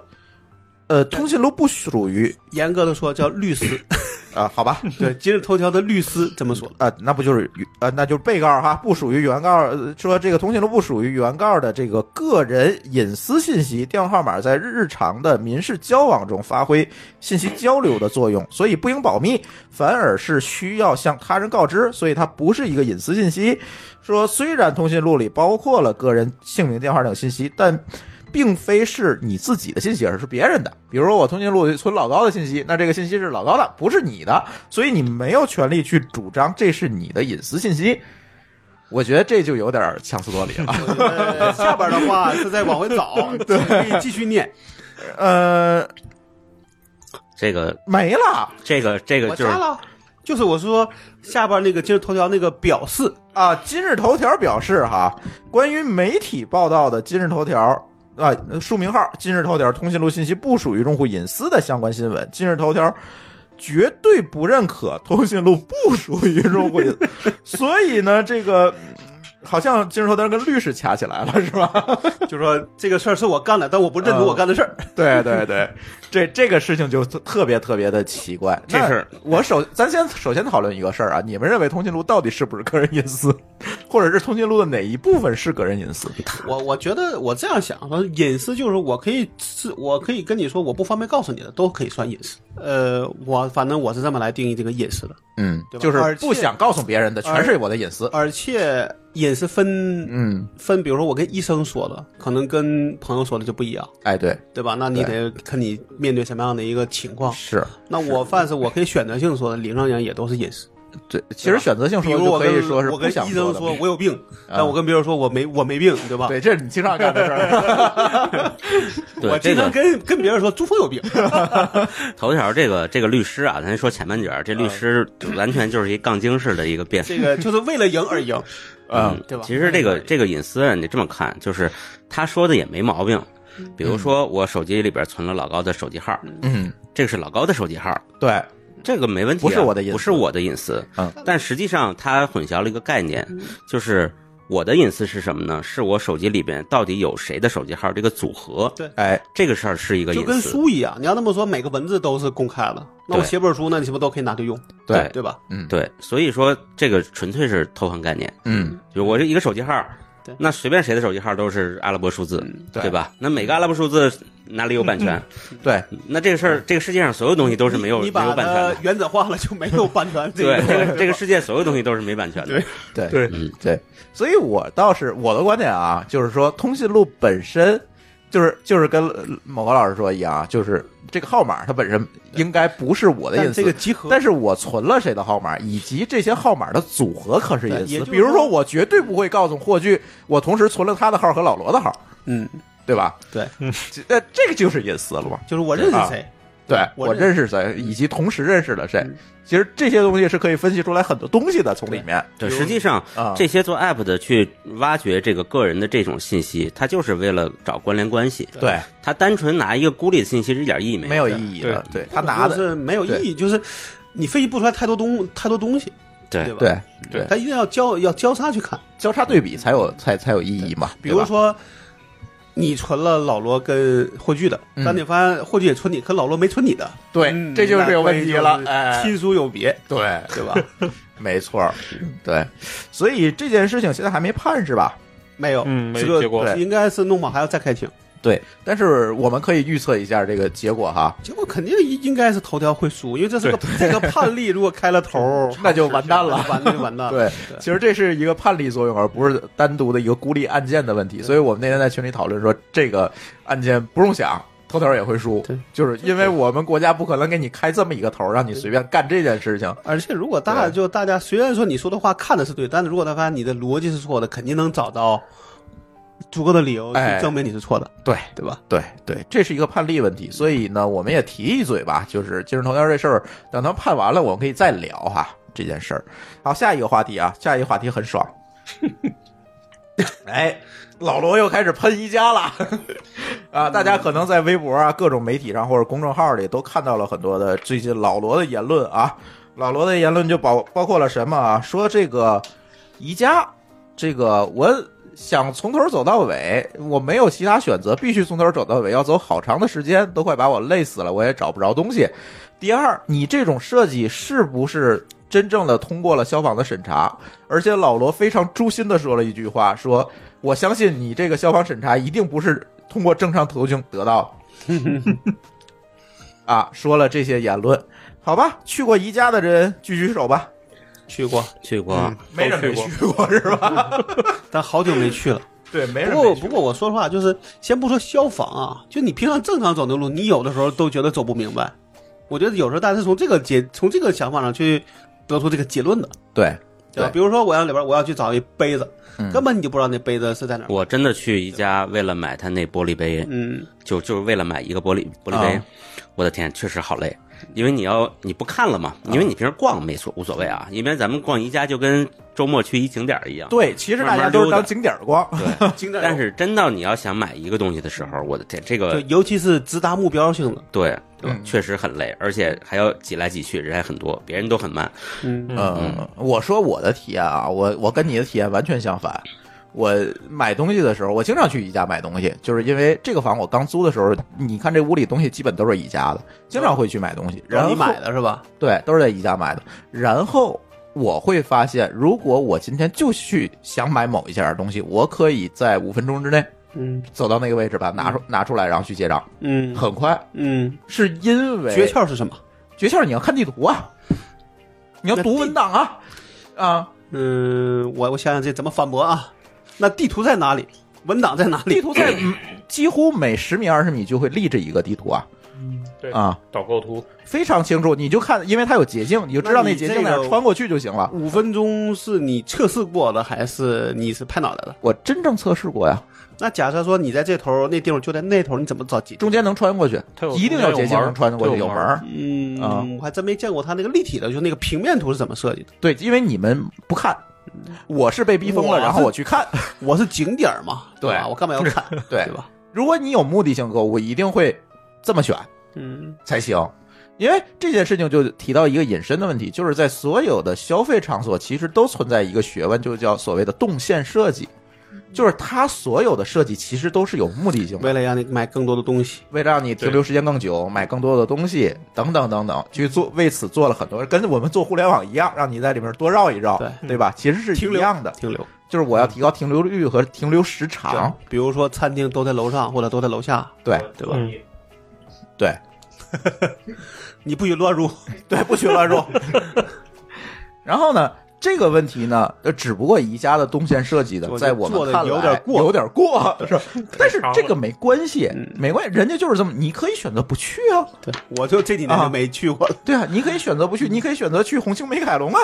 [SPEAKER 1] 呃，通讯录不属于
[SPEAKER 2] 严格的说叫律师。
[SPEAKER 1] 啊，好吧，
[SPEAKER 2] 对，今日头条的律师这么说的。
[SPEAKER 1] 啊、那不就是原呃，那就是被告哈，不属于原告。呃说这个通讯录不属于原告的这个个人隐私信息，电话号码在日常的民事交往中发挥信息交流的作用，所以不应保密，反而是需要向他人告知，所以它不是一个隐私信息。说虽然通讯录里包括了个人姓名、电话等信息，但并非是你自己的信息，而是别人的。比如说我通讯录里存老高的信息，那这个信息是老高的，不是你的，所以你没有权利去主张这是你的隐私信息。我觉得这就有点强词夺理了。
[SPEAKER 2] 呃下边的话是再往回找，可以继续念。
[SPEAKER 1] 呃，
[SPEAKER 3] 这个
[SPEAKER 1] 没了
[SPEAKER 3] 这个这个
[SPEAKER 2] 我
[SPEAKER 3] 就是
[SPEAKER 2] 加了，就是我说下边那个今日头条那个表示，
[SPEAKER 1] 啊！今日头条表示哈，关于媒体报道的今日头条。啊，署名号今日头条通讯录信息不属于用户隐私的相关新闻。今日头条绝对不认可通讯录不属于用户隐私，所以呢，这个嗯好像今日头条跟律师掐起来了，是吧？
[SPEAKER 2] 就说这个事儿是我干的，但我不认同我干的事儿。
[SPEAKER 1] 对对对，这这个事情就特特别特别的奇怪。
[SPEAKER 3] 这
[SPEAKER 1] 那
[SPEAKER 3] 事儿
[SPEAKER 1] 我首咱先首先讨论一个事儿啊，你们认为通讯录到底是不是个人隐私，或者是通讯录的哪一部分是个人隐私？
[SPEAKER 2] 我我觉得我这样想，说隐私就是我可以是，我可以跟你说我不方便告诉你的，都可以算隐私。呃，我反正我是这么来定义这个隐私的，
[SPEAKER 1] 嗯
[SPEAKER 2] 对吧
[SPEAKER 1] 就是
[SPEAKER 2] 而且
[SPEAKER 1] 不想告诉别人的全是我的隐私。
[SPEAKER 2] 而且隐私分
[SPEAKER 1] 嗯，
[SPEAKER 2] 分，比如说我跟医生说的，可能跟朋友说的就不一样，
[SPEAKER 1] 哎，对，
[SPEAKER 2] 对吧？那你得看你面对什么样的一个情况。
[SPEAKER 1] 是
[SPEAKER 2] 那我凡是我可以选择性说的，理论上讲也都是隐私。
[SPEAKER 1] 对。其实选择性
[SPEAKER 2] 比
[SPEAKER 1] 说
[SPEAKER 2] 如
[SPEAKER 1] 就
[SPEAKER 2] 我
[SPEAKER 1] 可以
[SPEAKER 2] 跟
[SPEAKER 1] 说是不
[SPEAKER 2] 我跟
[SPEAKER 1] 想
[SPEAKER 2] 医生
[SPEAKER 1] 的
[SPEAKER 2] 说我有病，但我跟别人说我没我没病，对吧？
[SPEAKER 1] 对，这是你经常干的事 儿。
[SPEAKER 3] 对
[SPEAKER 2] 我
[SPEAKER 3] 这
[SPEAKER 2] 经
[SPEAKER 3] 个
[SPEAKER 2] 常跟跟别人说朱峰有病，
[SPEAKER 3] 头条这个这个律师啊，咱说前半截儿，这律师完全就是一杠精式的一个辩
[SPEAKER 2] 这个就是为了赢而 赢，啊
[SPEAKER 1] 嗯，
[SPEAKER 2] 对吧？
[SPEAKER 3] 其实这个这个隐私啊，你这么看，就是他说的也没毛病。比如说，我手机里边存了老高的手机号，
[SPEAKER 1] 嗯，
[SPEAKER 3] 这个是老高的手机号，
[SPEAKER 1] 对，
[SPEAKER 3] 这个没问题啊、
[SPEAKER 1] 不是我的隐私
[SPEAKER 3] 不是我的隐私。
[SPEAKER 1] 嗯
[SPEAKER 3] 但实际上他混淆了一个概念，就是我的隐私是什么呢？是我手机里边到底有谁的手机号这个组合，
[SPEAKER 2] 对
[SPEAKER 1] 哎，
[SPEAKER 3] 这个事儿是一个
[SPEAKER 2] 就
[SPEAKER 3] 隐
[SPEAKER 2] 跟
[SPEAKER 3] 私。
[SPEAKER 2] 书一样，你要那么说，每个文字都是公开的，那我
[SPEAKER 3] 对
[SPEAKER 2] 写本书呢，你是不是都可以拿去用，
[SPEAKER 1] 对，
[SPEAKER 2] 对吧？
[SPEAKER 1] 嗯，，
[SPEAKER 3] 对，所以说这个纯粹是偷换概念。
[SPEAKER 1] 嗯，
[SPEAKER 3] 就我这一个手机号
[SPEAKER 2] 对，
[SPEAKER 3] 那随便谁的手机号都是阿拉伯数字，
[SPEAKER 1] 对
[SPEAKER 3] 对吧？那每个阿拉伯数字哪里有版权？
[SPEAKER 1] 对，
[SPEAKER 3] 那这个事儿，这个世界上所有东西都是没有
[SPEAKER 2] 你
[SPEAKER 3] 没
[SPEAKER 2] 你把
[SPEAKER 3] 有版权
[SPEAKER 2] 它
[SPEAKER 3] 的。
[SPEAKER 2] 原子化了就没有版权，这
[SPEAKER 3] 对，
[SPEAKER 2] 个
[SPEAKER 3] 这个 这个世界所有东西都是没版权的。
[SPEAKER 2] 对
[SPEAKER 1] 对，
[SPEAKER 5] 对
[SPEAKER 3] 嗯，
[SPEAKER 1] 对，所以我倒是我的观点啊，就是说通讯录本身就是就是跟呃某个老师说一样啊，就是这个号码它本身应该不是我的隐
[SPEAKER 2] 但
[SPEAKER 1] 私。
[SPEAKER 2] 这个集合，
[SPEAKER 1] 但是我存了谁的号码，以及这些号码的组合可是隐
[SPEAKER 2] 对
[SPEAKER 1] 私。
[SPEAKER 2] 也就是
[SPEAKER 1] 比如说，
[SPEAKER 2] 说
[SPEAKER 1] 我绝对不会告诉霍炬，我同时存了他的号和老罗的号，
[SPEAKER 2] 嗯，
[SPEAKER 1] 对吧？
[SPEAKER 2] 对，
[SPEAKER 1] 这那这个就是隐私了嘛？
[SPEAKER 2] 就是我认识
[SPEAKER 1] 对
[SPEAKER 2] 谁，
[SPEAKER 3] 啊
[SPEAKER 1] 对
[SPEAKER 2] 我
[SPEAKER 1] 我
[SPEAKER 2] 认
[SPEAKER 1] 认
[SPEAKER 2] 嗯
[SPEAKER 1] 识谁，以及同时认识了谁，其实这些东西是可以分析出来很多东西的，从里面
[SPEAKER 3] 对，实际上
[SPEAKER 1] 啊
[SPEAKER 3] 这些做 app 的去挖掘这个个人的这种信息，它就是为了找关联关系。
[SPEAKER 1] 对
[SPEAKER 3] 它单纯拿一个孤立的信息是一点意义没
[SPEAKER 1] 没有意义的。对他
[SPEAKER 2] 根本
[SPEAKER 1] 拿的
[SPEAKER 2] 就是没有意义，就是你分析不出来太多东太多东西，
[SPEAKER 3] 对
[SPEAKER 2] 对吧？
[SPEAKER 1] 对对，
[SPEAKER 2] 它一定要交要交叉去看。
[SPEAKER 1] 交叉对比才有才才有意义嘛。
[SPEAKER 2] 比
[SPEAKER 1] 对
[SPEAKER 2] 如
[SPEAKER 1] 吧，
[SPEAKER 2] 说，你存了老罗跟霍炬的，
[SPEAKER 1] 嗯
[SPEAKER 2] 但你发现霍炬也存你，可老罗没存你的，
[SPEAKER 1] 对，
[SPEAKER 2] 嗯
[SPEAKER 1] 这就是有问题了
[SPEAKER 2] 那就，是
[SPEAKER 1] 哎，
[SPEAKER 2] 亲疏有别，
[SPEAKER 1] 对，嗯
[SPEAKER 2] 对吧？
[SPEAKER 1] 没错儿，对，所以这件事情现在还没判是吧？
[SPEAKER 2] 没有，
[SPEAKER 5] 嗯没
[SPEAKER 2] 这个
[SPEAKER 5] 结果
[SPEAKER 2] 对应该是弄好还要再开庭，
[SPEAKER 1] 对，但是我们可以预测一下这个结果哈，
[SPEAKER 2] 结果肯定应应该是头条会输，因为这是个 这个
[SPEAKER 1] ，
[SPEAKER 2] 判例，如果开了头
[SPEAKER 1] 那就完蛋了
[SPEAKER 2] 完就完蛋了。
[SPEAKER 1] 啊对，其实这是一个判例作用，而不是单独的一个孤立案件的问题。所以我们那天在群里讨论说，这个案件不用想，头条也会输
[SPEAKER 2] 对，
[SPEAKER 1] 就是因为我们国家不可能给你开这么一个头，让你随便干这件事情。
[SPEAKER 2] 而且如果大家
[SPEAKER 1] 对
[SPEAKER 2] 就大家虽然说你说的话看的是对，但是如果他发现你的逻辑是错的，肯定能找到足够的理由
[SPEAKER 1] 哎
[SPEAKER 2] 去证明你是错的，
[SPEAKER 1] 对
[SPEAKER 2] 对吧？
[SPEAKER 1] 对对，这是一个判例问题，所以呢，我们也提一嘴吧，就是今日头条这事儿，等他判完了，我们可以再聊哈这件事儿。好，下一个话题啊，下一个话题很爽。哎，老罗又开始喷宜家了 啊！大家可能在微博啊、各种媒体上或者公众号里都看到了很多的最近老罗的言论啊。老罗的言论就包包括了什么啊？说这个宜家，这个我想从头走到尾，我没有其他选择，必须从头走到尾，要走好长的时间，都快把我累死了，我也找不着东西。第二，你这种设计是不是真正的通过了消防的审查？而且老罗非常诛心的说了一句话，说我相信你这个消防审查一定不是通过正常途径得到的。啊，说了这些言论，好吧，去过宜家的人举举手吧，
[SPEAKER 2] 去过，
[SPEAKER 3] 去过、
[SPEAKER 1] 没人没
[SPEAKER 5] 都
[SPEAKER 1] 去过是吧？
[SPEAKER 2] 但好久没去了。
[SPEAKER 1] 对，没人
[SPEAKER 2] 不过
[SPEAKER 1] 没去
[SPEAKER 2] 不过我说实话，就是先不说消防啊，就你平常正常走的路，你有的时候都觉得走不明白。我觉得有时候大家是从这个结从这个想法上去得出这个结论的，
[SPEAKER 1] 对，
[SPEAKER 2] 对吧？
[SPEAKER 1] 对
[SPEAKER 2] 比如说我要里边我要去找一杯子，
[SPEAKER 1] 嗯
[SPEAKER 2] 根本你就不知道那杯子是在哪儿。
[SPEAKER 3] 我真的去宜家，为了买他那玻璃杯，
[SPEAKER 2] 嗯，
[SPEAKER 3] 就就是为了买一个玻璃玻璃杯。
[SPEAKER 1] 啊
[SPEAKER 3] 我的天，确实好累，因为你要你不看了嘛，
[SPEAKER 1] 嗯
[SPEAKER 3] 因为你平时逛没所无所谓啊，因为咱们逛宜家就跟周末去一景点儿一样。
[SPEAKER 1] 对，其实大家都是当景点儿逛，
[SPEAKER 2] 经
[SPEAKER 3] 但是真到你要想买一个东西的时候，我的天，这
[SPEAKER 2] 就
[SPEAKER 3] 个
[SPEAKER 2] 尤其是直达目标性的，
[SPEAKER 3] 对
[SPEAKER 1] 嗯
[SPEAKER 3] 确实很累，而且还要挤来挤去，人还很多，别人都很慢。
[SPEAKER 2] 嗯，
[SPEAKER 1] 嗯，我说我的体验啊，我我跟你的体验完全相反。我买东西的时候，我经常去宜家买东西，就是因为这个房我刚租的时候，你看这屋里东西基本都是宜家的，经常会去买东西。然后
[SPEAKER 2] 然后你买的是吧？
[SPEAKER 1] 对，都是在宜家买的。然后我会发现，如果我今天就去想买某一件东西，我可以在五分钟之内
[SPEAKER 2] 嗯
[SPEAKER 1] 走到那个位置，把它拿出拿出来，然后去结账，
[SPEAKER 2] 嗯
[SPEAKER 1] 很快。
[SPEAKER 2] 嗯，
[SPEAKER 1] 是因为
[SPEAKER 2] 诀窍是什么？
[SPEAKER 1] 诀窍你要看地图啊，你要
[SPEAKER 2] 那
[SPEAKER 1] 读
[SPEAKER 2] 地
[SPEAKER 1] 文档啊，啊，
[SPEAKER 2] 嗯，我我想想这怎么反驳啊？那地图在哪里？文档在哪里？
[SPEAKER 1] 地图 在嗯几乎每十米二十米就会立着一个地图啊
[SPEAKER 5] 对
[SPEAKER 1] 啊，
[SPEAKER 5] 导购图，
[SPEAKER 1] 非常清楚，你就看，因为它有捷径，你就知道
[SPEAKER 2] 那
[SPEAKER 1] 那
[SPEAKER 2] 你
[SPEAKER 1] 捷径在哪
[SPEAKER 2] 这
[SPEAKER 1] 儿
[SPEAKER 2] 个
[SPEAKER 1] 穿过去就行
[SPEAKER 5] 嗯
[SPEAKER 1] 了。
[SPEAKER 2] 五分钟是你测试过的，还是你是拍脑袋的？
[SPEAKER 1] 我真正测试过呀，
[SPEAKER 2] 那假设说你在这头，那地方就在那头，你怎么找解？
[SPEAKER 1] 中间能穿过去
[SPEAKER 5] 它，有
[SPEAKER 1] 一定要捷径能穿过去，
[SPEAKER 5] 中间有
[SPEAKER 1] 有
[SPEAKER 5] 门
[SPEAKER 1] 门
[SPEAKER 5] 儿
[SPEAKER 1] 儿。
[SPEAKER 2] 嗯，
[SPEAKER 1] 啊
[SPEAKER 2] 我还真没见过他那个立体的，就那个平面图是怎么设计的。
[SPEAKER 1] 对，因为你们不看，我是被逼疯
[SPEAKER 2] 我
[SPEAKER 1] 了，
[SPEAKER 2] 是
[SPEAKER 1] 然后我去 看。
[SPEAKER 2] 我是景点儿嘛，
[SPEAKER 1] 对
[SPEAKER 2] 吧？我干嘛要看？
[SPEAKER 1] 对
[SPEAKER 2] 对吧？
[SPEAKER 1] 如果你有目的性购物，一定会这么选。
[SPEAKER 2] 嗯
[SPEAKER 1] 才行。因为这件事情就提到一个引申的问题，就是在所有的消费场所，其实都存在一个学问，就叫所谓的动线设计，就是它所有的设计其实都是有目的性的，
[SPEAKER 2] 为了让你买更多的东西，
[SPEAKER 1] 为了让你停留时间更久，买更多的东西，等等等等，去做为此做了很多，跟我们做互联网一样，让你在里面多绕一绕，
[SPEAKER 2] 对
[SPEAKER 1] 对吧？其实是
[SPEAKER 2] 停
[SPEAKER 1] 一
[SPEAKER 2] 留
[SPEAKER 1] 样的，
[SPEAKER 2] 停留。
[SPEAKER 1] 就是我要提高停留率和停留时长，
[SPEAKER 2] 对比如说餐厅都在楼上或者都在楼下，
[SPEAKER 1] 对
[SPEAKER 2] 对吧？
[SPEAKER 5] 嗯
[SPEAKER 1] 对
[SPEAKER 2] 你不许乱入。
[SPEAKER 1] 对，不许乱入。然后呢，这个问题呢，呃，只不过宜家的动线设计的，
[SPEAKER 2] 做
[SPEAKER 1] 在我
[SPEAKER 2] 做
[SPEAKER 1] 们
[SPEAKER 2] 得
[SPEAKER 1] 看来
[SPEAKER 2] 有点过
[SPEAKER 1] 有点过，是吧。但是这个没关系
[SPEAKER 2] 嗯，
[SPEAKER 1] 没关系，人家就是这么，你可以选择不去啊，
[SPEAKER 2] 对，我就这几年
[SPEAKER 1] 啊
[SPEAKER 2] 就没去过了。
[SPEAKER 1] 对啊，你可以选择不去，你可以选择去红星美凯 龙啊，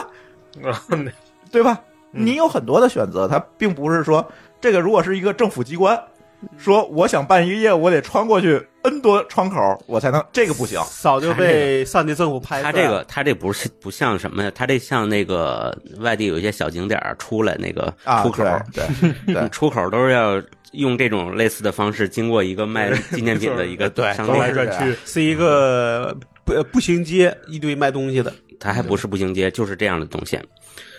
[SPEAKER 1] 对吧？
[SPEAKER 5] 嗯
[SPEAKER 1] 你有很多的选择，它并不是说这个如果是一个政府机关，说我想办一个业务，我得穿过去 N 多窗口，我才能这个不行。
[SPEAKER 2] 早就被上级政府拍
[SPEAKER 3] 他
[SPEAKER 2] 出来
[SPEAKER 3] 这
[SPEAKER 2] 了
[SPEAKER 3] 个，他这不是不像什么呀？他这像那个外地有一些小景点儿出来那个
[SPEAKER 1] 啊，
[SPEAKER 3] 出口，
[SPEAKER 1] 对对对
[SPEAKER 3] 你 出口都是要用这种类似的方式，经过一个卖纪 念品的一个
[SPEAKER 1] 对
[SPEAKER 3] 商
[SPEAKER 5] 转
[SPEAKER 1] 都
[SPEAKER 5] 来
[SPEAKER 1] 是
[SPEAKER 3] 店。
[SPEAKER 5] 转去，
[SPEAKER 2] 是一个步步行街，一堆卖东西的，
[SPEAKER 3] 它还不是步行街，就是这样的动线。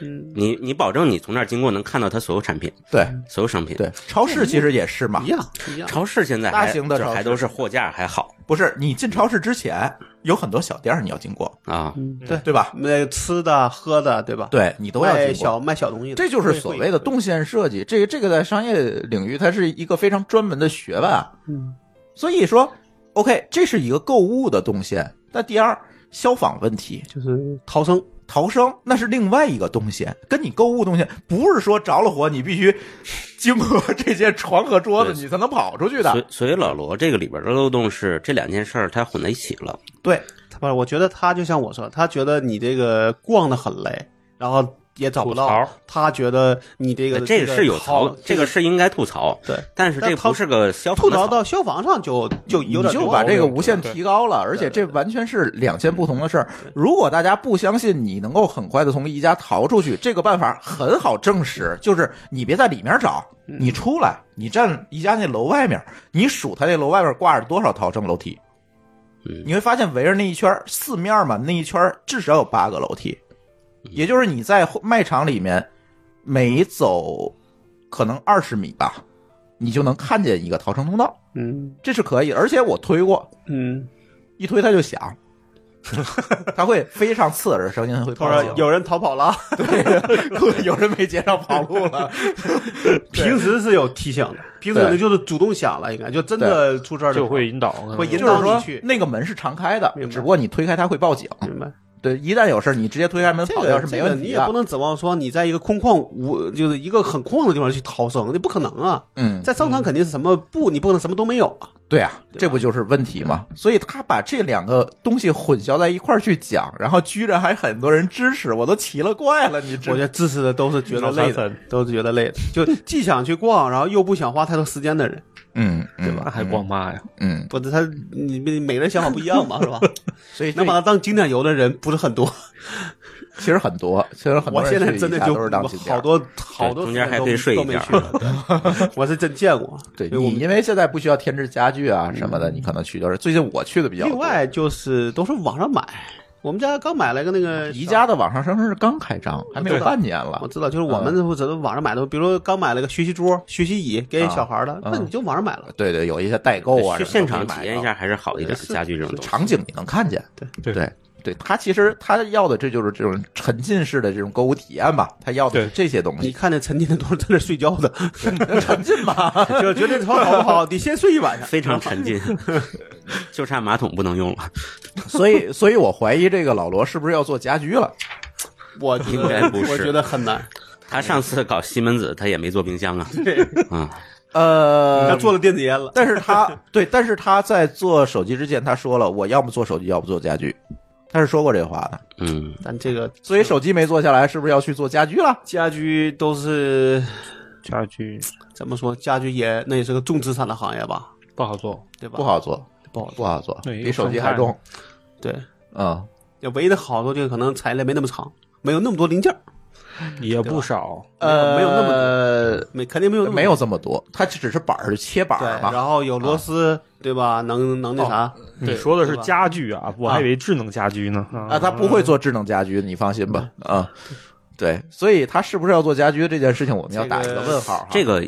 [SPEAKER 2] 嗯，
[SPEAKER 3] 你你保证你从那儿经过能看到它所有产品、
[SPEAKER 1] 对
[SPEAKER 3] 所有商品。
[SPEAKER 1] 对，超市其实也是嘛
[SPEAKER 2] 一，样一样。
[SPEAKER 3] 超市现在
[SPEAKER 1] 大
[SPEAKER 3] 还
[SPEAKER 1] 型的
[SPEAKER 3] 就
[SPEAKER 1] 超市
[SPEAKER 3] 还都是货架还好
[SPEAKER 1] 不是你进超市之前有很多小店儿你要经过，
[SPEAKER 3] 啊，
[SPEAKER 2] 嗯，
[SPEAKER 1] 对对吧？
[SPEAKER 2] 那吃的喝的，对吧？，
[SPEAKER 1] 对你都要经
[SPEAKER 2] 卖
[SPEAKER 1] 过
[SPEAKER 2] 哎小。卖小东西的，
[SPEAKER 1] 这就是所谓的动线设计，这个这个在商业领域它是一个非常专门的学问啊。
[SPEAKER 2] 嗯，
[SPEAKER 1] 所以说，OK，这是一个购物的动线。那第二，消防问题，
[SPEAKER 2] 就是逃生。
[SPEAKER 1] 逃生那是另外一个动线，跟你购物动线不是说着了火你必须经过这些床和桌子
[SPEAKER 3] 对
[SPEAKER 1] 你才能跑出去
[SPEAKER 3] 所以
[SPEAKER 1] 的。
[SPEAKER 3] 所以老罗这个里边的漏洞是这两件事儿它混在一起了。
[SPEAKER 1] 对，
[SPEAKER 2] 他不是，我觉得他就像我说，他觉得你这个逛的很累，然后也找不
[SPEAKER 5] 吐
[SPEAKER 2] 到
[SPEAKER 5] 槽，
[SPEAKER 2] 他觉得你这个
[SPEAKER 3] 这个是有槽
[SPEAKER 2] 逃，
[SPEAKER 3] 这个是应该吐槽，
[SPEAKER 2] 对，
[SPEAKER 3] 但是这
[SPEAKER 2] 但
[SPEAKER 3] 个
[SPEAKER 2] 他
[SPEAKER 3] 不是个
[SPEAKER 1] 啊
[SPEAKER 3] 消防
[SPEAKER 2] 吐
[SPEAKER 3] 的
[SPEAKER 2] 槽
[SPEAKER 3] 槽
[SPEAKER 2] 到消防上就就有点
[SPEAKER 1] 嗯你就
[SPEAKER 2] 多
[SPEAKER 1] 把这个
[SPEAKER 2] 我觉得
[SPEAKER 1] 无限提高了，而且这完全是两件不同的事儿。如果大家不相信你能够很快的从宜家逃出去，这个办法很好证
[SPEAKER 2] 嗯
[SPEAKER 1] 实，就是你别在里面找，你出来，你站宜家那楼外面，你数他那楼外面挂着多少逃生楼梯
[SPEAKER 3] 嗯，
[SPEAKER 1] 你会发现围着那一圈儿四面嘛，那一圈儿至少有八个楼梯，
[SPEAKER 2] 嗯
[SPEAKER 1] 也就是你在卖场里面每走可能二十米吧，你就能看见一个逃生通道。
[SPEAKER 2] 嗯
[SPEAKER 1] 这是可以的，而且我推过，
[SPEAKER 2] 嗯，
[SPEAKER 1] 一推它就响， 它会非常刺耳的声音会
[SPEAKER 2] 他
[SPEAKER 1] 报
[SPEAKER 2] 说
[SPEAKER 1] 警。
[SPEAKER 2] 有人逃跑 了，
[SPEAKER 1] 对，有人没接上跑路了，
[SPEAKER 2] 平时是有提醒的，平时
[SPEAKER 1] 对
[SPEAKER 2] 可能就是主动响了，应该就真的出事儿了
[SPEAKER 5] 就会引导，
[SPEAKER 2] 会
[SPEAKER 1] 就
[SPEAKER 2] 引
[SPEAKER 1] 是
[SPEAKER 2] 导
[SPEAKER 1] 说
[SPEAKER 2] 你去，
[SPEAKER 1] 那个门是常开的
[SPEAKER 2] 明，白
[SPEAKER 1] 只不过你推开它会报警。
[SPEAKER 2] 明白。
[SPEAKER 1] 对，一旦有事儿你直接推开门
[SPEAKER 2] 这
[SPEAKER 1] 跑掉
[SPEAKER 2] 个
[SPEAKER 1] 是
[SPEAKER 2] 这
[SPEAKER 1] 没
[SPEAKER 2] 个
[SPEAKER 1] 问
[SPEAKER 2] 你
[SPEAKER 1] 题啊
[SPEAKER 2] 也不
[SPEAKER 1] 的。
[SPEAKER 2] 能指望说你在一个空旷无就是一个很空旷的地方去逃生，那不可能啊。
[SPEAKER 1] 嗯，
[SPEAKER 2] 在商场肯定是什么不，你不可能什么都没有啊。
[SPEAKER 1] 对啊，
[SPEAKER 2] 吧
[SPEAKER 1] 这不就是问题吗？所以他把这两个东西混淆在一块儿去讲，然后居然还很多人支持，我都奇了怪了，你知
[SPEAKER 2] 我觉得支持的都是觉得累
[SPEAKER 5] 脑残
[SPEAKER 2] 的，都是觉得累的， 就既想去逛，然后又不想花太多时间的人，
[SPEAKER 1] 嗯，对
[SPEAKER 5] 那还光骂呀？
[SPEAKER 1] 嗯，
[SPEAKER 2] 不是他，你你每个人想法不一样嘛，是吧？
[SPEAKER 1] 所以这
[SPEAKER 2] 能把它当景点游的人不是很多，
[SPEAKER 1] 其实很多，其实很多
[SPEAKER 2] 我
[SPEAKER 1] 人
[SPEAKER 2] 现在
[SPEAKER 1] 去宜
[SPEAKER 2] 真的
[SPEAKER 1] 家
[SPEAKER 2] 就
[SPEAKER 1] 都是当景点
[SPEAKER 2] 好多好多
[SPEAKER 3] 中间
[SPEAKER 2] 景点
[SPEAKER 3] 还可以
[SPEAKER 2] 都
[SPEAKER 3] 睡一
[SPEAKER 2] 都没
[SPEAKER 3] 觉
[SPEAKER 2] 去了对 我是真见过。
[SPEAKER 1] 对
[SPEAKER 2] 所以我
[SPEAKER 1] 你，
[SPEAKER 2] 们
[SPEAKER 1] 因为现在不需要添置家具啊什么的，你可能去就是最近我去的比较多。
[SPEAKER 2] 另，外就是都是网上买，我们家刚买了个那个
[SPEAKER 1] 宜家的网上商城是刚开张，还没有
[SPEAKER 2] 对
[SPEAKER 1] 半年
[SPEAKER 2] 我
[SPEAKER 1] 了。
[SPEAKER 2] 知道，就是我
[SPEAKER 1] 嗯
[SPEAKER 2] 们或者网上买的，比如说刚买了个学习桌、学习椅给
[SPEAKER 1] 啊
[SPEAKER 2] 小孩的，
[SPEAKER 1] 嗯
[SPEAKER 2] 那你就网上买了。
[SPEAKER 1] 对对，有一些代购啊，
[SPEAKER 3] 去
[SPEAKER 1] 什么
[SPEAKER 3] 现
[SPEAKER 1] 的
[SPEAKER 3] 场
[SPEAKER 1] 可以买
[SPEAKER 3] 体验一
[SPEAKER 1] 到
[SPEAKER 3] 下还是好一点，家具这种东西。
[SPEAKER 1] 场景，你能看见。
[SPEAKER 5] 对
[SPEAKER 1] 对对，他其实他要的这就是这种沉浸式的这种购物体验吧，他要的是
[SPEAKER 5] 对
[SPEAKER 1] 这些东
[SPEAKER 2] 你
[SPEAKER 1] 西，
[SPEAKER 2] 看见沉浸的都是在那睡觉的，
[SPEAKER 1] 沉浸吧。
[SPEAKER 2] 就觉得床好不好？你先睡一晚上。
[SPEAKER 3] 非常沉浸， 就差马桶不能用了，
[SPEAKER 1] 所以所以我怀疑这个老罗是不是要做家居了？
[SPEAKER 2] 我觉
[SPEAKER 3] 应该
[SPEAKER 2] 得
[SPEAKER 3] 不是
[SPEAKER 2] 我觉得 很难。
[SPEAKER 3] 他上次搞西门子，他也没做冰箱啊，啊，
[SPEAKER 2] 他
[SPEAKER 1] 呃，
[SPEAKER 2] 做了电子烟了，
[SPEAKER 1] 但是他对，但是他在做手机之前，他说了，我要么做手机，要么做家居，他是说过这话的。
[SPEAKER 3] 嗯，
[SPEAKER 2] 但这个
[SPEAKER 1] 所以手机没做下来，是不是要去做家居了？
[SPEAKER 2] 家居都是
[SPEAKER 5] 家具
[SPEAKER 2] 怎么说？家居也那也是个重资产的行业吧，
[SPEAKER 5] 不好做，
[SPEAKER 2] 对吧？
[SPEAKER 1] 不，好做，
[SPEAKER 2] 不好，
[SPEAKER 1] 不好做，
[SPEAKER 5] 对
[SPEAKER 1] 比手机还重。
[SPEAKER 2] 对。
[SPEAKER 1] 嗯，
[SPEAKER 2] 就唯一的好处就是可能产业链没那么长，没有那么多零件儿，
[SPEAKER 5] 也不少。
[SPEAKER 2] 呃
[SPEAKER 1] 没有那么
[SPEAKER 2] 没肯定没有那么
[SPEAKER 1] 没有这么多，它只是板儿切板
[SPEAKER 2] 对
[SPEAKER 1] 儿，嘛。
[SPEAKER 2] 然后有螺丝，对吧？能能那啥，
[SPEAKER 5] 你说的是
[SPEAKER 2] 对吧
[SPEAKER 5] 家具啊，我还以为智能家居呢。
[SPEAKER 1] 啊，他不会做智能家居，你放心吧。
[SPEAKER 2] 嗯
[SPEAKER 1] 啊，对，所以他是不是要做家居这件事情，我们要打一个问 号哈。
[SPEAKER 3] 这个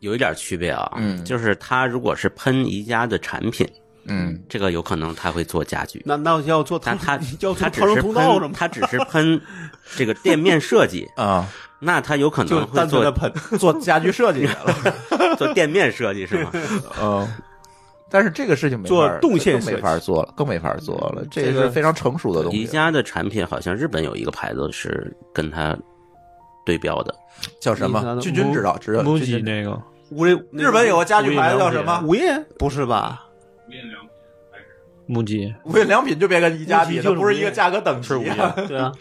[SPEAKER 3] 有一点区别啊，
[SPEAKER 1] 嗯
[SPEAKER 3] 就是他如果是喷宜家的产品，
[SPEAKER 1] 嗯，
[SPEAKER 3] 这个有可能他会做家 具，
[SPEAKER 2] 那那要做
[SPEAKER 3] 但他
[SPEAKER 2] 要
[SPEAKER 3] 他
[SPEAKER 2] 做
[SPEAKER 3] 只
[SPEAKER 2] 逃生
[SPEAKER 3] 是
[SPEAKER 2] 通道什
[SPEAKER 3] 喷，
[SPEAKER 2] 么，
[SPEAKER 3] 他只是喷这个店面设计，
[SPEAKER 1] 啊，
[SPEAKER 3] 那他有可
[SPEAKER 2] 就
[SPEAKER 3] 能会
[SPEAKER 2] 单纯的
[SPEAKER 3] 做
[SPEAKER 2] 喷。
[SPEAKER 1] 做家居设计去了。
[SPEAKER 3] 做店面设计是吗？
[SPEAKER 1] 嗯，但是这个事情没法儿
[SPEAKER 2] 做动线
[SPEAKER 1] 更
[SPEAKER 2] 设
[SPEAKER 1] 没
[SPEAKER 2] 计嗯
[SPEAKER 1] 法儿做了，更没法儿做了。这
[SPEAKER 2] 这
[SPEAKER 1] 也
[SPEAKER 2] 个
[SPEAKER 1] 是非常成熟的东
[SPEAKER 3] 宜
[SPEAKER 1] 西，
[SPEAKER 3] 家的产品好像日本有一个牌子是跟它对标的，
[SPEAKER 1] 叫什
[SPEAKER 2] 宜家
[SPEAKER 1] 么？
[SPEAKER 2] 的
[SPEAKER 1] 俊君知道，只有
[SPEAKER 5] 木
[SPEAKER 1] 俊
[SPEAKER 5] 吉
[SPEAKER 1] 君
[SPEAKER 5] 那个
[SPEAKER 2] 无人
[SPEAKER 1] 日本有个家具牌子叫什么？
[SPEAKER 2] 无印不是吧？
[SPEAKER 5] 木吉，
[SPEAKER 1] 无印良品就别跟宜家比，
[SPEAKER 2] 无印就是
[SPEAKER 1] 它不是
[SPEAKER 2] 无印
[SPEAKER 1] 一个价格等级。
[SPEAKER 2] 对啊，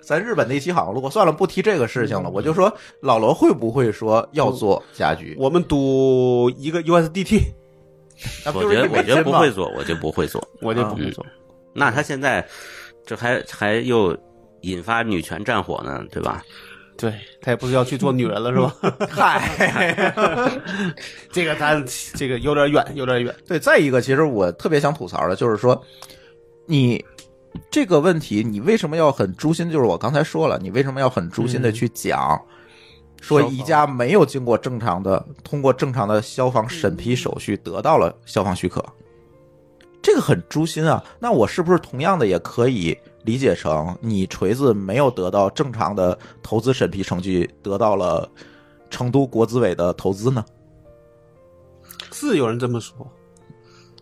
[SPEAKER 1] 咱日本那期好像录过，算了，不提这个事情了。我就说老罗会不会说要做家居？
[SPEAKER 2] 我们赌一个 USDT，
[SPEAKER 1] 那不
[SPEAKER 3] 我
[SPEAKER 1] 就
[SPEAKER 3] 觉
[SPEAKER 1] 是一
[SPEAKER 3] 得
[SPEAKER 1] 个
[SPEAKER 3] 我觉得
[SPEAKER 1] 美金
[SPEAKER 3] 不
[SPEAKER 1] 吗
[SPEAKER 3] 会做，我觉得不会做。
[SPEAKER 2] 我就不会做。
[SPEAKER 3] 啊那他现在这还还又引发女权战火呢，对吧？
[SPEAKER 2] 对他也不是要去做女人了是吧？
[SPEAKER 1] 嗨，
[SPEAKER 2] 这个咱这个有点远，有点远。
[SPEAKER 1] 对，再一个，其实我特别想吐槽的就是说，你这个问题你为什么要很诛心？就是我刚才说了，你为什么要很诛心的去讲，说宜家没有经过正常的通过正常的消防审批手续得到了消防许可，这个很诛心啊。那我是不是同样的也可以理解成你锤子没有得到正常的投资审批程序，得到了成都国资委的投资呢？
[SPEAKER 2] 是有人这么说，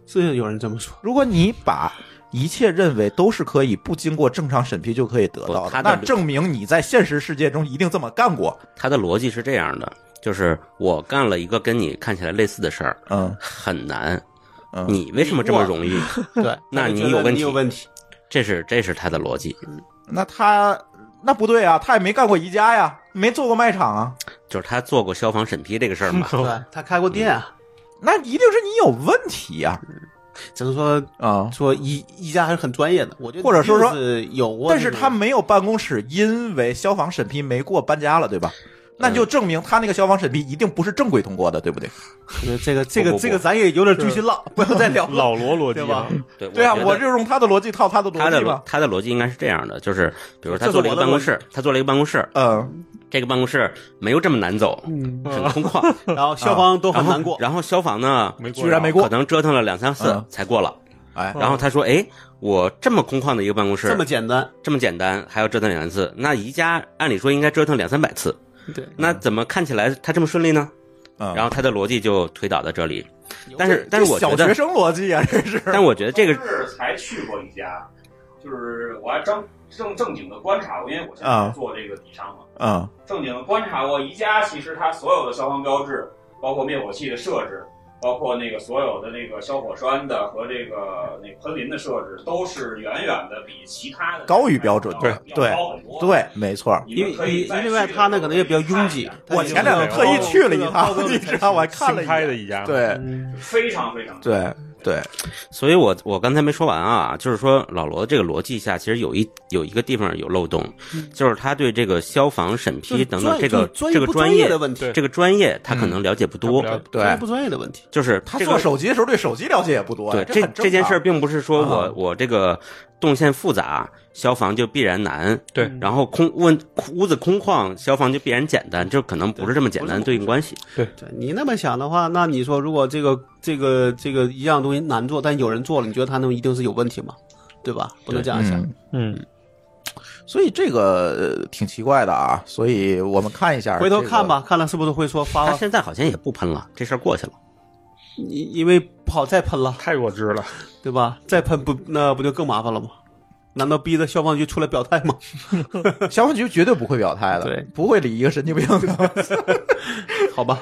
[SPEAKER 2] 是有人这么说，
[SPEAKER 1] 如果你把一切认为都是可以不经过正常审批就可以得到
[SPEAKER 3] 不他的
[SPEAKER 1] 那证明你在现实世界中一定这么干过。
[SPEAKER 3] 他的逻辑是这样的，就是我干了一个跟你看起来类似的事儿，
[SPEAKER 1] 嗯
[SPEAKER 3] 很难，
[SPEAKER 1] 嗯，
[SPEAKER 3] 你为什么这么容易？
[SPEAKER 2] 对，
[SPEAKER 3] 那
[SPEAKER 2] 他就
[SPEAKER 3] 你
[SPEAKER 2] 觉得
[SPEAKER 3] 有问
[SPEAKER 2] 你有
[SPEAKER 3] 题
[SPEAKER 2] 问题，
[SPEAKER 3] 这是这是他的逻辑，
[SPEAKER 1] 那他那不对啊，他也没干过宜家呀，没做过卖场啊，
[SPEAKER 3] 就是他做过消防审批这个事 儿嘛。
[SPEAKER 1] 哦
[SPEAKER 2] 对他开过店啊，
[SPEAKER 1] 那一定是你有问题啊呀
[SPEAKER 2] 只能说
[SPEAKER 1] 啊。
[SPEAKER 2] 说宜宜家还是很专业的，我觉得
[SPEAKER 1] 或者说说
[SPEAKER 2] 就是有过
[SPEAKER 1] 但
[SPEAKER 2] 这
[SPEAKER 1] 是
[SPEAKER 2] 种
[SPEAKER 1] 他没有办公室，因为消防审批没过搬家了，对吧？
[SPEAKER 3] 嗯
[SPEAKER 1] 那就证明他那个消防审批一定不是正规通过的，对不对？
[SPEAKER 2] 呃这个这
[SPEAKER 3] 不
[SPEAKER 2] 个
[SPEAKER 3] 不
[SPEAKER 2] 这个咱也有点追心了，不要再聊了，
[SPEAKER 5] 老罗逻辑
[SPEAKER 2] 对
[SPEAKER 5] 了
[SPEAKER 2] 吧？
[SPEAKER 3] 对
[SPEAKER 1] 对啊，
[SPEAKER 3] 觉得
[SPEAKER 1] 我就用他的逻辑套他的
[SPEAKER 3] 他
[SPEAKER 1] 逻
[SPEAKER 3] 的
[SPEAKER 1] 辑
[SPEAKER 3] 逻
[SPEAKER 1] 嘛。
[SPEAKER 3] 他的逻辑应该是这样的，就是比如他
[SPEAKER 2] 这是
[SPEAKER 3] 做了一
[SPEAKER 2] 我
[SPEAKER 3] 个
[SPEAKER 2] 的
[SPEAKER 3] 办公
[SPEAKER 2] 逻辑
[SPEAKER 3] 室，他做了一个办公室，
[SPEAKER 1] 嗯，
[SPEAKER 3] 这个办公室没有这么难走，很空旷，
[SPEAKER 2] 然后消防都
[SPEAKER 3] 然
[SPEAKER 2] 很
[SPEAKER 3] 后
[SPEAKER 2] 难过，
[SPEAKER 3] 然后消防呢，
[SPEAKER 5] 没过
[SPEAKER 1] 居然没过
[SPEAKER 3] 可能折腾了两三次
[SPEAKER 1] 嗯
[SPEAKER 3] 才过了。
[SPEAKER 1] 哎，
[SPEAKER 3] 然后他说：“哎，我这么空旷的一个办公室，
[SPEAKER 2] 这么简单，
[SPEAKER 3] 这么简单，还要折腾两三次？那宜家按理说应该折腾两三百次，
[SPEAKER 2] 对，
[SPEAKER 5] 嗯
[SPEAKER 3] 那怎么看起来他这么顺利呢？”
[SPEAKER 1] 嗯，
[SPEAKER 3] 然后他的逻辑就推导到这里。但是，但是我
[SPEAKER 1] 这
[SPEAKER 3] 觉
[SPEAKER 1] 小学
[SPEAKER 3] 得，
[SPEAKER 1] 生逻辑啊，这是。
[SPEAKER 3] 但我觉得这个
[SPEAKER 7] 是才去过一家，就是我还正正正经的观察过，因为我现
[SPEAKER 1] 啊
[SPEAKER 7] 在做这个底商嘛，
[SPEAKER 1] 嗯
[SPEAKER 7] 正经地观察过宜家，其实它所有的消防标志，包括灭火器的设置，包括那个所有的那个消火栓的和这个那喷淋的设置，都是远远的比其他的
[SPEAKER 1] 高于标准
[SPEAKER 7] 要要
[SPEAKER 1] 对
[SPEAKER 7] 高很多。
[SPEAKER 1] 对，没错儿。
[SPEAKER 7] 你
[SPEAKER 2] 因为
[SPEAKER 7] 们可以
[SPEAKER 2] 因
[SPEAKER 7] 再
[SPEAKER 2] 为
[SPEAKER 7] 去
[SPEAKER 2] 另外他那可能也比较拥挤，
[SPEAKER 1] 我前两天特意去了一趟，
[SPEAKER 2] 哦
[SPEAKER 1] 你知道我还看了
[SPEAKER 5] 新
[SPEAKER 1] 一
[SPEAKER 5] 开
[SPEAKER 1] 眼嗯
[SPEAKER 5] 的一家，，
[SPEAKER 1] 对
[SPEAKER 7] 非常非常
[SPEAKER 1] 对对，
[SPEAKER 3] 所以我我刚才没说完啊，就是说老罗这个逻辑下，其实有一有一个地方有漏洞，就是他对这个消防审批等等这个
[SPEAKER 2] 专
[SPEAKER 3] 这个
[SPEAKER 2] 不专
[SPEAKER 3] 业
[SPEAKER 2] 的问题
[SPEAKER 5] 对，
[SPEAKER 3] 这个专业他可能了解不多，
[SPEAKER 5] 嗯
[SPEAKER 1] 对
[SPEAKER 2] 专业不专业的问题，
[SPEAKER 3] 就是
[SPEAKER 1] 他
[SPEAKER 3] 这
[SPEAKER 1] 做
[SPEAKER 3] 个
[SPEAKER 1] 手机的时候对手机了解也不多呀，啊
[SPEAKER 3] 对这
[SPEAKER 1] 很正
[SPEAKER 3] 这件事儿
[SPEAKER 1] 常
[SPEAKER 3] 并不是说我、
[SPEAKER 1] 啊
[SPEAKER 3] 我这个动线复杂，消防就必然难，
[SPEAKER 5] 对
[SPEAKER 3] 然后空问屋子空旷，消防就必然简单，就可能嗯不是这么简单的对应关系。
[SPEAKER 2] 对你那么想的话，那你说如果这个这个这个一样东西难做，但有人做了，你觉得他那一定是有问题吗？对吧？不能这样想。
[SPEAKER 1] 嗯
[SPEAKER 5] 嗯，
[SPEAKER 1] 所以这个呃挺奇怪的啊，所以我们看一下，
[SPEAKER 2] 回头看，吧，看了是不是会说发
[SPEAKER 3] 他
[SPEAKER 2] 了？
[SPEAKER 3] 现在好像也不喷了，这事儿过去了。
[SPEAKER 2] 因因为不好再喷了，
[SPEAKER 5] 太弱智了，
[SPEAKER 2] 对吧？再喷不那不就更麻烦了吗？难道逼着消防局出来表态吗？
[SPEAKER 1] 消防局绝对不会表态的，
[SPEAKER 2] 对，
[SPEAKER 1] 不会理一个神经病的。
[SPEAKER 2] 好吧，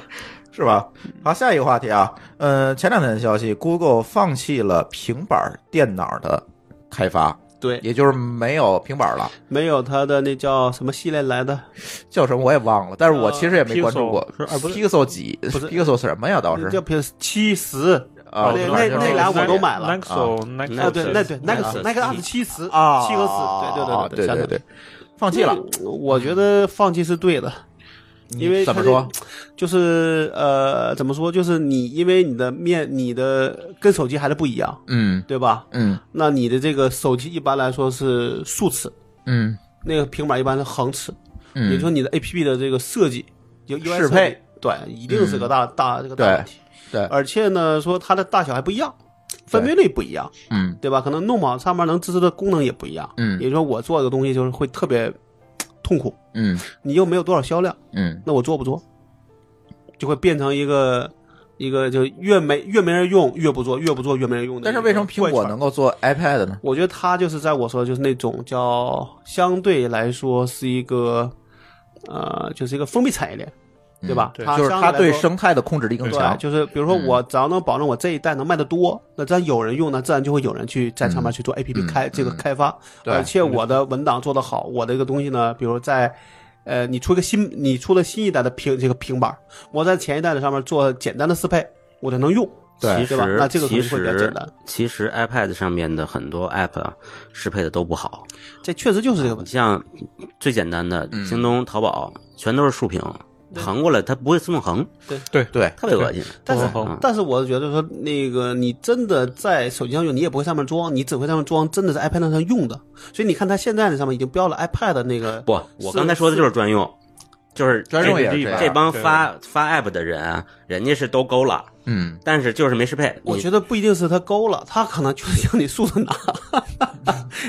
[SPEAKER 1] 是吧？好，下一个话题啊，呃，前两天的消息，Google 放弃了平板电脑的开发，
[SPEAKER 2] 对，
[SPEAKER 1] 也就是没有平板了，
[SPEAKER 2] 没有他的那叫什么系列来的，
[SPEAKER 1] 叫什么我也忘了，但是我其实也没关注过。
[SPEAKER 5] 是啊不是
[SPEAKER 1] Pixel 几
[SPEAKER 2] 不是
[SPEAKER 1] Pixel 什么呀？倒
[SPEAKER 2] 那
[SPEAKER 1] 是
[SPEAKER 2] 叫平七十
[SPEAKER 1] 啊，
[SPEAKER 2] 那
[SPEAKER 1] 反正
[SPEAKER 2] 那俩我都买了
[SPEAKER 5] Nexo
[SPEAKER 2] 啊，
[SPEAKER 5] Nexo
[SPEAKER 2] 对，那对那个
[SPEAKER 3] Nexus
[SPEAKER 2] 那个 S 七十
[SPEAKER 1] 啊，
[SPEAKER 2] 七和四，对对
[SPEAKER 1] 对
[SPEAKER 2] 对
[SPEAKER 1] 啊对对，放弃了。
[SPEAKER 2] 对，我觉得放弃是对的，因为
[SPEAKER 1] 怎么
[SPEAKER 2] 它这
[SPEAKER 1] 说？
[SPEAKER 2] 就是呃，怎么说？就是你因为你的面，你的跟手机还是不一样，
[SPEAKER 1] 嗯
[SPEAKER 2] 对吧？
[SPEAKER 1] 嗯
[SPEAKER 2] 那你的这个手机一般来说是竖尺，
[SPEAKER 1] 嗯
[SPEAKER 2] 那个平板一般是横尺，也就是
[SPEAKER 1] 嗯，
[SPEAKER 2] 说你的 A P P 的这个设计，就 UI
[SPEAKER 1] 适配
[SPEAKER 2] 设计，对，一定是个大、大这个大
[SPEAKER 1] 对
[SPEAKER 2] 问题。
[SPEAKER 1] 对
[SPEAKER 2] 而且呢，说它的大小还不一样，分辨率不一样，
[SPEAKER 1] 嗯
[SPEAKER 2] 对吧？可能弄不好上面能支持的功能也不一样，
[SPEAKER 1] 嗯
[SPEAKER 2] 也就是说我做这个东西就是会特别痛苦，
[SPEAKER 1] 嗯
[SPEAKER 2] 你又没有多少销量。
[SPEAKER 1] 嗯，
[SPEAKER 2] 那我做不做，就会变成一个一个就越没越没人用，越不做，越不做越没人用的。
[SPEAKER 1] 但是为什么苹果？能够做 iPad 呢？嗯
[SPEAKER 2] 我觉得它就是在我说的就是那种叫相对来说是一个呃，就是一个封闭产业链，对吧？
[SPEAKER 5] 对
[SPEAKER 2] 它
[SPEAKER 1] 就是
[SPEAKER 2] 相
[SPEAKER 1] 它
[SPEAKER 2] 来说
[SPEAKER 1] 嗯对生态的控制力更强
[SPEAKER 2] 对，。就是比如说
[SPEAKER 1] 嗯
[SPEAKER 2] 我只要能保证我这一代能卖得多，那自然有人用呢，自然就会有人去在上面去做 APP
[SPEAKER 1] 嗯
[SPEAKER 2] 开、这个
[SPEAKER 1] 嗯
[SPEAKER 2] 开发，
[SPEAKER 1] 对
[SPEAKER 2] 而且我的文档做得好，我的一个东西呢，比如在。呃，你出一个新，你出了新一代的平这个平板儿，我在前一代的上面做简单的适配，我就能用。
[SPEAKER 1] 对
[SPEAKER 3] 其
[SPEAKER 2] 对吧
[SPEAKER 3] 实
[SPEAKER 2] 那这个可
[SPEAKER 3] 其
[SPEAKER 2] 能会比较
[SPEAKER 3] 实
[SPEAKER 2] 简单
[SPEAKER 3] 其实 iPad 上面的很多 App 啊，适配的都不好。
[SPEAKER 2] 这确实就是这个问
[SPEAKER 3] 你
[SPEAKER 2] 题。
[SPEAKER 3] 像最简单的
[SPEAKER 1] 嗯
[SPEAKER 3] 京东、淘宝，全都是竖屏，横过来，它不会自动横，
[SPEAKER 1] 对，
[SPEAKER 3] 特别恶心。
[SPEAKER 2] 但是
[SPEAKER 5] 不
[SPEAKER 3] 哦
[SPEAKER 5] 会横
[SPEAKER 2] 但是我觉得说那个你真的在手机上用，你也不会上面装，你只会上面装真的是 iPad 上用的。所以你看它现在的上面已经标了 iPad 那个
[SPEAKER 3] 不，我刚才说的就是专用，就是
[SPEAKER 1] 专用也是
[SPEAKER 5] 这
[SPEAKER 1] 这
[SPEAKER 5] 样
[SPEAKER 1] 样，
[SPEAKER 3] 这帮发发 app 的人啊，人家是都勾了，
[SPEAKER 1] 嗯，
[SPEAKER 3] 但是就是没适配。
[SPEAKER 2] 我
[SPEAKER 3] 你
[SPEAKER 2] 觉得不一定是他勾了，他可能就是让你竖着拿，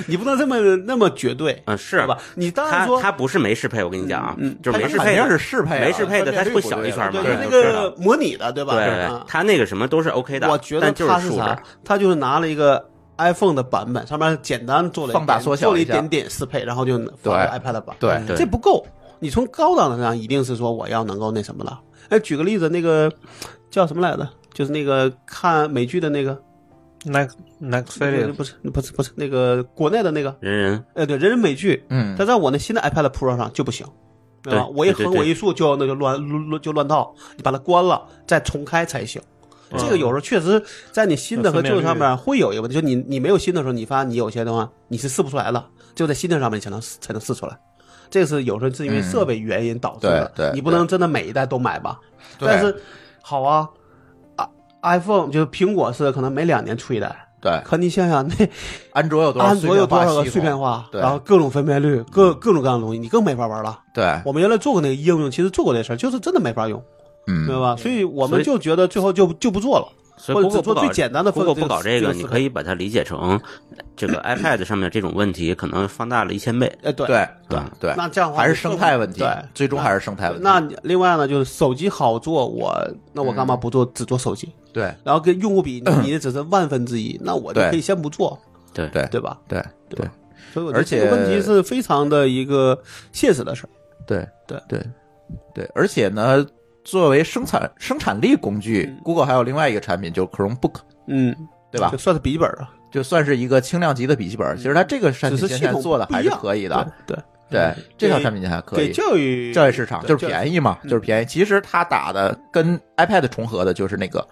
[SPEAKER 2] 你不能这么那么绝对，
[SPEAKER 3] 嗯是
[SPEAKER 2] 吧？你当然
[SPEAKER 3] 他
[SPEAKER 2] 说
[SPEAKER 3] 他不是没适配，我跟你讲啊，
[SPEAKER 2] 嗯
[SPEAKER 3] 就是没适
[SPEAKER 1] 肯
[SPEAKER 3] 配
[SPEAKER 1] 定是
[SPEAKER 3] 的，
[SPEAKER 1] 适配啊，
[SPEAKER 3] 没适配的
[SPEAKER 1] 分辨
[SPEAKER 3] 它
[SPEAKER 1] 率
[SPEAKER 3] 会
[SPEAKER 1] 不
[SPEAKER 3] 小
[SPEAKER 1] 对
[SPEAKER 3] 一圈
[SPEAKER 1] 了
[SPEAKER 3] 嘛
[SPEAKER 2] 对，
[SPEAKER 1] 对
[SPEAKER 2] 就那
[SPEAKER 3] 就知道
[SPEAKER 2] 个模拟的，对吧？
[SPEAKER 3] 对
[SPEAKER 2] 啊，
[SPEAKER 3] 他那个什么都是 OK 的，
[SPEAKER 2] 我觉得
[SPEAKER 3] 但就
[SPEAKER 2] 他
[SPEAKER 3] 是竖
[SPEAKER 2] 啥
[SPEAKER 3] 着，？
[SPEAKER 2] 他就是拿了一个 iPhone 的版本，上面简单做了一点
[SPEAKER 1] 放大缩小
[SPEAKER 2] 做了一
[SPEAKER 1] 一下
[SPEAKER 2] 点点适配，然后就放了 iPad 版。
[SPEAKER 1] 对
[SPEAKER 3] 对
[SPEAKER 2] 这不够，你从高档的上一定是说我要能够那什么了。哎，举个例子，那个叫什么来着？就是那个看美剧的那个，
[SPEAKER 5] Next Next
[SPEAKER 2] 那个
[SPEAKER 5] Felix
[SPEAKER 2] 不是不是不是那个国内的那个，
[SPEAKER 3] 人人
[SPEAKER 2] 呃，对，人人美剧，
[SPEAKER 1] 嗯，
[SPEAKER 2] 它在我那新的 iPad Pro 上就不行，对吧？
[SPEAKER 3] 对
[SPEAKER 2] 我一
[SPEAKER 3] 对对
[SPEAKER 2] 横
[SPEAKER 3] 对
[SPEAKER 2] 我一竖就那就乱乱就乱套，你把它关了再重开才行。
[SPEAKER 5] 嗯
[SPEAKER 2] 这个有时候确实在你新的和
[SPEAKER 5] 分辨
[SPEAKER 2] 旧
[SPEAKER 5] 率
[SPEAKER 2] 上面会有一个问题，就你你没有新的时候，你发现你有些的话你是试不出来了，就在新的上面才能才能试出来。这个是有时候是因为
[SPEAKER 1] 嗯
[SPEAKER 2] 设备原因导致的，
[SPEAKER 1] 对对
[SPEAKER 2] 你不能真的每一代都买吧。
[SPEAKER 1] 对
[SPEAKER 2] 但是好啊啊，iPhone 就是苹果是可能每两年出一代，
[SPEAKER 1] 对，
[SPEAKER 2] 可你想想那
[SPEAKER 1] 安卓有多少
[SPEAKER 2] 安
[SPEAKER 1] 碎
[SPEAKER 2] 卓
[SPEAKER 1] 片
[SPEAKER 2] 有多
[SPEAKER 1] 化
[SPEAKER 2] 少个
[SPEAKER 1] 系
[SPEAKER 2] 碎片
[SPEAKER 1] 统？
[SPEAKER 2] 化，
[SPEAKER 1] 对
[SPEAKER 2] 然后各种分辨率，各各种各样的东西，你更没法玩了。
[SPEAKER 1] 对，
[SPEAKER 2] 我们原来做过那个应用，其实做过这事儿，就是真的没法用，
[SPEAKER 1] 嗯，
[SPEAKER 2] 对吧？所以我
[SPEAKER 3] 所
[SPEAKER 2] 们
[SPEAKER 3] 以
[SPEAKER 2] 就觉得最后就就不做了，
[SPEAKER 3] 所
[SPEAKER 2] 或
[SPEAKER 3] 以
[SPEAKER 2] 者
[SPEAKER 3] Google
[SPEAKER 2] 只做
[SPEAKER 3] 不搞
[SPEAKER 2] 最简单的分。
[SPEAKER 3] Google 不搞这
[SPEAKER 2] 个
[SPEAKER 3] 个，，你可以把它理解成 这个 iPad 上面这种问题可能放大了一千倍。
[SPEAKER 2] 哎，对，
[SPEAKER 1] 对对
[SPEAKER 3] 嗯
[SPEAKER 1] 对，
[SPEAKER 2] 那这样的话
[SPEAKER 1] 还是生态问题，
[SPEAKER 2] 对，
[SPEAKER 1] 最终还是生态问题。
[SPEAKER 2] 那你另外呢，就是手机好做，我那我
[SPEAKER 1] 嗯
[SPEAKER 2] 干嘛不做只做手机？
[SPEAKER 1] 对
[SPEAKER 2] 然后跟用户 比，你的只是万分之一，那我就
[SPEAKER 1] 对
[SPEAKER 2] 可以先不做，
[SPEAKER 3] 对
[SPEAKER 1] 对
[SPEAKER 2] 对吧？
[SPEAKER 1] 对对
[SPEAKER 2] 所以我觉得
[SPEAKER 1] 而且
[SPEAKER 2] 这个问题是非常的一个现实的事儿。
[SPEAKER 1] 对
[SPEAKER 2] 对
[SPEAKER 1] 对对，而且呢，作为生产生产力工具
[SPEAKER 2] 嗯
[SPEAKER 1] ，Google 还有另外一个产品，就是 Chromebook，
[SPEAKER 2] 嗯，
[SPEAKER 1] 对吧
[SPEAKER 2] 就？算是笔记本了，
[SPEAKER 1] 就算是一个轻量级的笔记本，其实它这个产
[SPEAKER 2] 只
[SPEAKER 1] 品
[SPEAKER 2] 是
[SPEAKER 1] 线
[SPEAKER 2] 系
[SPEAKER 1] 现在
[SPEAKER 2] 统
[SPEAKER 1] 做的
[SPEAKER 2] 不
[SPEAKER 1] 还
[SPEAKER 2] 一
[SPEAKER 1] 是
[SPEAKER 2] 样
[SPEAKER 1] 可以的。。
[SPEAKER 2] 对，
[SPEAKER 1] 对，这套
[SPEAKER 2] 给
[SPEAKER 1] 产品线还可
[SPEAKER 2] 给
[SPEAKER 1] 以。
[SPEAKER 2] 教育
[SPEAKER 1] 教育市场
[SPEAKER 2] 对
[SPEAKER 1] 就是
[SPEAKER 2] 教育嗯
[SPEAKER 1] 便宜嘛，就是便宜。其实它打的跟 iPad 重合的就是那个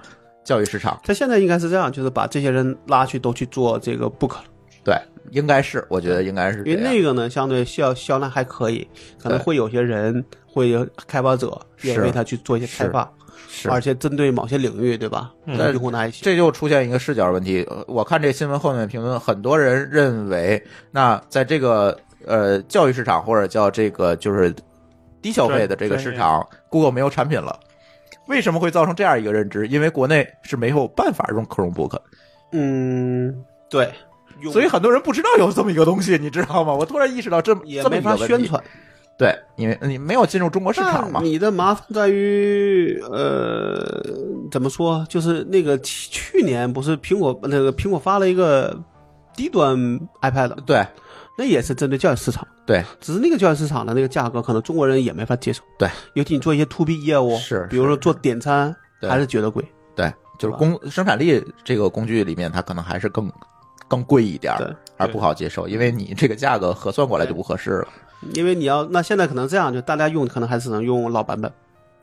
[SPEAKER 1] 教育市场，
[SPEAKER 2] 他现在应该是这样，就是把这些人拉去都去做这个 book 了，
[SPEAKER 1] 对，应该是，我觉得应该是这
[SPEAKER 2] 因为
[SPEAKER 1] 样。
[SPEAKER 2] 那个呢，相对销销量还可以，可能
[SPEAKER 1] 对
[SPEAKER 2] 会有些人会有开发者愿意
[SPEAKER 1] 是
[SPEAKER 2] 为他去做一些开发，
[SPEAKER 1] 是
[SPEAKER 2] 而且针对某些领域，对吧？
[SPEAKER 5] 嗯
[SPEAKER 2] 用户呢还行。
[SPEAKER 1] 这就出现一个视角问题。呃我看这新闻后面评论，很多人认为，那在这个呃教育市场或者叫这个就是低消费的这个市场，Google 没有产品了。为什么会造成这样一个认知？因为国内是没有办法用 Chromebook，
[SPEAKER 2] 嗯，对，用
[SPEAKER 1] 所以很多人不知道有这么一个东西，你知道吗？我突然意识到这么
[SPEAKER 2] 也
[SPEAKER 1] 这么
[SPEAKER 2] 没
[SPEAKER 1] 一个
[SPEAKER 2] 法
[SPEAKER 1] 问题
[SPEAKER 2] 宣。传。
[SPEAKER 1] 对，因为你没有进入中国市场嘛
[SPEAKER 2] 但。你的麻烦在于，呃，怎么说？就是那个去去年不是苹果那个苹果发了一个低端 iPad，
[SPEAKER 1] 对
[SPEAKER 2] 那也是针对教育市场。
[SPEAKER 1] 对
[SPEAKER 2] 只是那个教育市场的那个价格，可能中国人也没法接受。
[SPEAKER 1] 对，
[SPEAKER 2] 尤其你做一些 to B 业务，
[SPEAKER 1] 是
[SPEAKER 2] 比如说做点餐，
[SPEAKER 1] 对
[SPEAKER 2] 还是觉得贵。
[SPEAKER 1] 对，就是
[SPEAKER 2] 是吧
[SPEAKER 1] 工生产力这个工具里面，它可能还是更更贵一点儿
[SPEAKER 2] 对
[SPEAKER 1] 而不好接受，因为你这个价格核算过来就不合适了。
[SPEAKER 2] 因为你要那现在可能这样，就大家用可能还是能用老版本，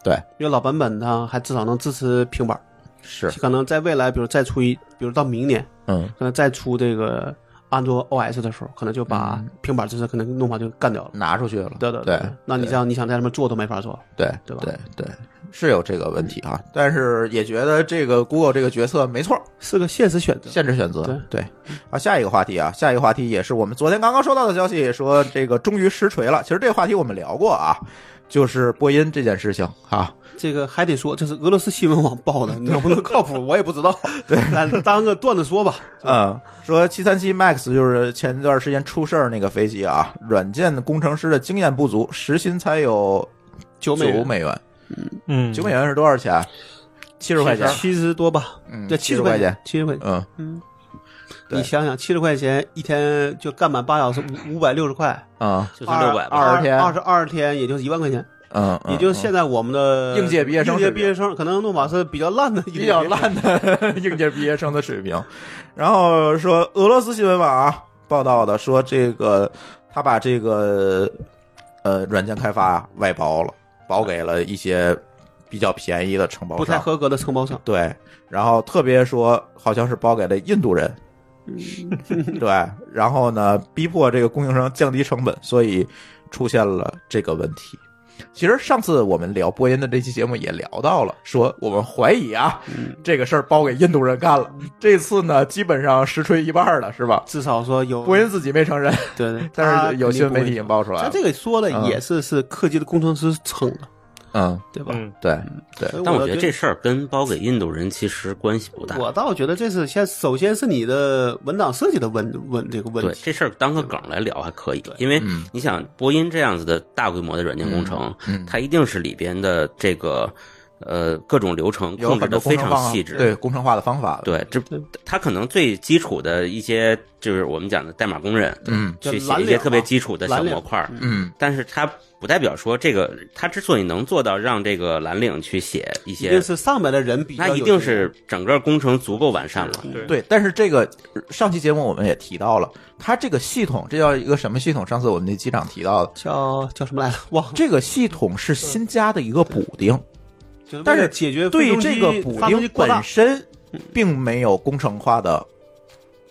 [SPEAKER 1] 对，
[SPEAKER 2] 因为老版本它还至少能支持平板儿。
[SPEAKER 1] 是，
[SPEAKER 2] 可能在未来，比如再出一，比如到明年，
[SPEAKER 1] 嗯，
[SPEAKER 2] 可能再出这个安卓 OS 的时候，可能就把平板支持可能弄法就干掉了。
[SPEAKER 1] 拿出去了。
[SPEAKER 2] 对对
[SPEAKER 1] 嗯对
[SPEAKER 2] 那你
[SPEAKER 1] 对
[SPEAKER 2] 这样你想在上面做都没法做。
[SPEAKER 1] 对
[SPEAKER 2] 对吧
[SPEAKER 1] 对对，是有这个问题啊，但是也觉得这个 Google 这个决策没错儿，
[SPEAKER 2] 是个现实选择。
[SPEAKER 1] 限制选择。
[SPEAKER 2] 对嗯
[SPEAKER 1] 对，啊，下一个话题啊，下一个话题也是我们昨天刚刚收到的消息，说这个终于实锤了。其实这个话题我们聊过啊，就是播音这件事情啊，
[SPEAKER 2] 这个还得说，这是俄罗斯新闻网报的，能 不能靠谱我也不知道。对，咱当个段子说吧。
[SPEAKER 1] 嗯，说七三七 MAX 就是前段时间出事儿那个飞机啊，软件工程师的经验不足，时薪才有
[SPEAKER 2] 九美
[SPEAKER 1] 九
[SPEAKER 2] 元
[SPEAKER 1] 美元，
[SPEAKER 5] 嗯，
[SPEAKER 1] 九美元是多少钱？啊七十块钱，
[SPEAKER 2] 七十多吧，
[SPEAKER 1] 嗯，
[SPEAKER 2] 这
[SPEAKER 1] 七
[SPEAKER 2] 七
[SPEAKER 1] 十
[SPEAKER 2] 十
[SPEAKER 1] 块
[SPEAKER 2] 钱
[SPEAKER 1] 钱，，
[SPEAKER 2] 七十块钱。
[SPEAKER 1] 嗯，对
[SPEAKER 2] 你想想，七十块钱一天就干满八小时，五五百六十块，
[SPEAKER 1] 啊，
[SPEAKER 3] 就算六百吧，
[SPEAKER 1] 二十天
[SPEAKER 2] 二十二天也就是一万块钱，
[SPEAKER 1] 嗯，嗯
[SPEAKER 2] 也就是现在我们的
[SPEAKER 1] 应届毕业生
[SPEAKER 2] 应
[SPEAKER 1] 水
[SPEAKER 2] 届
[SPEAKER 1] 平
[SPEAKER 2] 毕业生可能弄法是比较烂的，
[SPEAKER 1] 比较烂的 应届毕业生的水平。然后说俄罗斯新闻网啊报道的说，这个他把这个呃软件开发外包了，包给了一些比较便宜的承包
[SPEAKER 2] 不太
[SPEAKER 1] 商。
[SPEAKER 2] 合格的承包商。
[SPEAKER 1] 对，然后特别说好像是包给了印度人，
[SPEAKER 2] 嗯
[SPEAKER 1] 对，然后呢逼迫这个供应商降低成本，所以出现了这个问题。其实上次我们聊波音的这期节目也聊到了，说我们怀疑啊，
[SPEAKER 2] 嗯
[SPEAKER 1] 这个事儿包给印度人干了。这次呢，基本上实锤一半儿了，是吧？
[SPEAKER 2] 至少说有
[SPEAKER 1] 波音自己没承认，
[SPEAKER 2] 对对，
[SPEAKER 1] 但是有
[SPEAKER 2] 些
[SPEAKER 1] 新媒体已经爆出来
[SPEAKER 2] 他
[SPEAKER 1] 了。
[SPEAKER 2] 这个说的
[SPEAKER 1] 嗯
[SPEAKER 2] 也是是客机的工程师蹭的，
[SPEAKER 1] 嗯，
[SPEAKER 2] 对吧？
[SPEAKER 5] 嗯，
[SPEAKER 1] 对，
[SPEAKER 2] 所以
[SPEAKER 3] 但我
[SPEAKER 2] 倒
[SPEAKER 3] 觉得这事儿跟包给印度人其实关系不大。
[SPEAKER 2] 我倒觉得这是先，首先是你的文档设计的问问这个问
[SPEAKER 3] 对
[SPEAKER 2] 题，
[SPEAKER 3] 这事儿当个梗来聊还可以，因为
[SPEAKER 1] 嗯
[SPEAKER 3] 你想波音这样子的大规模的软件工程，
[SPEAKER 1] 嗯，
[SPEAKER 3] 它一定是里边的这个呃各种流程
[SPEAKER 1] 有
[SPEAKER 3] 控制
[SPEAKER 1] 很多
[SPEAKER 3] 的
[SPEAKER 1] 工
[SPEAKER 3] 非
[SPEAKER 1] 程方
[SPEAKER 3] 常
[SPEAKER 1] 案
[SPEAKER 3] 细致。
[SPEAKER 1] 对工程化的方法，，
[SPEAKER 3] 对，这它可能最基础的一些就是我们讲的代码工人，
[SPEAKER 1] 嗯
[SPEAKER 3] 去
[SPEAKER 2] 叫
[SPEAKER 3] 写
[SPEAKER 2] 蓝
[SPEAKER 3] 一些
[SPEAKER 2] 领
[SPEAKER 3] 特别
[SPEAKER 2] 嘛
[SPEAKER 3] 基础的小
[SPEAKER 2] 蓝领
[SPEAKER 3] 模块儿，
[SPEAKER 1] 嗯
[SPEAKER 3] 但是它不代表说这个，它之所以能做到让这个蓝领去写一
[SPEAKER 2] 一
[SPEAKER 3] 些
[SPEAKER 2] 定，是上面的人比较
[SPEAKER 3] 那
[SPEAKER 2] 有嗯
[SPEAKER 3] 一定
[SPEAKER 2] 经验
[SPEAKER 3] 是整个工程足够完善了。
[SPEAKER 5] 对
[SPEAKER 1] 对。但是这个上期节目我们也提到了，它这个系统，这叫一个什么系统？上次我们那机长提到的，
[SPEAKER 2] 叫叫什么来着？忘了。
[SPEAKER 1] 这个系统是新加的一个补丁，
[SPEAKER 2] 就为
[SPEAKER 1] 但是
[SPEAKER 2] 了解决
[SPEAKER 1] 对
[SPEAKER 2] 非洲
[SPEAKER 1] 这
[SPEAKER 2] 机
[SPEAKER 1] 个补
[SPEAKER 2] 发
[SPEAKER 1] 丁
[SPEAKER 2] 动机过
[SPEAKER 1] 本
[SPEAKER 2] 大，
[SPEAKER 1] 身并没有工程化的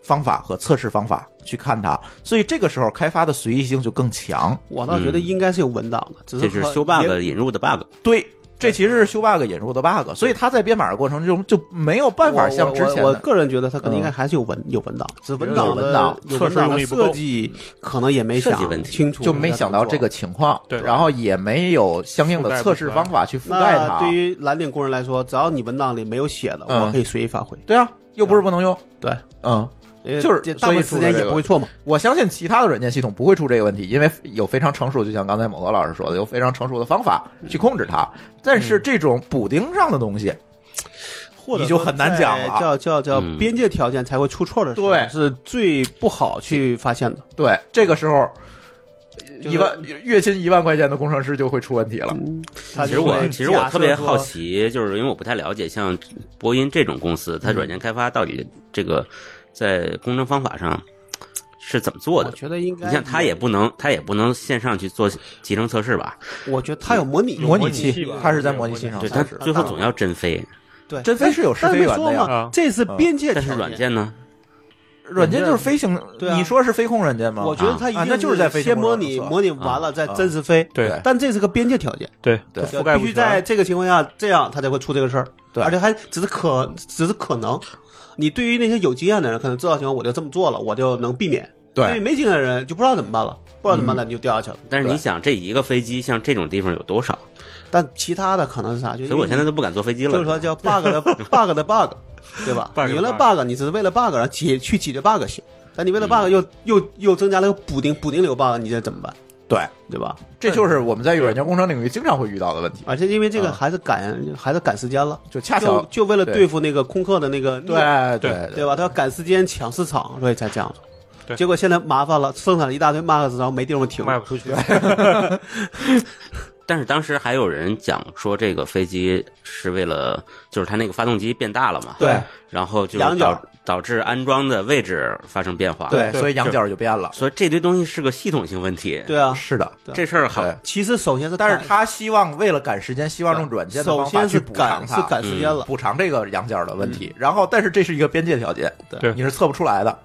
[SPEAKER 1] 方法和测试方法去看它，所以这个时候开发的随意性就更强。
[SPEAKER 2] 我倒觉得应该是有文档的，只
[SPEAKER 3] 嗯这
[SPEAKER 2] 是
[SPEAKER 3] 是
[SPEAKER 2] 和
[SPEAKER 3] 修 bug
[SPEAKER 2] 嗯也
[SPEAKER 3] 引入的 bug，
[SPEAKER 1] 对，这其实是修 bug 引入的 bug，所以它在编码的过程中就没有办法像之前
[SPEAKER 2] 我我我
[SPEAKER 1] 的嗯
[SPEAKER 2] 个人觉得它可能应该还是有文、有文档，只是文档
[SPEAKER 1] 有文档
[SPEAKER 2] 的有
[SPEAKER 5] 测
[SPEAKER 2] 文
[SPEAKER 5] 试
[SPEAKER 2] 档
[SPEAKER 5] 用
[SPEAKER 2] 的
[SPEAKER 5] 力不够
[SPEAKER 2] 设计可能也没
[SPEAKER 3] 设计
[SPEAKER 2] 想
[SPEAKER 3] 问题
[SPEAKER 2] 清楚，
[SPEAKER 1] 就没想到这个。情况，
[SPEAKER 5] 对
[SPEAKER 1] 然后也没有相应的测试方法去覆盖
[SPEAKER 2] 那
[SPEAKER 1] 它
[SPEAKER 2] 对。于蓝领工人来说，只要你文档里没有写的，
[SPEAKER 1] 嗯
[SPEAKER 2] 我可以随意发挥。
[SPEAKER 1] 对啊，又不是不能用。
[SPEAKER 2] 对，
[SPEAKER 1] 嗯，
[SPEAKER 2] 呃
[SPEAKER 1] 就是
[SPEAKER 2] 这大部分时间也不会错嘛。
[SPEAKER 1] 我相信其他的软件系统不会出这个问题，因为有非常成熟，就像刚才某个老师说的，有非常成熟的方法去控制它。但是这种补丁上的东西，
[SPEAKER 2] 或者
[SPEAKER 1] 你就很难讲了
[SPEAKER 2] 在叫叫叫
[SPEAKER 3] 嗯
[SPEAKER 2] 边界条件才会出错的时候，
[SPEAKER 1] 对
[SPEAKER 2] 是最不好去发现的。
[SPEAKER 1] 对这个时候，
[SPEAKER 2] 就是
[SPEAKER 1] 一万月薪一万块钱的工程师就会出问题了。
[SPEAKER 2] 它
[SPEAKER 3] 其
[SPEAKER 2] 就
[SPEAKER 3] 实我
[SPEAKER 2] 会
[SPEAKER 3] 其实我
[SPEAKER 2] 假设
[SPEAKER 3] 特别好
[SPEAKER 2] 说，
[SPEAKER 3] 奇，就是因为我不太了解像波音这种公司，
[SPEAKER 2] 嗯
[SPEAKER 3] 它软件开发到底这个在工程方法上是怎么做
[SPEAKER 2] 我
[SPEAKER 3] 的？
[SPEAKER 2] 觉得应该，
[SPEAKER 3] 你像它也，不能，它也不能线上去做集成测试吧？
[SPEAKER 2] 我觉得它有模拟，
[SPEAKER 1] 模
[SPEAKER 5] 模
[SPEAKER 1] 拟
[SPEAKER 5] 拟器吧
[SPEAKER 1] 它是在
[SPEAKER 5] 对
[SPEAKER 1] 模拟
[SPEAKER 5] 模拟
[SPEAKER 1] 器上
[SPEAKER 3] 对，
[SPEAKER 5] 器
[SPEAKER 1] 测
[SPEAKER 3] 它
[SPEAKER 1] 试。
[SPEAKER 3] 最后总要真飞。
[SPEAKER 2] 对，
[SPEAKER 1] 真飞是有试
[SPEAKER 2] 但
[SPEAKER 1] 飞
[SPEAKER 2] 没
[SPEAKER 1] 源的
[SPEAKER 2] 说
[SPEAKER 1] 呀，啊嗯
[SPEAKER 2] 嘛，这是边界条
[SPEAKER 3] 但
[SPEAKER 2] 件，
[SPEAKER 3] 是软件呢？
[SPEAKER 1] 软件就是飞行，
[SPEAKER 2] 对啊
[SPEAKER 1] 你说是飞控软件吗？
[SPEAKER 2] 我觉得
[SPEAKER 3] 啊
[SPEAKER 2] 它一
[SPEAKER 1] 啊
[SPEAKER 2] 定
[SPEAKER 1] 那就是在飞行
[SPEAKER 2] 先
[SPEAKER 1] 过
[SPEAKER 2] 模
[SPEAKER 1] 程中
[SPEAKER 2] 拟，
[SPEAKER 1] 测
[SPEAKER 2] 模拟完了再真实飞。
[SPEAKER 5] 对
[SPEAKER 1] 对
[SPEAKER 2] 但这是个边界条件，
[SPEAKER 5] 对
[SPEAKER 1] 对
[SPEAKER 5] 覆盖
[SPEAKER 2] 必
[SPEAKER 5] 不
[SPEAKER 2] 须
[SPEAKER 5] 全
[SPEAKER 2] 在这个情况下这样，它才会出这个事儿。
[SPEAKER 1] 对
[SPEAKER 2] 而且还只是可，只是可能。你对于那些有经验的人，可能知道情况，我就这么做了，我就能避免。对于
[SPEAKER 1] 对
[SPEAKER 2] 没经验的人就不知道怎么办了，不知道怎么办了你就掉下去了。
[SPEAKER 3] 但是
[SPEAKER 1] 对
[SPEAKER 3] 你想，这一个飞机像这种地方有多少？
[SPEAKER 2] 但其他的可能是啥？就
[SPEAKER 3] 所以我现在都不敢坐飞机了。
[SPEAKER 2] 就是说叫 bug 的 bug 的 bug，对吧
[SPEAKER 5] bug 的
[SPEAKER 2] 你原来
[SPEAKER 5] bug
[SPEAKER 2] bug 你只是为了 bug 然后解去解决 bug 行，但你为了 bug 又、又又增加了个补丁，补丁里有 bug，你这怎么办？
[SPEAKER 1] 对，
[SPEAKER 2] 对吧？
[SPEAKER 1] 这就是我们在软件工程领域经常会遇到的问题，
[SPEAKER 2] 而且因为这个
[SPEAKER 1] 嗯
[SPEAKER 2] 还是赶、还是赶时间了，
[SPEAKER 1] 就恰
[SPEAKER 2] 就
[SPEAKER 1] 巧
[SPEAKER 2] 就为了
[SPEAKER 1] 对
[SPEAKER 2] 对付那个空客的那个
[SPEAKER 1] 对
[SPEAKER 2] 对
[SPEAKER 1] 对
[SPEAKER 2] 对吧？他要赶时间抢市场，所以才这样做。
[SPEAKER 5] 对
[SPEAKER 2] 结果现在麻烦了，生产了一大堆 Max，然后没地方停，
[SPEAKER 5] 卖不出去。
[SPEAKER 3] 但是当时还有人讲说，这个飞机是为了，就是它那个发动机变大了嘛，
[SPEAKER 2] 对，
[SPEAKER 3] 然后就
[SPEAKER 2] 仰角
[SPEAKER 3] 导导致安装的位置发生变化，，
[SPEAKER 1] 对，
[SPEAKER 5] 对
[SPEAKER 1] 所以仰角就变了。
[SPEAKER 3] 所以这堆东西是个系统性问题，
[SPEAKER 2] 对啊。
[SPEAKER 1] 是的，
[SPEAKER 3] 这事儿好
[SPEAKER 1] 对，
[SPEAKER 2] 其实首先是赶，
[SPEAKER 1] 但是他希望为了赶时间，希望用软件的
[SPEAKER 2] 首
[SPEAKER 1] 方法
[SPEAKER 2] 先
[SPEAKER 1] 去
[SPEAKER 2] 是
[SPEAKER 1] 补偿嗯
[SPEAKER 2] 赶是
[SPEAKER 1] 它，
[SPEAKER 2] 赶时间了，
[SPEAKER 1] 补偿这个仰角的问题。然后，但是这是一个边界条件，
[SPEAKER 5] 对
[SPEAKER 1] 你是测不出来的。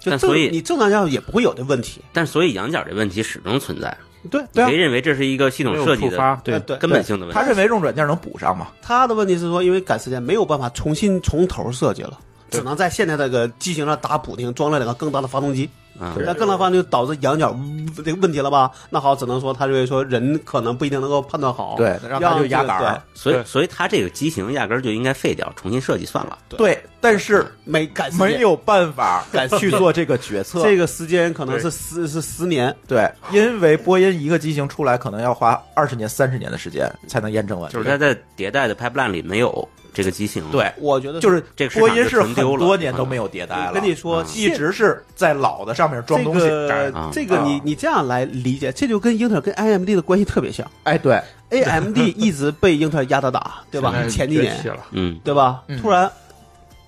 [SPEAKER 2] 就
[SPEAKER 3] 但
[SPEAKER 2] 正
[SPEAKER 3] 所以
[SPEAKER 2] 你正常下也不会有这问题。
[SPEAKER 3] 但所以仰角这问题始终存在，
[SPEAKER 2] 对
[SPEAKER 1] 啊
[SPEAKER 3] 你可以认为这是一个系统
[SPEAKER 5] 没有
[SPEAKER 3] 设计
[SPEAKER 5] 触发
[SPEAKER 3] 的
[SPEAKER 5] 对
[SPEAKER 2] 呃对
[SPEAKER 3] 根本性的问
[SPEAKER 1] 他
[SPEAKER 3] 题。
[SPEAKER 1] 认为用软件能补上嘛？
[SPEAKER 2] 他的问题是说，因为赶时间没有办法重新从头设计了，
[SPEAKER 5] 对
[SPEAKER 2] 只能在现在这个机型上打补丁，装了两个更大的发动机。
[SPEAKER 3] 啊
[SPEAKER 2] 那更大的发动机导致仰角嗯这个问题了吧？那好，只能说他认为说人可能不一定能够判断好，
[SPEAKER 1] 对，然后他就压杆
[SPEAKER 2] 让这个
[SPEAKER 1] 儿。
[SPEAKER 3] 所以
[SPEAKER 5] 对
[SPEAKER 3] 所以它这个机型压根儿就应该废掉，重新设计算了。
[SPEAKER 1] 对，但是
[SPEAKER 2] 对没赶时间
[SPEAKER 1] 没有办法去做 这个决策。
[SPEAKER 2] 这个时间可能是
[SPEAKER 5] 对
[SPEAKER 2] 十是十年，
[SPEAKER 1] 对，因为波音一个机型出来，可能要花二十年、三十年的时间才能验证完。
[SPEAKER 3] 就是它在迭代的 pipeline 里没有这个机型，，
[SPEAKER 1] 对，
[SPEAKER 2] 我觉得
[SPEAKER 1] 就是
[SPEAKER 3] 这个市
[SPEAKER 1] 波
[SPEAKER 3] 场
[SPEAKER 1] 音
[SPEAKER 3] 就是存
[SPEAKER 1] 很
[SPEAKER 3] 丢了嗯
[SPEAKER 1] 多年都没有迭代
[SPEAKER 2] 我
[SPEAKER 1] 了
[SPEAKER 2] 跟，你说，
[SPEAKER 1] 一直是在老的上面装
[SPEAKER 2] 这
[SPEAKER 1] 东西。
[SPEAKER 2] 个
[SPEAKER 3] 啊
[SPEAKER 2] 这个你
[SPEAKER 1] 啊
[SPEAKER 2] 你这样来理解，这就跟英特尔跟 AMD 的关系特别像
[SPEAKER 1] 哎，对，
[SPEAKER 2] ，AMD 一直被英特尔压着打，对吧？前几年
[SPEAKER 5] 崛起了，
[SPEAKER 3] 嗯，
[SPEAKER 2] 对吧
[SPEAKER 1] 嗯？
[SPEAKER 2] 突然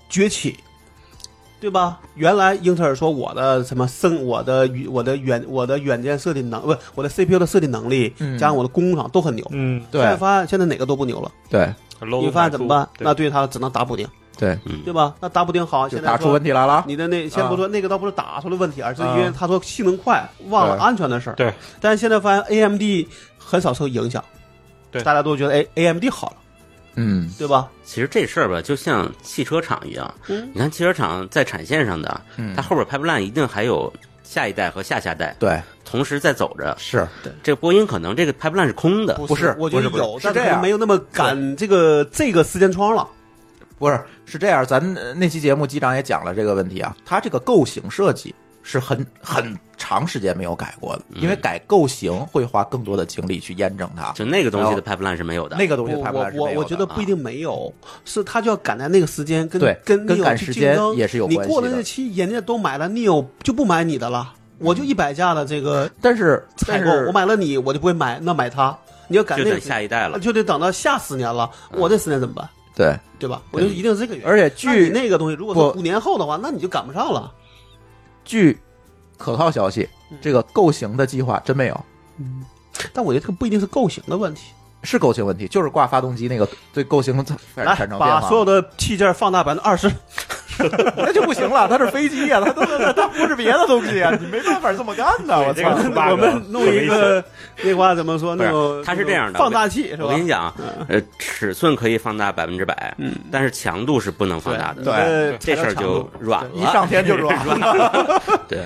[SPEAKER 2] 崛起，对吧？原来英特尔说我的什么生我的与我的软我的软件设计能不我的 CPU 的设计能力，
[SPEAKER 1] 嗯
[SPEAKER 2] 加上我的工厂都很牛。
[SPEAKER 5] 嗯，
[SPEAKER 2] 现在
[SPEAKER 1] 对，
[SPEAKER 2] 发现现在哪个都不牛了，
[SPEAKER 1] 对，
[SPEAKER 5] low
[SPEAKER 2] 你发现怎么办？
[SPEAKER 5] 对
[SPEAKER 2] 那对它只能打补丁，
[SPEAKER 1] 对，
[SPEAKER 3] 嗯，
[SPEAKER 2] 对吧？那打补丁好，
[SPEAKER 1] 就
[SPEAKER 2] 现
[SPEAKER 1] 打
[SPEAKER 2] 在
[SPEAKER 1] 出
[SPEAKER 2] 说
[SPEAKER 1] 问题来嗯了。
[SPEAKER 2] 你的那先不说那个，倒不是打出了问题，而是因为
[SPEAKER 1] 啊
[SPEAKER 2] 他说性能快，忘了
[SPEAKER 1] 对
[SPEAKER 2] 安全的事儿。
[SPEAKER 5] 对，
[SPEAKER 2] 但是现在发现 AMD 很少受影响，
[SPEAKER 5] 对
[SPEAKER 2] 大家都觉得哎 AMD 好了，
[SPEAKER 1] 嗯
[SPEAKER 2] 对吧？
[SPEAKER 3] 其实这事儿吧，就像汽车厂一样，
[SPEAKER 2] 嗯
[SPEAKER 3] 你看汽车厂在产线上的，
[SPEAKER 1] 嗯
[SPEAKER 3] 它，后边 pipeline 一定还有下一代和下下代
[SPEAKER 1] 对，
[SPEAKER 3] 同时在走着。
[SPEAKER 1] 是
[SPEAKER 3] 这个波音可能这个 pipeline 是空的，
[SPEAKER 1] 不是
[SPEAKER 2] 我觉得
[SPEAKER 1] 不是
[SPEAKER 2] 有
[SPEAKER 1] 不，是
[SPEAKER 2] 但
[SPEAKER 1] 是这样
[SPEAKER 2] 没有那么赶这个这个时间窗了。
[SPEAKER 1] 不是是这样？咱呃那期节目机长也讲了这个问题啊，它这个构型设计是很很长时间没有改过的，因为改构型会花更多的精力去验证它。
[SPEAKER 3] 就那个东西的 pipeline 是没有的。
[SPEAKER 1] 那个
[SPEAKER 2] 我
[SPEAKER 1] 东西它
[SPEAKER 2] 我我我觉得不一定没有，是他就要赶在那个时间跟
[SPEAKER 1] 啊对
[SPEAKER 2] 跟
[SPEAKER 1] 跟
[SPEAKER 2] Neo
[SPEAKER 1] 赶
[SPEAKER 2] 去
[SPEAKER 1] 时
[SPEAKER 2] 竞
[SPEAKER 1] 间
[SPEAKER 2] 争
[SPEAKER 1] 也是有
[SPEAKER 2] 你
[SPEAKER 1] 关
[SPEAKER 2] 过
[SPEAKER 1] 系
[SPEAKER 2] 了
[SPEAKER 1] 的
[SPEAKER 2] 日期，人家都买了 Neo 就不买你的了，我就一百架的这个
[SPEAKER 1] 但是嗯但
[SPEAKER 2] 采购，
[SPEAKER 1] 是
[SPEAKER 2] 我买了你，我就不会买那买它。你要赶
[SPEAKER 3] 就
[SPEAKER 2] 那
[SPEAKER 3] 等
[SPEAKER 2] 个时间
[SPEAKER 3] 下一代了。
[SPEAKER 2] 就得等到下十年了，我这十年怎么办？
[SPEAKER 1] 嗯对，
[SPEAKER 2] 对吧？我觉得一定是这个原因。
[SPEAKER 1] 而且
[SPEAKER 2] 那你
[SPEAKER 1] 据
[SPEAKER 2] 那个东西，如果说
[SPEAKER 1] 不
[SPEAKER 2] 五年后的话，那你就赶不上了。
[SPEAKER 1] 据可靠消息
[SPEAKER 2] 嗯，
[SPEAKER 1] 这个构型的计划真没有，
[SPEAKER 2] 但我觉得这个不一定是构型的问题。
[SPEAKER 1] 是构型问题，就是挂发动机那个对构型
[SPEAKER 2] 来
[SPEAKER 1] 产生，变
[SPEAKER 2] 把
[SPEAKER 1] 化
[SPEAKER 2] 所有的器件放大百分之二十，
[SPEAKER 1] 那就不行了，它是飞机呀、啊它它它它不是别的东西啊，你没办法这么干呐！ 我
[SPEAKER 5] 这个
[SPEAKER 1] 操，
[SPEAKER 5] 很 bug 啊
[SPEAKER 2] 我们弄一个那话怎么说？
[SPEAKER 3] 不是
[SPEAKER 2] 那种
[SPEAKER 3] 它是这样的
[SPEAKER 2] 那种放大器是吧？
[SPEAKER 3] 我跟你讲啊，呃，尺寸可以放大百分之百，
[SPEAKER 2] 嗯，
[SPEAKER 3] 但是强度是不能放大
[SPEAKER 2] 对
[SPEAKER 3] 的。
[SPEAKER 1] 对
[SPEAKER 3] 这事儿就软
[SPEAKER 1] 一
[SPEAKER 3] 了。
[SPEAKER 1] 上天就软了。
[SPEAKER 3] 对，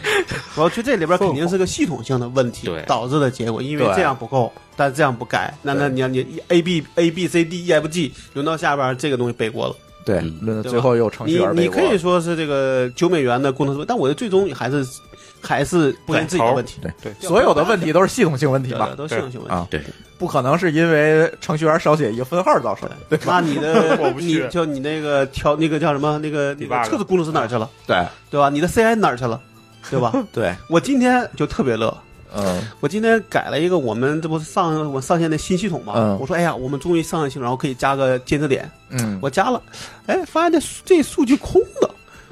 [SPEAKER 2] 我要去这里边肯定是个系统性的问题
[SPEAKER 3] 对
[SPEAKER 2] 导致的结果，因为
[SPEAKER 1] 对
[SPEAKER 2] 这样不够，但这样不改，那那
[SPEAKER 1] 对
[SPEAKER 2] 你要你 A B A B C D E F G 轮到下边这个东西背锅了。
[SPEAKER 1] 对，
[SPEAKER 3] 嗯
[SPEAKER 1] 论
[SPEAKER 2] 对吧
[SPEAKER 1] 最后又程序
[SPEAKER 2] 你
[SPEAKER 1] 员背
[SPEAKER 2] 你
[SPEAKER 1] 锅
[SPEAKER 2] 可以说是这个九美元的工程师，但我觉得最终还是还是不能自己的问题，
[SPEAKER 1] 对
[SPEAKER 5] 对
[SPEAKER 1] 所有的问题都是系统性问题
[SPEAKER 2] 对
[SPEAKER 1] 吧
[SPEAKER 2] 吧？？都是性问题。
[SPEAKER 1] 啊，
[SPEAKER 3] 对，
[SPEAKER 1] 不可能是因为程序员少写一个分号造成的。对
[SPEAKER 2] 那你的
[SPEAKER 5] 过不去
[SPEAKER 2] 你就你那个调那个叫什么那个那
[SPEAKER 5] Debug
[SPEAKER 2] 个测试工程师哪儿去了，
[SPEAKER 1] 对
[SPEAKER 2] 对吧？你的 CI 哪 儿去了，对吧？
[SPEAKER 1] 对，
[SPEAKER 2] 我今天就特别乐，
[SPEAKER 1] 嗯
[SPEAKER 2] 我今天改了一个我们这不是上我上线的新系统嘛？
[SPEAKER 1] 嗯
[SPEAKER 2] 我说哎呀，我们终于上线系统，然后可以加个监测点，
[SPEAKER 1] 嗯，
[SPEAKER 2] 我加了，哎，发现这数这数据空的，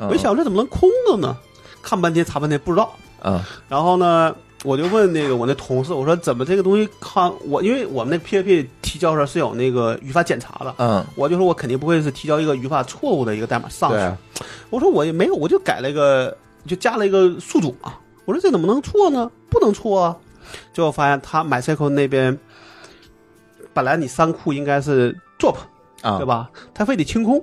[SPEAKER 2] 我一想这怎么能空的呢？看半天查半天不知道，
[SPEAKER 1] 嗯，
[SPEAKER 2] 然后呢，我就问那个我那同事，我说怎么这个东西看我，因为我们那 PHP 提交上是有那个语法检查的，
[SPEAKER 1] 嗯
[SPEAKER 2] 我就说我肯定不会是提交一个语法错误的一个代码上
[SPEAKER 1] 嗯，
[SPEAKER 2] 去
[SPEAKER 1] 对，，
[SPEAKER 2] 我说我也没有，我就改了一个，就加了一个宿主嘛，我说这怎么能错呢？不能错啊！结果发现他 MySQL 那边本来你仓库应该是 drop
[SPEAKER 1] 啊，
[SPEAKER 2] 对？吧，他非得清空，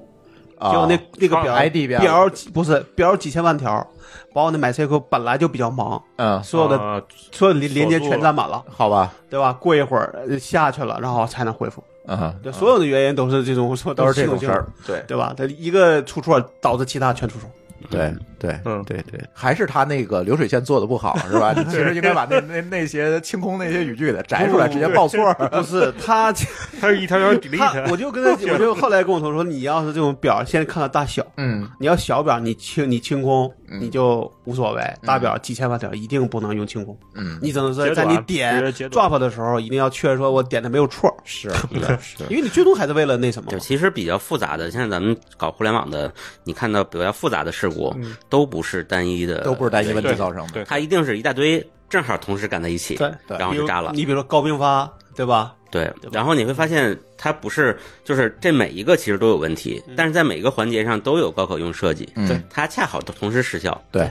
[SPEAKER 1] 啊，
[SPEAKER 2] 结果那那个表
[SPEAKER 1] ID 表
[SPEAKER 2] 表几不是表几千万条，把我那 MySQL 本来就比较忙，
[SPEAKER 1] 嗯，
[SPEAKER 2] 所有的
[SPEAKER 5] 啊
[SPEAKER 2] 所有连连接全占满了，
[SPEAKER 1] 好吧，
[SPEAKER 2] 对吧？过一会儿呃下去了，然后才能恢复。
[SPEAKER 1] 嗯，
[SPEAKER 2] 对，所有的原因都是这种，说
[SPEAKER 1] 都是这种
[SPEAKER 2] 系
[SPEAKER 1] 事
[SPEAKER 2] 统性
[SPEAKER 1] 儿，，对
[SPEAKER 2] 对吧？它一个出错导致其他全出错。
[SPEAKER 1] 对对，
[SPEAKER 5] 嗯
[SPEAKER 1] 对对，还是他那个流水线做的不好，是 吧？你其实应该把那那那些清空那些语句得摘出来，直接报错儿。
[SPEAKER 2] 不是 他，
[SPEAKER 5] 它是一条条 delete
[SPEAKER 2] 他我就跟他，我就后来跟我同事说，你要是这种表，先看看大小。
[SPEAKER 1] 嗯，
[SPEAKER 2] 你要小表，你清你清空，
[SPEAKER 1] 嗯
[SPEAKER 2] 你就无所谓。大表几千万条，一定不能用清空。
[SPEAKER 1] 嗯
[SPEAKER 2] 你只能
[SPEAKER 5] 截
[SPEAKER 2] 是在
[SPEAKER 5] 短
[SPEAKER 2] 你
[SPEAKER 5] 直
[SPEAKER 2] 点
[SPEAKER 5] 接截短
[SPEAKER 2] drop 的时候，一定要确认说我点的没有错，
[SPEAKER 1] 是是，
[SPEAKER 2] 因为你最终还是为了那什么
[SPEAKER 3] 就。其实比较复杂的，现在咱们搞互联网的，你看到比较复杂的事故，
[SPEAKER 2] 嗯
[SPEAKER 3] 都不是单一的，
[SPEAKER 1] 都不是单一问题
[SPEAKER 5] 对
[SPEAKER 1] 造成的。
[SPEAKER 5] 对
[SPEAKER 3] 它一定是一大堆正好同时赶在一起，
[SPEAKER 2] 对
[SPEAKER 1] 对
[SPEAKER 3] 然后
[SPEAKER 2] 比如
[SPEAKER 3] 就炸了。
[SPEAKER 2] 你比如说高并发，对吧？
[SPEAKER 3] 对
[SPEAKER 2] 对吧，
[SPEAKER 3] 然后你会发现它不是，就是这每一个其实都有问题，
[SPEAKER 2] 嗯
[SPEAKER 3] 但是在每一个环节上都有高可用设计，
[SPEAKER 1] 嗯，
[SPEAKER 3] 它恰好都同时失效。
[SPEAKER 1] 对，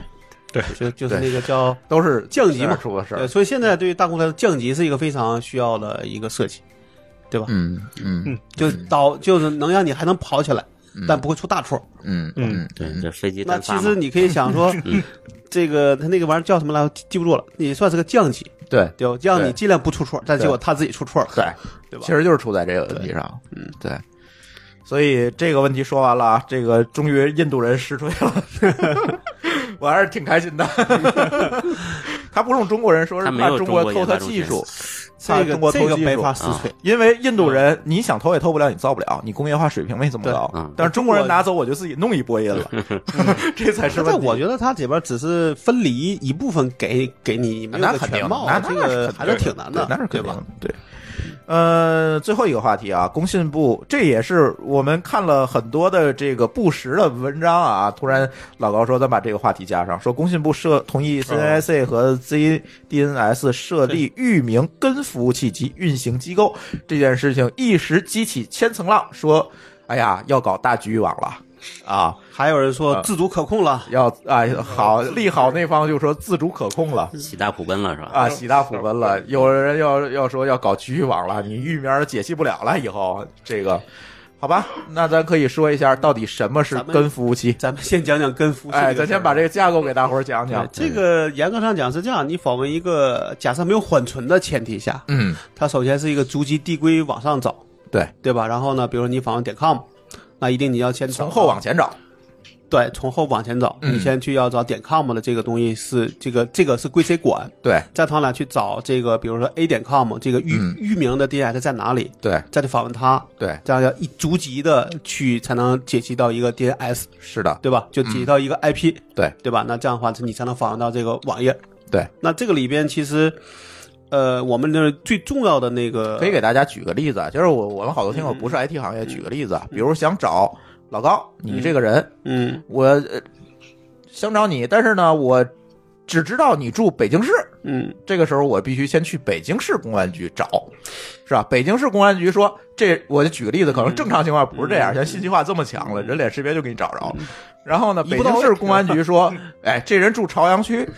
[SPEAKER 2] 就就是
[SPEAKER 1] 对
[SPEAKER 2] 那个叫
[SPEAKER 1] 都是
[SPEAKER 2] 降级嘛
[SPEAKER 1] 在那儿出的事
[SPEAKER 2] 对，
[SPEAKER 1] 儿。
[SPEAKER 2] 所以现在对于大公司来说，降级是一个非常需要的一个设计，
[SPEAKER 1] 嗯嗯
[SPEAKER 2] 就导就是能让你还能跑起来，但不会出大错。
[SPEAKER 1] 嗯
[SPEAKER 5] 嗯
[SPEAKER 3] 对，这飞机
[SPEAKER 2] 那
[SPEAKER 3] 单
[SPEAKER 2] 其
[SPEAKER 3] 发
[SPEAKER 2] 实
[SPEAKER 3] 嘛，
[SPEAKER 2] 你可以想说，这个他那个玩意儿叫什么来着？记记不住了，也算是个降级，
[SPEAKER 1] 对
[SPEAKER 2] 对吧？让
[SPEAKER 1] 对
[SPEAKER 2] 你尽量不出错，但结果他自己出错了，
[SPEAKER 1] 对，
[SPEAKER 2] 对吧
[SPEAKER 1] 其？实就是出在这个问题上。嗯，对。所以这个问题说完了啊，这个终于印度人实锤了， 我还是挺开心的。 他不用中国人说，是
[SPEAKER 3] 他没
[SPEAKER 1] 怕
[SPEAKER 3] 有
[SPEAKER 1] 中国
[SPEAKER 3] 研
[SPEAKER 1] 偷
[SPEAKER 3] 发
[SPEAKER 1] 他
[SPEAKER 3] 中
[SPEAKER 1] 技
[SPEAKER 3] 心
[SPEAKER 1] 术，怕
[SPEAKER 2] 这
[SPEAKER 1] 中国
[SPEAKER 2] 个
[SPEAKER 1] 偷
[SPEAKER 2] 这个
[SPEAKER 1] 技
[SPEAKER 2] 没
[SPEAKER 1] 术
[SPEAKER 2] 法实锤。
[SPEAKER 1] 因为印度人你想偷也偷不了，你造不了，你工业化水平没这么
[SPEAKER 3] 对
[SPEAKER 1] 高
[SPEAKER 3] 嗯。
[SPEAKER 1] 但是中国人拿走，我就自己弄一波音了， 这才是
[SPEAKER 2] 但
[SPEAKER 1] 问题。
[SPEAKER 2] 我觉得它里边只是分离一部分给给你，没有
[SPEAKER 1] 那
[SPEAKER 2] 个
[SPEAKER 1] 肯定
[SPEAKER 2] 全
[SPEAKER 1] 的，
[SPEAKER 2] 貌
[SPEAKER 1] 那，
[SPEAKER 2] 这
[SPEAKER 1] 那是
[SPEAKER 2] 个
[SPEAKER 1] 肯
[SPEAKER 2] 还
[SPEAKER 1] 定
[SPEAKER 2] 是挺难的
[SPEAKER 1] 对，那是肯
[SPEAKER 2] 对
[SPEAKER 1] 定的
[SPEAKER 2] 吧？，
[SPEAKER 1] 对。呃，最后一个话题啊，工信部，这也是我们看了很多的这个不实的文章啊。突然，老高说咱把这个话题加上，说工信部设同意 CNIC 和 ZDNS 设立域名根服务器及运行机构这件事情，一时激起千层浪，说，哎呀，要搞大局域网了。啊，
[SPEAKER 2] 还有人说
[SPEAKER 1] 啊
[SPEAKER 2] 自主可控了，
[SPEAKER 1] 要啊好利好那方就说自主可控了。
[SPEAKER 3] 喜大普奔了是 吧？
[SPEAKER 1] 啊，喜大普奔了！有人要要说要搞局域网了，你域名解析不了了，以后这个，好吧？那咱可以说一下，到底什么是
[SPEAKER 2] 咱们
[SPEAKER 1] 跟服务器？
[SPEAKER 2] 咱们先讲讲跟服务器
[SPEAKER 1] 哎，咱
[SPEAKER 2] 这个事儿啊
[SPEAKER 1] 先把这个架构给大伙儿讲讲。
[SPEAKER 2] 这个严格上讲是这样，你访问一个假设没有缓存的前提下，
[SPEAKER 1] 嗯，
[SPEAKER 2] 它首先是一个逐级递归往上找，
[SPEAKER 1] 对，
[SPEAKER 2] 对吧？然后呢，比如说你访问点 com，那一定你要先找
[SPEAKER 1] 从后往前找。
[SPEAKER 2] 对，从后往前找，
[SPEAKER 1] 嗯
[SPEAKER 2] 你先去要找点 com 的这个东西是这个这个是归谁管，
[SPEAKER 1] 对
[SPEAKER 2] 再他俩去找这个，比如说 a 点 com 这个域
[SPEAKER 1] 嗯
[SPEAKER 2] 域名的 DNS 在哪里，
[SPEAKER 1] 对
[SPEAKER 2] 再去访问它，
[SPEAKER 1] 对，
[SPEAKER 2] 这样要一逐级的去才能解析到一个 DNS，
[SPEAKER 1] 是的，
[SPEAKER 2] 对吧？就解析到一
[SPEAKER 1] 嗯
[SPEAKER 2] 个 IP，、
[SPEAKER 1] 对
[SPEAKER 2] 对吧？那这样的话，你才能访问到这个网页。
[SPEAKER 1] 对，
[SPEAKER 2] 那这个里边其实，呃，我们的最重要的那个
[SPEAKER 1] 可以给大家举个例子啊，就是我我们好多听友
[SPEAKER 2] 嗯
[SPEAKER 1] 不是 IT 行业，举个例子啊，比如想找老高，你这个人，
[SPEAKER 2] 嗯
[SPEAKER 1] 我呃想找你，但是呢，我只知道你住北京市，
[SPEAKER 2] 嗯
[SPEAKER 1] 这个时候我必须先去北京市公安局找，是吧？北京市公安局说这，我就举个例子，可能正常情况不是这
[SPEAKER 2] 嗯
[SPEAKER 1] 样，像信息化这么强了，人脸识别就给你找着。然后呢，
[SPEAKER 2] 一
[SPEAKER 1] 北
[SPEAKER 2] 步到
[SPEAKER 1] 京
[SPEAKER 2] 位
[SPEAKER 1] 市公安局 说，哎，这人住朝阳区，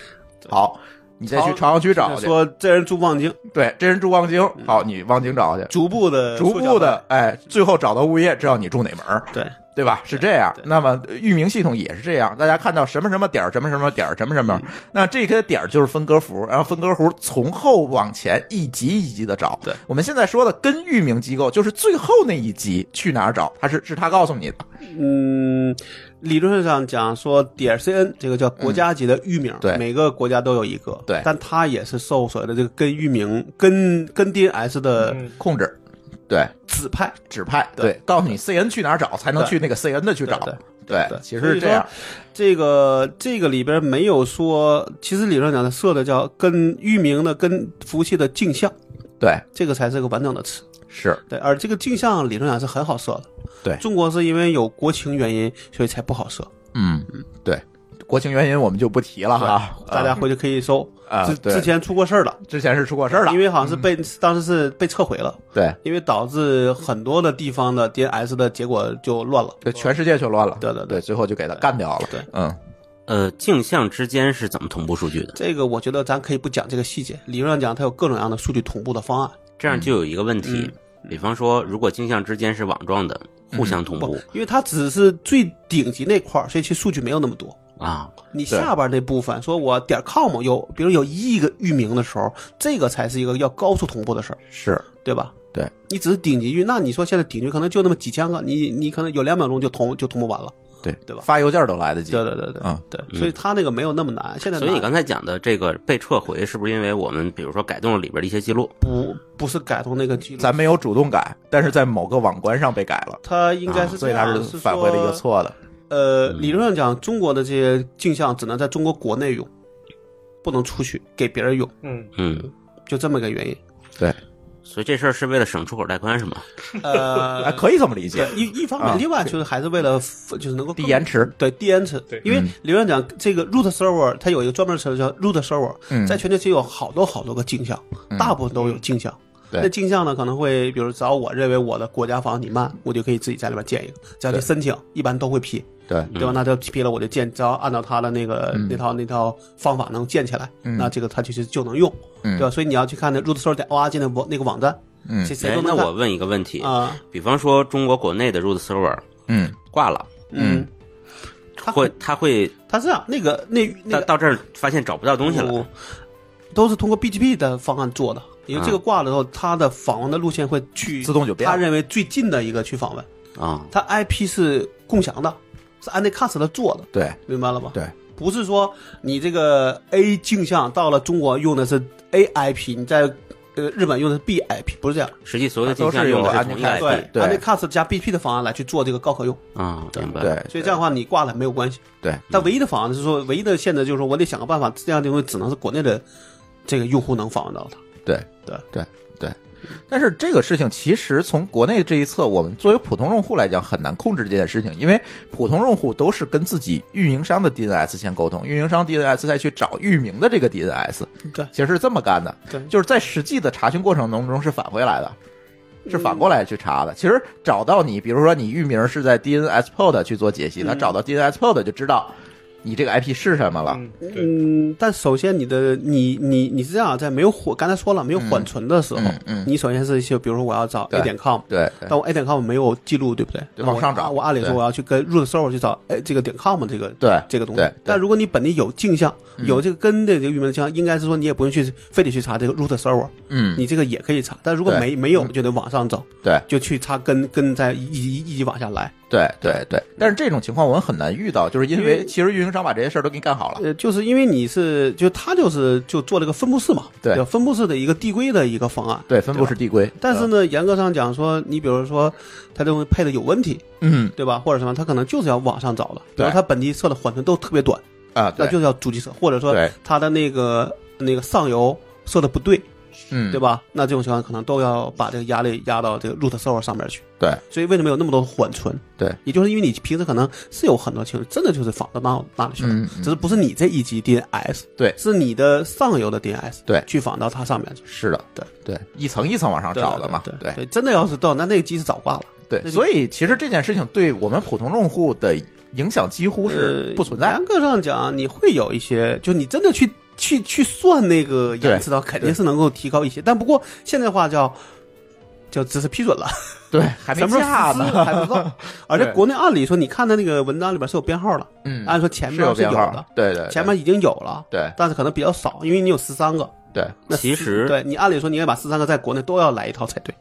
[SPEAKER 1] 好，你再去
[SPEAKER 2] 朝
[SPEAKER 1] 朝阳区找去。
[SPEAKER 2] 说嗯这人住望京，
[SPEAKER 1] 对，这人住望京，好，你望京找去。
[SPEAKER 2] 逐步的
[SPEAKER 1] 逐步的，哎，最后找到物业，知道你住哪门儿，
[SPEAKER 2] 对
[SPEAKER 1] 对吧？是这样
[SPEAKER 2] 对。
[SPEAKER 1] 那么呃域名系统也是这样，大家看到什么什么点儿，什么什么点儿，什么什
[SPEAKER 2] 嗯
[SPEAKER 1] 么，那这些点儿就是分割符，然后分割符从后往前一级一级的找。
[SPEAKER 2] 对，
[SPEAKER 1] 我们现在说的跟域名机构就是最后那一级去哪儿找，它是是他告诉你的。
[SPEAKER 2] 嗯，理论上讲说点 cn 这个叫国家级的域名，
[SPEAKER 1] 嗯对
[SPEAKER 2] 每个国家都有一个，
[SPEAKER 1] 对
[SPEAKER 2] 但它也是受所谓的这个跟域名、跟跟 DNS 的
[SPEAKER 5] 嗯
[SPEAKER 1] 控制，对，
[SPEAKER 2] 指派。
[SPEAKER 1] 指派，
[SPEAKER 2] 对
[SPEAKER 1] 对，告诉你 CN 去哪儿找，才能
[SPEAKER 2] 对
[SPEAKER 1] 去那个 CN 的去找
[SPEAKER 2] 对。
[SPEAKER 1] 对
[SPEAKER 2] 对
[SPEAKER 1] 其
[SPEAKER 2] 所
[SPEAKER 1] 实是
[SPEAKER 2] 以说
[SPEAKER 1] 这样。
[SPEAKER 2] 这个这个里边没有说，其实理论上讲它设的叫跟域名的跟服务器的镜像，
[SPEAKER 1] 对，
[SPEAKER 2] 这个才是个完整的词。
[SPEAKER 1] 是，
[SPEAKER 2] 对，而这个镜像理论上是很好设的。
[SPEAKER 1] 对
[SPEAKER 2] 中国是因为有国情原因，所以才不好设。
[SPEAKER 1] 嗯，对。国情原因我们就不提了哈，
[SPEAKER 2] 大家回去可以搜，
[SPEAKER 1] 啊
[SPEAKER 2] 之
[SPEAKER 1] 对
[SPEAKER 2] 之前出过事儿了，
[SPEAKER 1] 之前是出过事儿了嗯
[SPEAKER 2] 因，为好像是被、当时是被撤回了。
[SPEAKER 1] 对，
[SPEAKER 2] 因为导致很多的地方的 DNS 的结果就乱了。
[SPEAKER 1] 就全世界就乱了。
[SPEAKER 2] 对对对
[SPEAKER 1] 对，最后就给他干掉了。
[SPEAKER 2] 对，
[SPEAKER 1] 嗯，
[SPEAKER 3] 呃，镜像之间是怎么同步数据的？
[SPEAKER 2] 这个我觉得咱可以不讲这个细节，理论上讲，它有各种各样的数据同步的方案。
[SPEAKER 3] 这样就有一个问题，比方说，如果镜像之间是网状的，互相同
[SPEAKER 2] 不
[SPEAKER 3] 步、，
[SPEAKER 2] 因为它只是最顶级那块儿，所以其实数据没有那么多。
[SPEAKER 3] 啊，
[SPEAKER 2] 你下边那部分，说我点 com 有，比如有一亿个域名的时候，这个才是一个要高速同步的事儿，
[SPEAKER 1] 是
[SPEAKER 2] 对吧？
[SPEAKER 1] 对，
[SPEAKER 2] 你只是顶级域，那你说现在顶级域可能就那么几千个，你你可能有两秒钟就同就同步完了。
[SPEAKER 1] 对
[SPEAKER 2] 对吧
[SPEAKER 1] 发邮件都来得及。
[SPEAKER 2] 对对对对，
[SPEAKER 1] 嗯
[SPEAKER 2] 对，所以它那个没有那么难。现在
[SPEAKER 3] 所以你
[SPEAKER 2] 难
[SPEAKER 3] 刚才讲的这个被撤回，是不是因为我们比如说改动了里边的一些记录？
[SPEAKER 2] 不不是改动那个记录，
[SPEAKER 1] 咱没有主动改，但是在某个网关上被改了，
[SPEAKER 2] 它应该是
[SPEAKER 1] 啊所
[SPEAKER 2] 这
[SPEAKER 1] 以它
[SPEAKER 2] 样，
[SPEAKER 1] 是返回了一个
[SPEAKER 2] 说。
[SPEAKER 1] 错的。嗯
[SPEAKER 2] 呃，理论上讲，中国的这些镜像只能在中国国内用，不能出去给别人用，
[SPEAKER 5] 嗯，
[SPEAKER 3] 嗯，
[SPEAKER 2] 就这么个原因。
[SPEAKER 1] 对，
[SPEAKER 3] 所以这事儿是为了省出口带宽是吗？
[SPEAKER 1] 哎，
[SPEAKER 2] 呃，
[SPEAKER 1] 可以这么理解。
[SPEAKER 2] 对一一方
[SPEAKER 1] 啊
[SPEAKER 2] 面，另外就是还是为了就是能够
[SPEAKER 1] 低延迟，
[SPEAKER 2] 对低延迟，
[SPEAKER 5] 对
[SPEAKER 2] 因为
[SPEAKER 1] 嗯
[SPEAKER 2] 理论上讲，这个 root server 它有一个专门词叫 root server，、
[SPEAKER 1] 嗯
[SPEAKER 2] 在全球其实有好多好多个镜像，
[SPEAKER 1] 嗯
[SPEAKER 2] 大部分都有镜像。
[SPEAKER 1] 对
[SPEAKER 2] 那镜像呢，可能会比如只要我认为我的国家访你慢，我就可以自己在里边建一个，只要去
[SPEAKER 1] 对嗯
[SPEAKER 2] 申请，一般都会批。
[SPEAKER 1] 对，
[SPEAKER 2] 对吧？那就批了，我就建，只要按照他的那个、
[SPEAKER 1] 嗯
[SPEAKER 2] 那套那套方法能建起来，
[SPEAKER 1] 嗯
[SPEAKER 2] 那这个他其实就能用，
[SPEAKER 1] 嗯
[SPEAKER 2] 对吧？所以你要去看那 root server 点 org 的网那个网站，
[SPEAKER 1] 嗯
[SPEAKER 2] 谁谁
[SPEAKER 3] 哎
[SPEAKER 2] 都，
[SPEAKER 3] 那
[SPEAKER 2] 能看
[SPEAKER 3] 我问一个问题，
[SPEAKER 2] 啊，
[SPEAKER 3] 比方说中国国内的 root server
[SPEAKER 1] 嗯
[SPEAKER 3] 挂了，
[SPEAKER 1] 嗯，
[SPEAKER 2] 他
[SPEAKER 3] 会它会
[SPEAKER 2] 他是这样，那个那那
[SPEAKER 3] 到
[SPEAKER 2] 个
[SPEAKER 3] 到这儿发现找不到东西了，
[SPEAKER 2] 都是通过 BGP 的方案做的，因为这个挂了之后，他的访问的路线会去
[SPEAKER 1] 啊自动就变了
[SPEAKER 2] 他认为最近的一个去访问，
[SPEAKER 3] 啊，
[SPEAKER 2] 他 IP 是共享的，是按那 cast 的做的，
[SPEAKER 1] 对
[SPEAKER 2] 明白了吗？
[SPEAKER 1] 对，
[SPEAKER 2] 不是说你这个 A 镜像到了中国用的是 A IP，你在呃日本用的是 B IP，不是这样。
[SPEAKER 3] 实际所有的
[SPEAKER 1] 都
[SPEAKER 3] 镜
[SPEAKER 1] 是
[SPEAKER 3] 像用的
[SPEAKER 1] 有
[SPEAKER 3] 是同一个
[SPEAKER 1] IP
[SPEAKER 2] 对
[SPEAKER 3] IP
[SPEAKER 1] 对
[SPEAKER 2] a n i c a s 加 BP 的方案来去做这个高可用，
[SPEAKER 3] 啊，明白？
[SPEAKER 1] 对，嗯
[SPEAKER 2] 所以这样的话你挂了没有关系。
[SPEAKER 1] 对
[SPEAKER 2] 但唯一的方案是说，唯一的限制就是说我得想个办法，这样的东西只能是国内的这个用户能访问到它。
[SPEAKER 1] 对
[SPEAKER 2] 对
[SPEAKER 1] 对对。但是这个事情其实从国内这一侧，我们作为普通用户来讲很难控制这件事情，因为普通用户都是跟自己运营商的 DNS 先沟通，运营商 DNS 再去找域名的这个 DNS，
[SPEAKER 2] 对
[SPEAKER 1] 其实是这么干的，
[SPEAKER 2] 对
[SPEAKER 1] 就是在实际的查询过程当中是返回来的。是反过来去查的。其实找到你，比如说你域名是在 DNS Pod 去做解析，
[SPEAKER 2] 嗯
[SPEAKER 1] 他找到 DNS Pod 就知道你这个 IP 是什么了。
[SPEAKER 5] 嗯，对，
[SPEAKER 2] 嗯，但首先你的你你你是这样，在没有缓，刚才说了没有缓存的时候，
[SPEAKER 1] 嗯嗯
[SPEAKER 2] 你首先是就比如说我要找
[SPEAKER 1] 对
[SPEAKER 2] A 点 com，
[SPEAKER 1] 对，对
[SPEAKER 2] 但我 A 点 com 没有记录，对不对？
[SPEAKER 1] 对
[SPEAKER 2] 那我
[SPEAKER 1] 往上找
[SPEAKER 2] 我按理说
[SPEAKER 1] 对
[SPEAKER 2] 我要去跟 root server 去找哎这个点 com 这个
[SPEAKER 1] 对
[SPEAKER 2] 这个东西
[SPEAKER 1] 对对。
[SPEAKER 2] 但如果你本地有镜像，
[SPEAKER 1] 嗯
[SPEAKER 2] 有这个跟的这个域名的像，应该是说你也不用去非得去查这个 root server，
[SPEAKER 1] 嗯，
[SPEAKER 2] 你这个也可以查。但如果
[SPEAKER 1] 对嗯
[SPEAKER 2] 没没有，就得往上走，
[SPEAKER 1] 对
[SPEAKER 2] 就去查跟跟在一级一级往下来。
[SPEAKER 1] 对对对。但是这种情况我们很难遇到，就是因为其实运营商把这些事儿都给你干好了。
[SPEAKER 2] 呃，就是因为你是就他就是就做了个分布式嘛，
[SPEAKER 1] 对
[SPEAKER 2] 吧分布式的一个递归的一个方案。
[SPEAKER 1] 对，分布式递归。
[SPEAKER 2] 但是呢，严格上讲说，你比如说，它这东西配的有问题，
[SPEAKER 1] 嗯，
[SPEAKER 2] 对吧？或者什么，它可能就是要往上找的，
[SPEAKER 1] 对
[SPEAKER 2] 然后它本地设的缓存都特别短，
[SPEAKER 1] 啊，
[SPEAKER 2] 那
[SPEAKER 1] 对，
[SPEAKER 2] 就是要主机设，或者说
[SPEAKER 1] 对
[SPEAKER 2] 它的那个那个上游设的不对，
[SPEAKER 1] 嗯，
[SPEAKER 2] 对？吧？那这种情况可能都要把这个压力压到这个 root server 上面去。
[SPEAKER 1] 对，
[SPEAKER 2] 所以为什么有那么多缓存？
[SPEAKER 1] 对，
[SPEAKER 2] 也就是因为你平时可能是有很多情况，真的就是仿到那那里去了，
[SPEAKER 1] 嗯嗯
[SPEAKER 2] 只是不是你这一级 DNS，
[SPEAKER 1] 对
[SPEAKER 2] 是你的上游的 DNS，
[SPEAKER 1] 对
[SPEAKER 2] 去仿到它上面去。
[SPEAKER 1] 是的，
[SPEAKER 2] 对
[SPEAKER 1] 对，一层一层往上
[SPEAKER 2] 对
[SPEAKER 1] 找的嘛，
[SPEAKER 2] 对对，真的要是到那那个机是早挂了，
[SPEAKER 1] 对，
[SPEAKER 2] 那就
[SPEAKER 1] 所以其实这件事情对我们普通用户的影响几乎是
[SPEAKER 2] 呃
[SPEAKER 1] 不存在
[SPEAKER 2] 严。格上讲，你会有一些，就你真的去去去算那个延迟的话，肯定是能够提高一些。但不过现在的话叫叫只是批准了，
[SPEAKER 1] 对，还没
[SPEAKER 2] 什么时
[SPEAKER 1] 下
[SPEAKER 2] 候实施
[SPEAKER 1] 呢，
[SPEAKER 2] 还不知道。而且国内按理说，你看他那个文章里边是有编号的，
[SPEAKER 1] 嗯，
[SPEAKER 2] 按说啊前
[SPEAKER 1] 是
[SPEAKER 2] 面
[SPEAKER 1] 有
[SPEAKER 2] 是有
[SPEAKER 1] 编号
[SPEAKER 2] 的，，
[SPEAKER 1] 对对，对
[SPEAKER 2] 前面已经有了，
[SPEAKER 1] 对
[SPEAKER 2] 但是可能比较少，因为你有十三个。
[SPEAKER 1] 对，
[SPEAKER 2] 那
[SPEAKER 3] 其实
[SPEAKER 2] 对你按理说，你应该把十三个在国内都要来一套才对。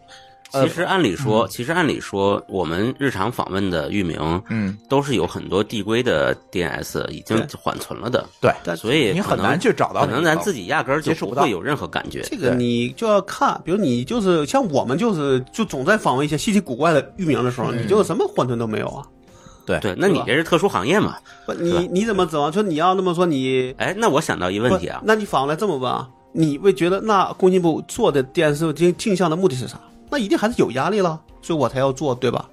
[SPEAKER 2] 呃
[SPEAKER 3] 其实按理
[SPEAKER 2] 嗯
[SPEAKER 3] 说，其实按理说，我们日常访问的域名
[SPEAKER 1] 嗯，
[SPEAKER 3] 都是有很多递归的 DNS 已经缓存了的，
[SPEAKER 1] 对，
[SPEAKER 2] 但
[SPEAKER 3] 所以
[SPEAKER 1] 你
[SPEAKER 3] 可
[SPEAKER 1] 很
[SPEAKER 3] 能
[SPEAKER 1] 难去找到
[SPEAKER 3] 可
[SPEAKER 1] 那一层，
[SPEAKER 3] 能咱自己压根儿就
[SPEAKER 1] 接触不到
[SPEAKER 3] 会有任何感觉。
[SPEAKER 2] 这个
[SPEAKER 1] 对
[SPEAKER 2] 你就要看，比如你就是像我们就是就总在访问一些稀奇古怪的域名的时候，你
[SPEAKER 3] 嗯
[SPEAKER 2] 就什么缓存都没有啊。
[SPEAKER 3] 对，那你这是特殊行业嘛？
[SPEAKER 2] 不，
[SPEAKER 3] 是吧
[SPEAKER 2] 你你怎么指望说你要那么说你
[SPEAKER 3] 哎，那我想到一问题啊
[SPEAKER 2] 不，那你反过来这么问啊？你会觉得那工信部做的电视镜镜像的目的是啥？那一定还是有压力了，所以我才要做，对吧？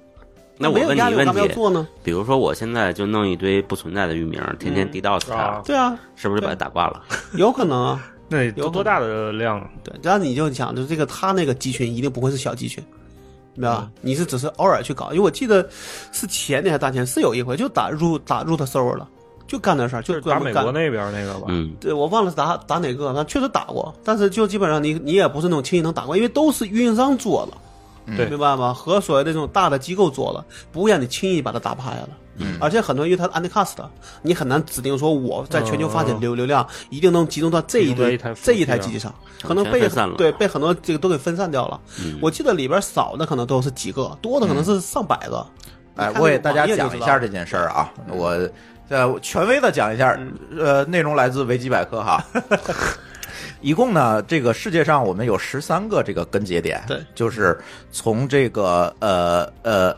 [SPEAKER 3] 那我
[SPEAKER 2] 没有
[SPEAKER 3] 问你
[SPEAKER 2] 压力，
[SPEAKER 3] 一
[SPEAKER 2] 我
[SPEAKER 3] 问
[SPEAKER 2] 干嘛要
[SPEAKER 3] 题，
[SPEAKER 2] 做呢？
[SPEAKER 3] 比如说我现在就弄一堆不存在的域名，天天 DDoS 它
[SPEAKER 5] 啊，
[SPEAKER 2] 嗯对啊，
[SPEAKER 3] 是不是就把它打挂了？
[SPEAKER 2] 有可能啊。
[SPEAKER 5] 那
[SPEAKER 2] 有
[SPEAKER 5] 都多大的量啊？
[SPEAKER 2] 对，然后你就想，就是这个他那个集群一定不会是小集群，明白
[SPEAKER 5] 嗯
[SPEAKER 2] 吧？你是只是偶尔去搞，因为我记得是前年还是大前是有一回就打入打入他 server 了，就干这事儿，
[SPEAKER 5] 就是
[SPEAKER 2] 就
[SPEAKER 5] 打
[SPEAKER 2] 专门
[SPEAKER 5] 美
[SPEAKER 2] 干
[SPEAKER 5] 国。那边那个吧？
[SPEAKER 3] 嗯，
[SPEAKER 2] 对，我忘了是打打哪个，那确实打过，但是就基本上你你也不是那种轻易能打过，因为都是运营商做的，
[SPEAKER 3] 嗯
[SPEAKER 5] 对
[SPEAKER 2] 明白吗？和所谓的这种大的机构做的，不会让你轻易把它打趴下的。嗯，而且很多因为它是 unicast，的你很难指定说我在全球发
[SPEAKER 1] 哦
[SPEAKER 2] 展流流量一定能集中到这一
[SPEAKER 5] 集中到
[SPEAKER 2] 堆
[SPEAKER 5] 一台服务器
[SPEAKER 2] 这一台机器上，可能被
[SPEAKER 3] 哦全分散了嗯
[SPEAKER 2] 对被很多这个都给分散掉了。我记得里边少的可能都是几个，多的可能是上百个。
[SPEAKER 1] 哎
[SPEAKER 2] 你，看
[SPEAKER 1] 我给
[SPEAKER 2] 那个
[SPEAKER 1] 大家
[SPEAKER 2] 网页就
[SPEAKER 1] 讲
[SPEAKER 2] 知
[SPEAKER 1] 一
[SPEAKER 2] 道
[SPEAKER 1] 下
[SPEAKER 2] 了
[SPEAKER 1] 这件事儿啊，我呃权威的讲一下，
[SPEAKER 2] 嗯
[SPEAKER 1] 呃，内容来自维基百科 哈。一共呢，这个世界上我们有十三个这个根节点，
[SPEAKER 2] 对，
[SPEAKER 1] 就是从这个呃呃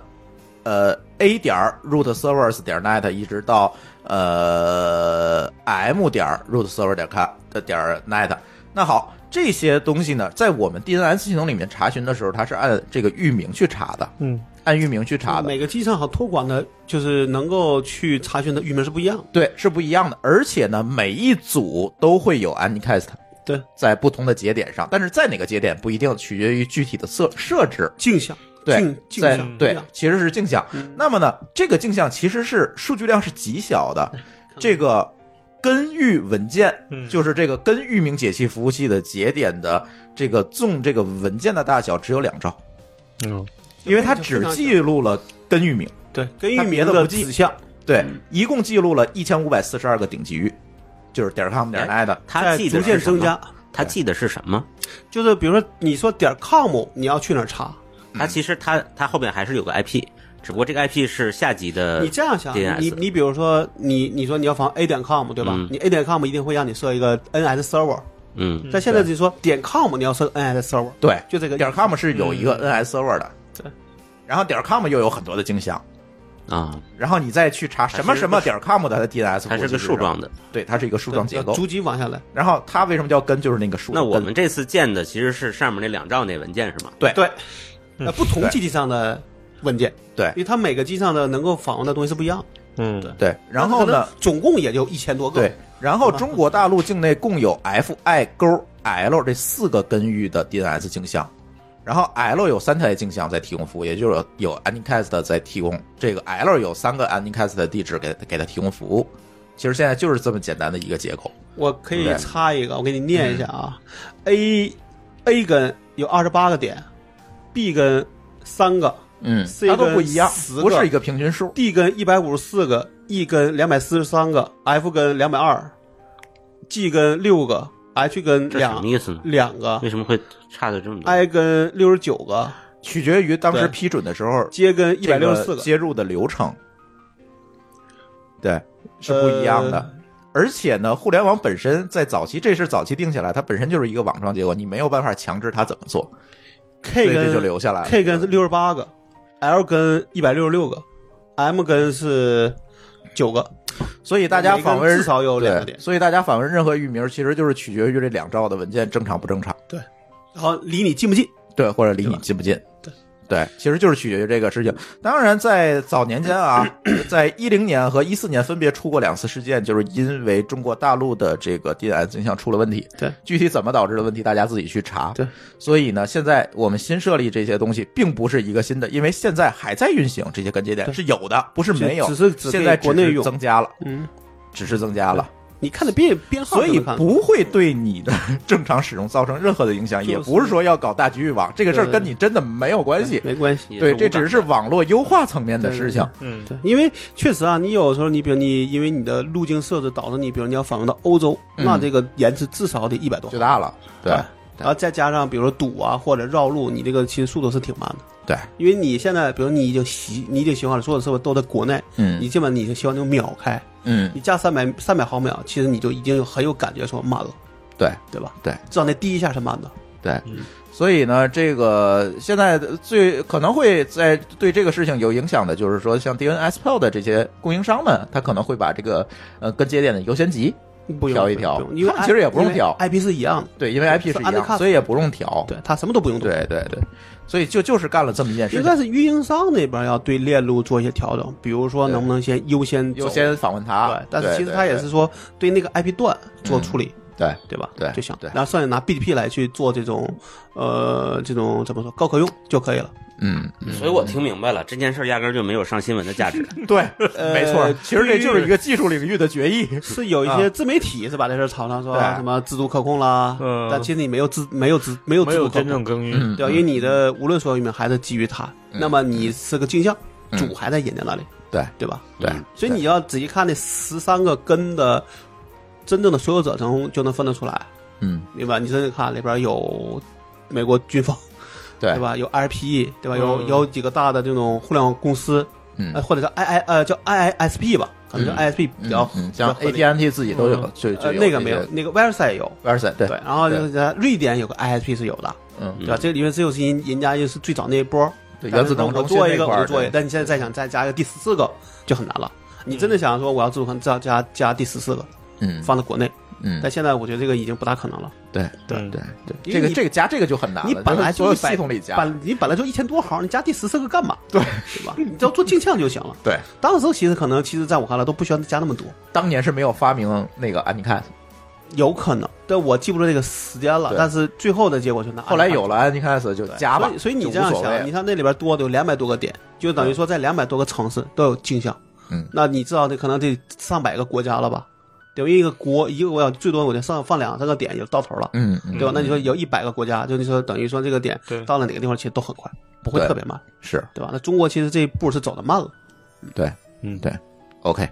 [SPEAKER 1] 呃 A 点 root servers 点 net 一直到呃 M 点 root server 点 com 的点 net。那好，这些东西呢，在我们 DNS 系统里面查询的时候，它是按这个域名去查的，
[SPEAKER 5] 嗯，
[SPEAKER 1] 按域名去查的。
[SPEAKER 2] 每个机上好托管的，就是能够去查询的域名是不一样的。
[SPEAKER 1] 对，是不一样的。而且呢，每一组都会有 Anycast
[SPEAKER 2] 对，
[SPEAKER 1] 在不同的节点上，但是在哪个节点不一定，取决于具体的设设置。
[SPEAKER 2] 镜像，
[SPEAKER 1] 对
[SPEAKER 2] 镜，镜
[SPEAKER 1] 在
[SPEAKER 2] 像
[SPEAKER 1] 对
[SPEAKER 2] 样，嗯
[SPEAKER 1] 其实是镜像。那么呢，这个镜像其实是数据量是极小
[SPEAKER 2] 嗯
[SPEAKER 1] 的，这个。根域文件
[SPEAKER 5] 嗯
[SPEAKER 1] 就是这个根域名解析服务器的节点的这个纵这个文件的大小只有两兆，
[SPEAKER 5] 嗯，
[SPEAKER 1] 因为它只记录了根域名，
[SPEAKER 2] 对，跟域
[SPEAKER 1] 它别
[SPEAKER 2] 名
[SPEAKER 1] 的
[SPEAKER 2] 的
[SPEAKER 1] 不记
[SPEAKER 2] 指向，
[SPEAKER 1] 对，一共记录了一千五百四十二个顶级域，就是点 com 点
[SPEAKER 2] 哎
[SPEAKER 1] net 的，
[SPEAKER 3] 它
[SPEAKER 2] 在
[SPEAKER 3] 记
[SPEAKER 2] 逐
[SPEAKER 3] 得
[SPEAKER 2] 渐
[SPEAKER 3] 是什
[SPEAKER 2] 增
[SPEAKER 3] 么？
[SPEAKER 2] 加。
[SPEAKER 3] 它记得是什么？
[SPEAKER 2] 就是比如说，你说点 com，你要去哪儿查？
[SPEAKER 3] 它其实它它后面还是有个 IP，只不过这个 IP 是下级的。
[SPEAKER 1] 呃
[SPEAKER 2] 你这样想，
[SPEAKER 3] DNS
[SPEAKER 2] 你你比如说，你你说你要访 a 点 com，对吧？
[SPEAKER 3] 嗯
[SPEAKER 2] 你 a 点 com 一定会让你设一个 NS server，
[SPEAKER 3] 嗯，
[SPEAKER 2] 但现在就说点 com 你要设 NS server，
[SPEAKER 1] 对，
[SPEAKER 2] 就这个
[SPEAKER 1] 点 com 是有一个
[SPEAKER 5] 嗯
[SPEAKER 1] NS server 的，
[SPEAKER 2] 对，
[SPEAKER 1] 然后点 com 又有很多的镜像，
[SPEAKER 3] 啊，
[SPEAKER 1] 然后你再去查什么什么点 com 的它 DNS，
[SPEAKER 3] 它是个树状，的。
[SPEAKER 1] 对，它是一个树状结
[SPEAKER 2] 要
[SPEAKER 1] 构。
[SPEAKER 2] 逐级往下来。
[SPEAKER 1] 然后它为什么叫根？就是那个树。
[SPEAKER 3] 那我
[SPEAKER 1] 根
[SPEAKER 3] 们这次建的其实是上面那两兆那文件是吗？
[SPEAKER 2] 对，那不同
[SPEAKER 1] 对
[SPEAKER 2] 机器上的文件，
[SPEAKER 1] 对
[SPEAKER 2] 因为它每个机上的能够访问的东西是不一样。
[SPEAKER 5] 嗯，
[SPEAKER 1] 对，然后呢
[SPEAKER 2] 它可？能总共也就一千多个。
[SPEAKER 1] 对，，然后中国大陆境内共有 F、I 勾 L 这四个根域的 DNS 镜像，然后 L 有三台镜像在提供服务，也就是有 Anycast 在提供这个 L 有三个 Anycast 的地址给给它提供服务。其实现在就是这么简单的一个结构。
[SPEAKER 2] 我可以
[SPEAKER 1] 对嗯
[SPEAKER 2] 插一个，我给你念一下啊。A A 根有二十八个点，B 根三个
[SPEAKER 1] 嗯
[SPEAKER 2] 四
[SPEAKER 1] 它都
[SPEAKER 2] 个
[SPEAKER 1] 不一样，
[SPEAKER 2] 十
[SPEAKER 1] 不
[SPEAKER 2] 个
[SPEAKER 1] 是一个平均数。
[SPEAKER 2] ，D 根一百五十四个，E 根两百四十三个，F 根两百二，G 根六个，H 根
[SPEAKER 3] 这什
[SPEAKER 2] 两
[SPEAKER 3] 么意思呢？
[SPEAKER 2] 两哎个
[SPEAKER 3] 为什么会差的这么多？
[SPEAKER 2] ，I 根六十九个
[SPEAKER 1] 取决于当时
[SPEAKER 2] 对
[SPEAKER 1] 批准的时候
[SPEAKER 2] ，J 根一百六十四
[SPEAKER 1] 这
[SPEAKER 2] 个，
[SPEAKER 1] 接入的流程，对，是不一样的。
[SPEAKER 2] 呃
[SPEAKER 1] 而且呢，互联网本身在早期，这是早期定下来，它本身就是一个网创结果，你没有办法强制它怎么做，所以
[SPEAKER 2] K
[SPEAKER 1] 这就
[SPEAKER 2] 根
[SPEAKER 1] 留下来了。
[SPEAKER 2] K 根是六十八个，L 根一百六十六个，M 根是九个，
[SPEAKER 1] 所以大家访
[SPEAKER 2] 每个
[SPEAKER 1] 问
[SPEAKER 2] 至少有两个
[SPEAKER 1] 对，
[SPEAKER 2] 点。
[SPEAKER 1] 所以大家访问任何域名，其实就是取决于这两兆的文件正常不正常，
[SPEAKER 2] 然后离你近不近？
[SPEAKER 1] 对，或者离
[SPEAKER 2] 对
[SPEAKER 1] 你
[SPEAKER 2] 吧
[SPEAKER 1] 近不近。
[SPEAKER 2] 对
[SPEAKER 1] 对，其实就是取决于这个事情。当然，在早年间啊，在一零年和一四年分别出过两次事件，就是因为中国大陆的这个 DNS 镜像出了问题。
[SPEAKER 2] 对，
[SPEAKER 1] 具体怎么导致的问题，大家自己去查。
[SPEAKER 2] 对，
[SPEAKER 1] 所以呢，现在我们新设立这些东西，并不是一个新的，因为现在还在运行这些跟节点
[SPEAKER 2] 对
[SPEAKER 1] 是有的，不是没有，
[SPEAKER 2] 只是只
[SPEAKER 1] 现在
[SPEAKER 2] 给国
[SPEAKER 1] 只
[SPEAKER 2] 内
[SPEAKER 1] 是
[SPEAKER 2] 用。
[SPEAKER 1] 增加了，
[SPEAKER 2] 嗯，
[SPEAKER 1] 只是增加了。
[SPEAKER 2] 你看的编编号
[SPEAKER 1] 所
[SPEAKER 2] 就
[SPEAKER 1] 以
[SPEAKER 2] 能看，
[SPEAKER 1] 不会对你的正常使用造成任何的影响，
[SPEAKER 2] 就是
[SPEAKER 1] 也不是说要搞大局域网，这个事儿跟你真的没有关系。
[SPEAKER 2] 哎没关系。
[SPEAKER 3] 也
[SPEAKER 1] 对，
[SPEAKER 3] 无
[SPEAKER 1] 这只是网络优化层面的事情。
[SPEAKER 5] 嗯，
[SPEAKER 2] 对，因为确实啊，你有时候你比如你因为你的路径设置导致你，比如你要访问到欧洲，
[SPEAKER 1] 嗯
[SPEAKER 2] 那这个延迟至少得一百多
[SPEAKER 1] 就。大了，对
[SPEAKER 2] 然后再加上比如说堵啊或者绕路，你这个其实速度是挺慢的。
[SPEAKER 1] 对，
[SPEAKER 2] 因为你现在比如你已经习，你已经习惯了所有的设备都在国内，你
[SPEAKER 1] 嗯
[SPEAKER 2] 基本你就希望就秒开，
[SPEAKER 1] 嗯，
[SPEAKER 2] 你加三百三百毫秒，其实你就已经有很有感觉说慢了，
[SPEAKER 1] 对
[SPEAKER 2] 对吧？
[SPEAKER 1] 对，
[SPEAKER 2] 至少那第一下是慢的。
[SPEAKER 1] 对
[SPEAKER 5] 嗯。
[SPEAKER 1] 所以呢，这个现在最可能会在对这个事情有影响的，就是说像 DNS p o 的这些供应商们，他可能会把这个呃跟节点的优先级，
[SPEAKER 2] 不用
[SPEAKER 1] 调一调
[SPEAKER 2] 不用因为
[SPEAKER 1] 他们其实也不用调
[SPEAKER 2] ，IP 是一样的，
[SPEAKER 1] 对，因为 IP
[SPEAKER 2] 是
[SPEAKER 1] 是一
[SPEAKER 2] undercut
[SPEAKER 1] 样，所以也不用调。
[SPEAKER 2] 对他什么都不用动。
[SPEAKER 1] 对对对，所以就就是干了这么一件事
[SPEAKER 2] 应
[SPEAKER 1] 情，
[SPEAKER 2] 该是运营商那边要对链路做一些调整，比如说
[SPEAKER 1] 对
[SPEAKER 2] 能不能先优先走
[SPEAKER 1] 优先访问他。
[SPEAKER 2] 对，但是其实
[SPEAKER 1] 对
[SPEAKER 2] 他也是说对那个 IP 段做处理，
[SPEAKER 1] 对
[SPEAKER 2] 对吧？
[SPEAKER 1] 对
[SPEAKER 2] 就行。
[SPEAKER 1] 对
[SPEAKER 2] 然后剩下拿 BDP 来去做这种呃这种怎么说高可用就可以了。
[SPEAKER 1] 嗯，
[SPEAKER 3] 所以我听明白了，这件事儿压根儿就没有上新闻的价值。
[SPEAKER 1] 对，没错
[SPEAKER 2] 呃，
[SPEAKER 1] 其实这就是一个技术领域的决议。
[SPEAKER 5] 嗯
[SPEAKER 2] 是有一
[SPEAKER 5] 啊
[SPEAKER 2] 些自媒体是把这事儿炒上说
[SPEAKER 1] 对
[SPEAKER 2] 什么自主可控啦，
[SPEAKER 5] 嗯
[SPEAKER 2] 但其实你没有自没有自没有自
[SPEAKER 5] 没
[SPEAKER 2] 主
[SPEAKER 5] 有
[SPEAKER 2] 可
[SPEAKER 5] 真
[SPEAKER 2] 控
[SPEAKER 5] 正，耕耘。
[SPEAKER 1] 嗯，
[SPEAKER 2] 对吧？因为你的无论所有域名还是基于它，
[SPEAKER 1] 嗯
[SPEAKER 2] 那么你是个镜像，
[SPEAKER 1] 嗯
[SPEAKER 2] 主还在人家那里，
[SPEAKER 1] 对
[SPEAKER 2] 对吧？
[SPEAKER 1] 对，
[SPEAKER 2] 所以你要仔细看那十三个根的真正的所有者，从就能分得出来，
[SPEAKER 1] 嗯，
[SPEAKER 2] 对吧？你真正看里边有美国军方，
[SPEAKER 1] 对
[SPEAKER 2] 对？吧？有 RPE，对吧？有
[SPEAKER 5] 嗯
[SPEAKER 2] 有几个大的这种互联网公司，
[SPEAKER 1] 嗯
[SPEAKER 2] 呃，或者叫 I I 呃叫 IISP 吧，可能叫
[SPEAKER 1] 嗯
[SPEAKER 2] ISP 比较
[SPEAKER 1] 嗯嗯
[SPEAKER 2] 比较
[SPEAKER 1] 像
[SPEAKER 2] 合理
[SPEAKER 1] AT&T 自己都有，就就
[SPEAKER 2] 呃那个没有，那个 w e r s a 也有。
[SPEAKER 1] v e r s a 对，
[SPEAKER 2] 然后就是在瑞典有个 ISP 是有的，
[SPEAKER 1] 嗯，
[SPEAKER 2] 对吧？这因为只有是因人家就是最早那一波，
[SPEAKER 1] 对，
[SPEAKER 2] 但
[SPEAKER 1] 原子
[SPEAKER 2] 是呢
[SPEAKER 1] 能
[SPEAKER 2] 我
[SPEAKER 1] 中心
[SPEAKER 2] 做一
[SPEAKER 1] 那
[SPEAKER 2] 个
[SPEAKER 1] 块
[SPEAKER 2] 我
[SPEAKER 1] 儿
[SPEAKER 2] 就做一个，
[SPEAKER 1] 对，
[SPEAKER 2] 但你现在再想再加一个第十四个就很难了。你真的想说我要自主可能，再加加第十四个
[SPEAKER 1] 嗯
[SPEAKER 2] 放到国内，
[SPEAKER 1] 嗯
[SPEAKER 2] 但，现在我觉得这个已经不大可能了。
[SPEAKER 1] 对
[SPEAKER 5] 对
[SPEAKER 1] 对对，
[SPEAKER 2] 因为
[SPEAKER 1] 这个
[SPEAKER 2] 你
[SPEAKER 1] 这个加这个就很难了，
[SPEAKER 2] 你本来
[SPEAKER 1] 就是所有
[SPEAKER 2] 就一百
[SPEAKER 1] 系统里加，
[SPEAKER 2] 本你本来就一千多行，你加第十四个干嘛？对，对吧？你只要做镜像就行了。
[SPEAKER 1] 对，
[SPEAKER 2] 当时其实可能，其实在我看来都不需要加那么多，
[SPEAKER 1] 当年是没有发明那个 Anycast，
[SPEAKER 2] 有可能，但我记不住这个时间了。
[SPEAKER 1] 对
[SPEAKER 2] 但是最后的结果就拿
[SPEAKER 1] 后来有了 Anycast 就
[SPEAKER 2] 对
[SPEAKER 1] 加吧
[SPEAKER 2] 所以，所以
[SPEAKER 1] 就
[SPEAKER 2] 你
[SPEAKER 1] 无
[SPEAKER 2] 这样
[SPEAKER 1] 所谓
[SPEAKER 2] 想，你看那里边多的有两百多个点，就等于说在两百多个城市都有镜像。
[SPEAKER 1] 嗯
[SPEAKER 2] 那你知道这可能得上百个国家了吧？等于一个国一个国家最多我就上放两三个点就到头了，
[SPEAKER 1] 嗯嗯
[SPEAKER 2] 对吧？那你说有一百个国家，就你说等于说这个点
[SPEAKER 5] 对
[SPEAKER 2] 到了哪个地方其实都很快，不会
[SPEAKER 1] 对啊
[SPEAKER 2] 特别慢，
[SPEAKER 1] 是
[SPEAKER 2] 对吧？那中国其实这一步是走的慢了。
[SPEAKER 5] 嗯，
[SPEAKER 1] 对 OK，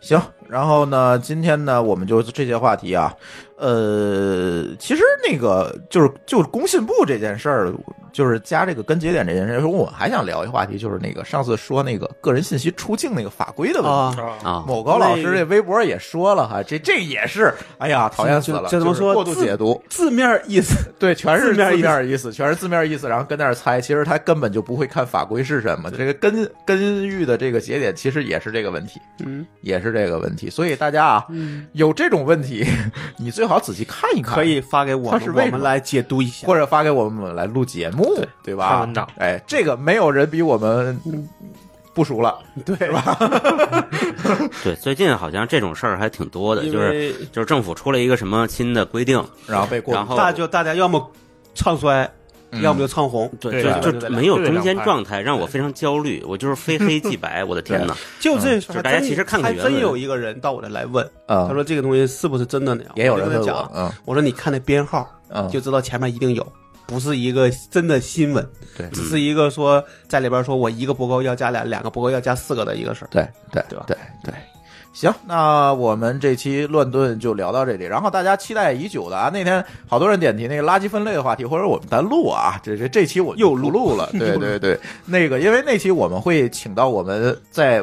[SPEAKER 1] 行，然后呢，今天呢，我们就这些话题啊，呃，其实那个就是就是工信部这件事儿，就是加这个跟节点这件事儿，我还想聊一话题，就是那个上次说那个个人信息出境那个法规的问题。
[SPEAKER 2] 啊
[SPEAKER 5] 啊，
[SPEAKER 3] 啊，
[SPEAKER 1] 某高老师这微博也说了哈，这这也是，哎呀，讨厌死了，
[SPEAKER 2] 就就怎么
[SPEAKER 1] 就是
[SPEAKER 2] 说
[SPEAKER 1] 过度
[SPEAKER 2] 自
[SPEAKER 1] 解读，
[SPEAKER 2] 字面意思，
[SPEAKER 1] 对，全是
[SPEAKER 2] 字面意思
[SPEAKER 1] 意思，全是字面意思，然后跟那儿猜，其实他根本就不会看法规是什么。这个根根域的这个节点，其实也是这个问题，
[SPEAKER 2] 嗯，
[SPEAKER 1] 也是这个问题。所以大家啊，有这种问题， 你最好仔细看一看，
[SPEAKER 2] 可以发给我
[SPEAKER 1] 嗯它
[SPEAKER 2] 们，
[SPEAKER 1] 是为
[SPEAKER 2] 我
[SPEAKER 1] 什么
[SPEAKER 2] 们来解读一下
[SPEAKER 1] 或。者发给我们来录节目，对吧？
[SPEAKER 5] 看文档
[SPEAKER 1] 哎，这个没有人比我们不熟了，对吧？
[SPEAKER 3] 对，最近好像这种事儿还挺多的，
[SPEAKER 2] 因
[SPEAKER 3] 就是
[SPEAKER 2] 为
[SPEAKER 3] 就是政府出了一个什么新的规定，
[SPEAKER 1] 然后被过
[SPEAKER 3] 然后
[SPEAKER 2] 大就大家要么唱衰，
[SPEAKER 1] 嗯
[SPEAKER 2] 要么就唱红。
[SPEAKER 3] 对，
[SPEAKER 5] 对
[SPEAKER 3] 就
[SPEAKER 2] 对
[SPEAKER 3] 就
[SPEAKER 2] 对
[SPEAKER 3] 没有
[SPEAKER 5] 对
[SPEAKER 3] 中间
[SPEAKER 5] 两派
[SPEAKER 3] 状态，让我非常焦虑。我就是非黑即白，我的天哪！
[SPEAKER 2] 就这事儿，
[SPEAKER 3] 就是
[SPEAKER 2] 还
[SPEAKER 3] 大家
[SPEAKER 2] 真
[SPEAKER 3] 其实看看
[SPEAKER 2] 还
[SPEAKER 3] 原
[SPEAKER 2] 真
[SPEAKER 3] 文
[SPEAKER 2] 有一个人到我这来问，他
[SPEAKER 1] 嗯，
[SPEAKER 2] 说这个东西是不是真的呢？
[SPEAKER 1] 也有人
[SPEAKER 2] 我就
[SPEAKER 1] 问
[SPEAKER 2] 跟他
[SPEAKER 1] 我
[SPEAKER 2] 讲，，
[SPEAKER 1] 嗯
[SPEAKER 2] 我说你看那编号，
[SPEAKER 1] 嗯，
[SPEAKER 2] 就知道前面一定有，不是一个真的新闻，
[SPEAKER 1] 对
[SPEAKER 2] 只是一个说在里边说我一个不够要加俩，两个不够要加四个的一个事儿。
[SPEAKER 1] 对对
[SPEAKER 2] 对吧
[SPEAKER 1] 对对。行，那我们这期乱炖就聊到这里。然后大家期待已久的啊，那天好多人点题那个垃圾分类的话题，或者我们单录啊，这这这期我又录录 了。对对对，那个因为那期我们会请到我们在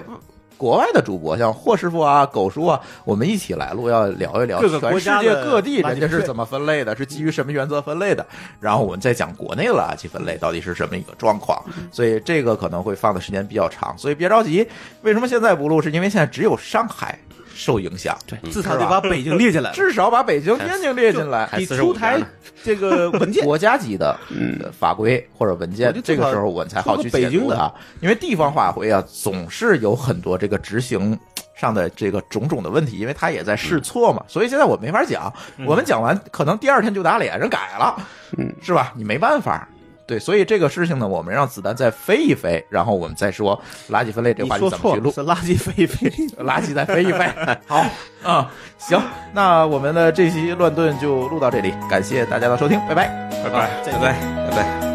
[SPEAKER 1] 国外的主播，像霍师傅啊、狗叔啊，我们一起来录，要聊一聊
[SPEAKER 2] 各个
[SPEAKER 1] 全
[SPEAKER 2] 国
[SPEAKER 1] 世
[SPEAKER 2] 家
[SPEAKER 1] 界
[SPEAKER 2] 的
[SPEAKER 1] 各地
[SPEAKER 2] 垃
[SPEAKER 1] 人
[SPEAKER 2] 圾
[SPEAKER 1] 家
[SPEAKER 2] 分
[SPEAKER 1] 是
[SPEAKER 2] 类
[SPEAKER 1] 怎么分类的，是基于什么原则分类的。然后我们再讲国内的垃圾分类到底是什么一个状况，所以这个可能会放的时间比较长，所以别着急。为什么现在不录？是因为现在只有上海受影响，
[SPEAKER 2] 对，
[SPEAKER 3] 嗯
[SPEAKER 2] 至少得把北京列进来了。
[SPEAKER 1] 至少把北京、天津列进来。
[SPEAKER 3] 还
[SPEAKER 2] 你
[SPEAKER 3] 45
[SPEAKER 2] 出台
[SPEAKER 3] 家呢嗯
[SPEAKER 2] 这个文 件，
[SPEAKER 1] 国家级的呃法规或者文件
[SPEAKER 2] 我觉，得
[SPEAKER 1] 这
[SPEAKER 2] 至少
[SPEAKER 1] 个时候我才好去解
[SPEAKER 2] 说
[SPEAKER 1] 读
[SPEAKER 2] 个北京
[SPEAKER 1] 它
[SPEAKER 2] 的，
[SPEAKER 1] 因为地方法规啊，总是有很多这个执行上的这个种种的问题，因为它也在试错
[SPEAKER 3] 嗯
[SPEAKER 1] 嘛，所以现在我没法讲，我们讲完可能第二天就打脸，人改了，
[SPEAKER 3] 嗯
[SPEAKER 1] 是吧？你没办法。对，所以这个事情呢，我们让子弹再飞一飞，然后我们再说垃圾分类这个
[SPEAKER 2] 你
[SPEAKER 1] 话题
[SPEAKER 2] 说
[SPEAKER 1] 怎么
[SPEAKER 2] 错
[SPEAKER 1] 去录
[SPEAKER 2] 了，。是垃圾飞飞。
[SPEAKER 1] 垃圾再飞一飞。好啊、行，那我们的这期乱炖就录到这里，感谢大家的收听，拜拜。
[SPEAKER 5] 拜拜。
[SPEAKER 2] 啊再
[SPEAKER 3] 拜
[SPEAKER 2] 见
[SPEAKER 3] 拜拜拜。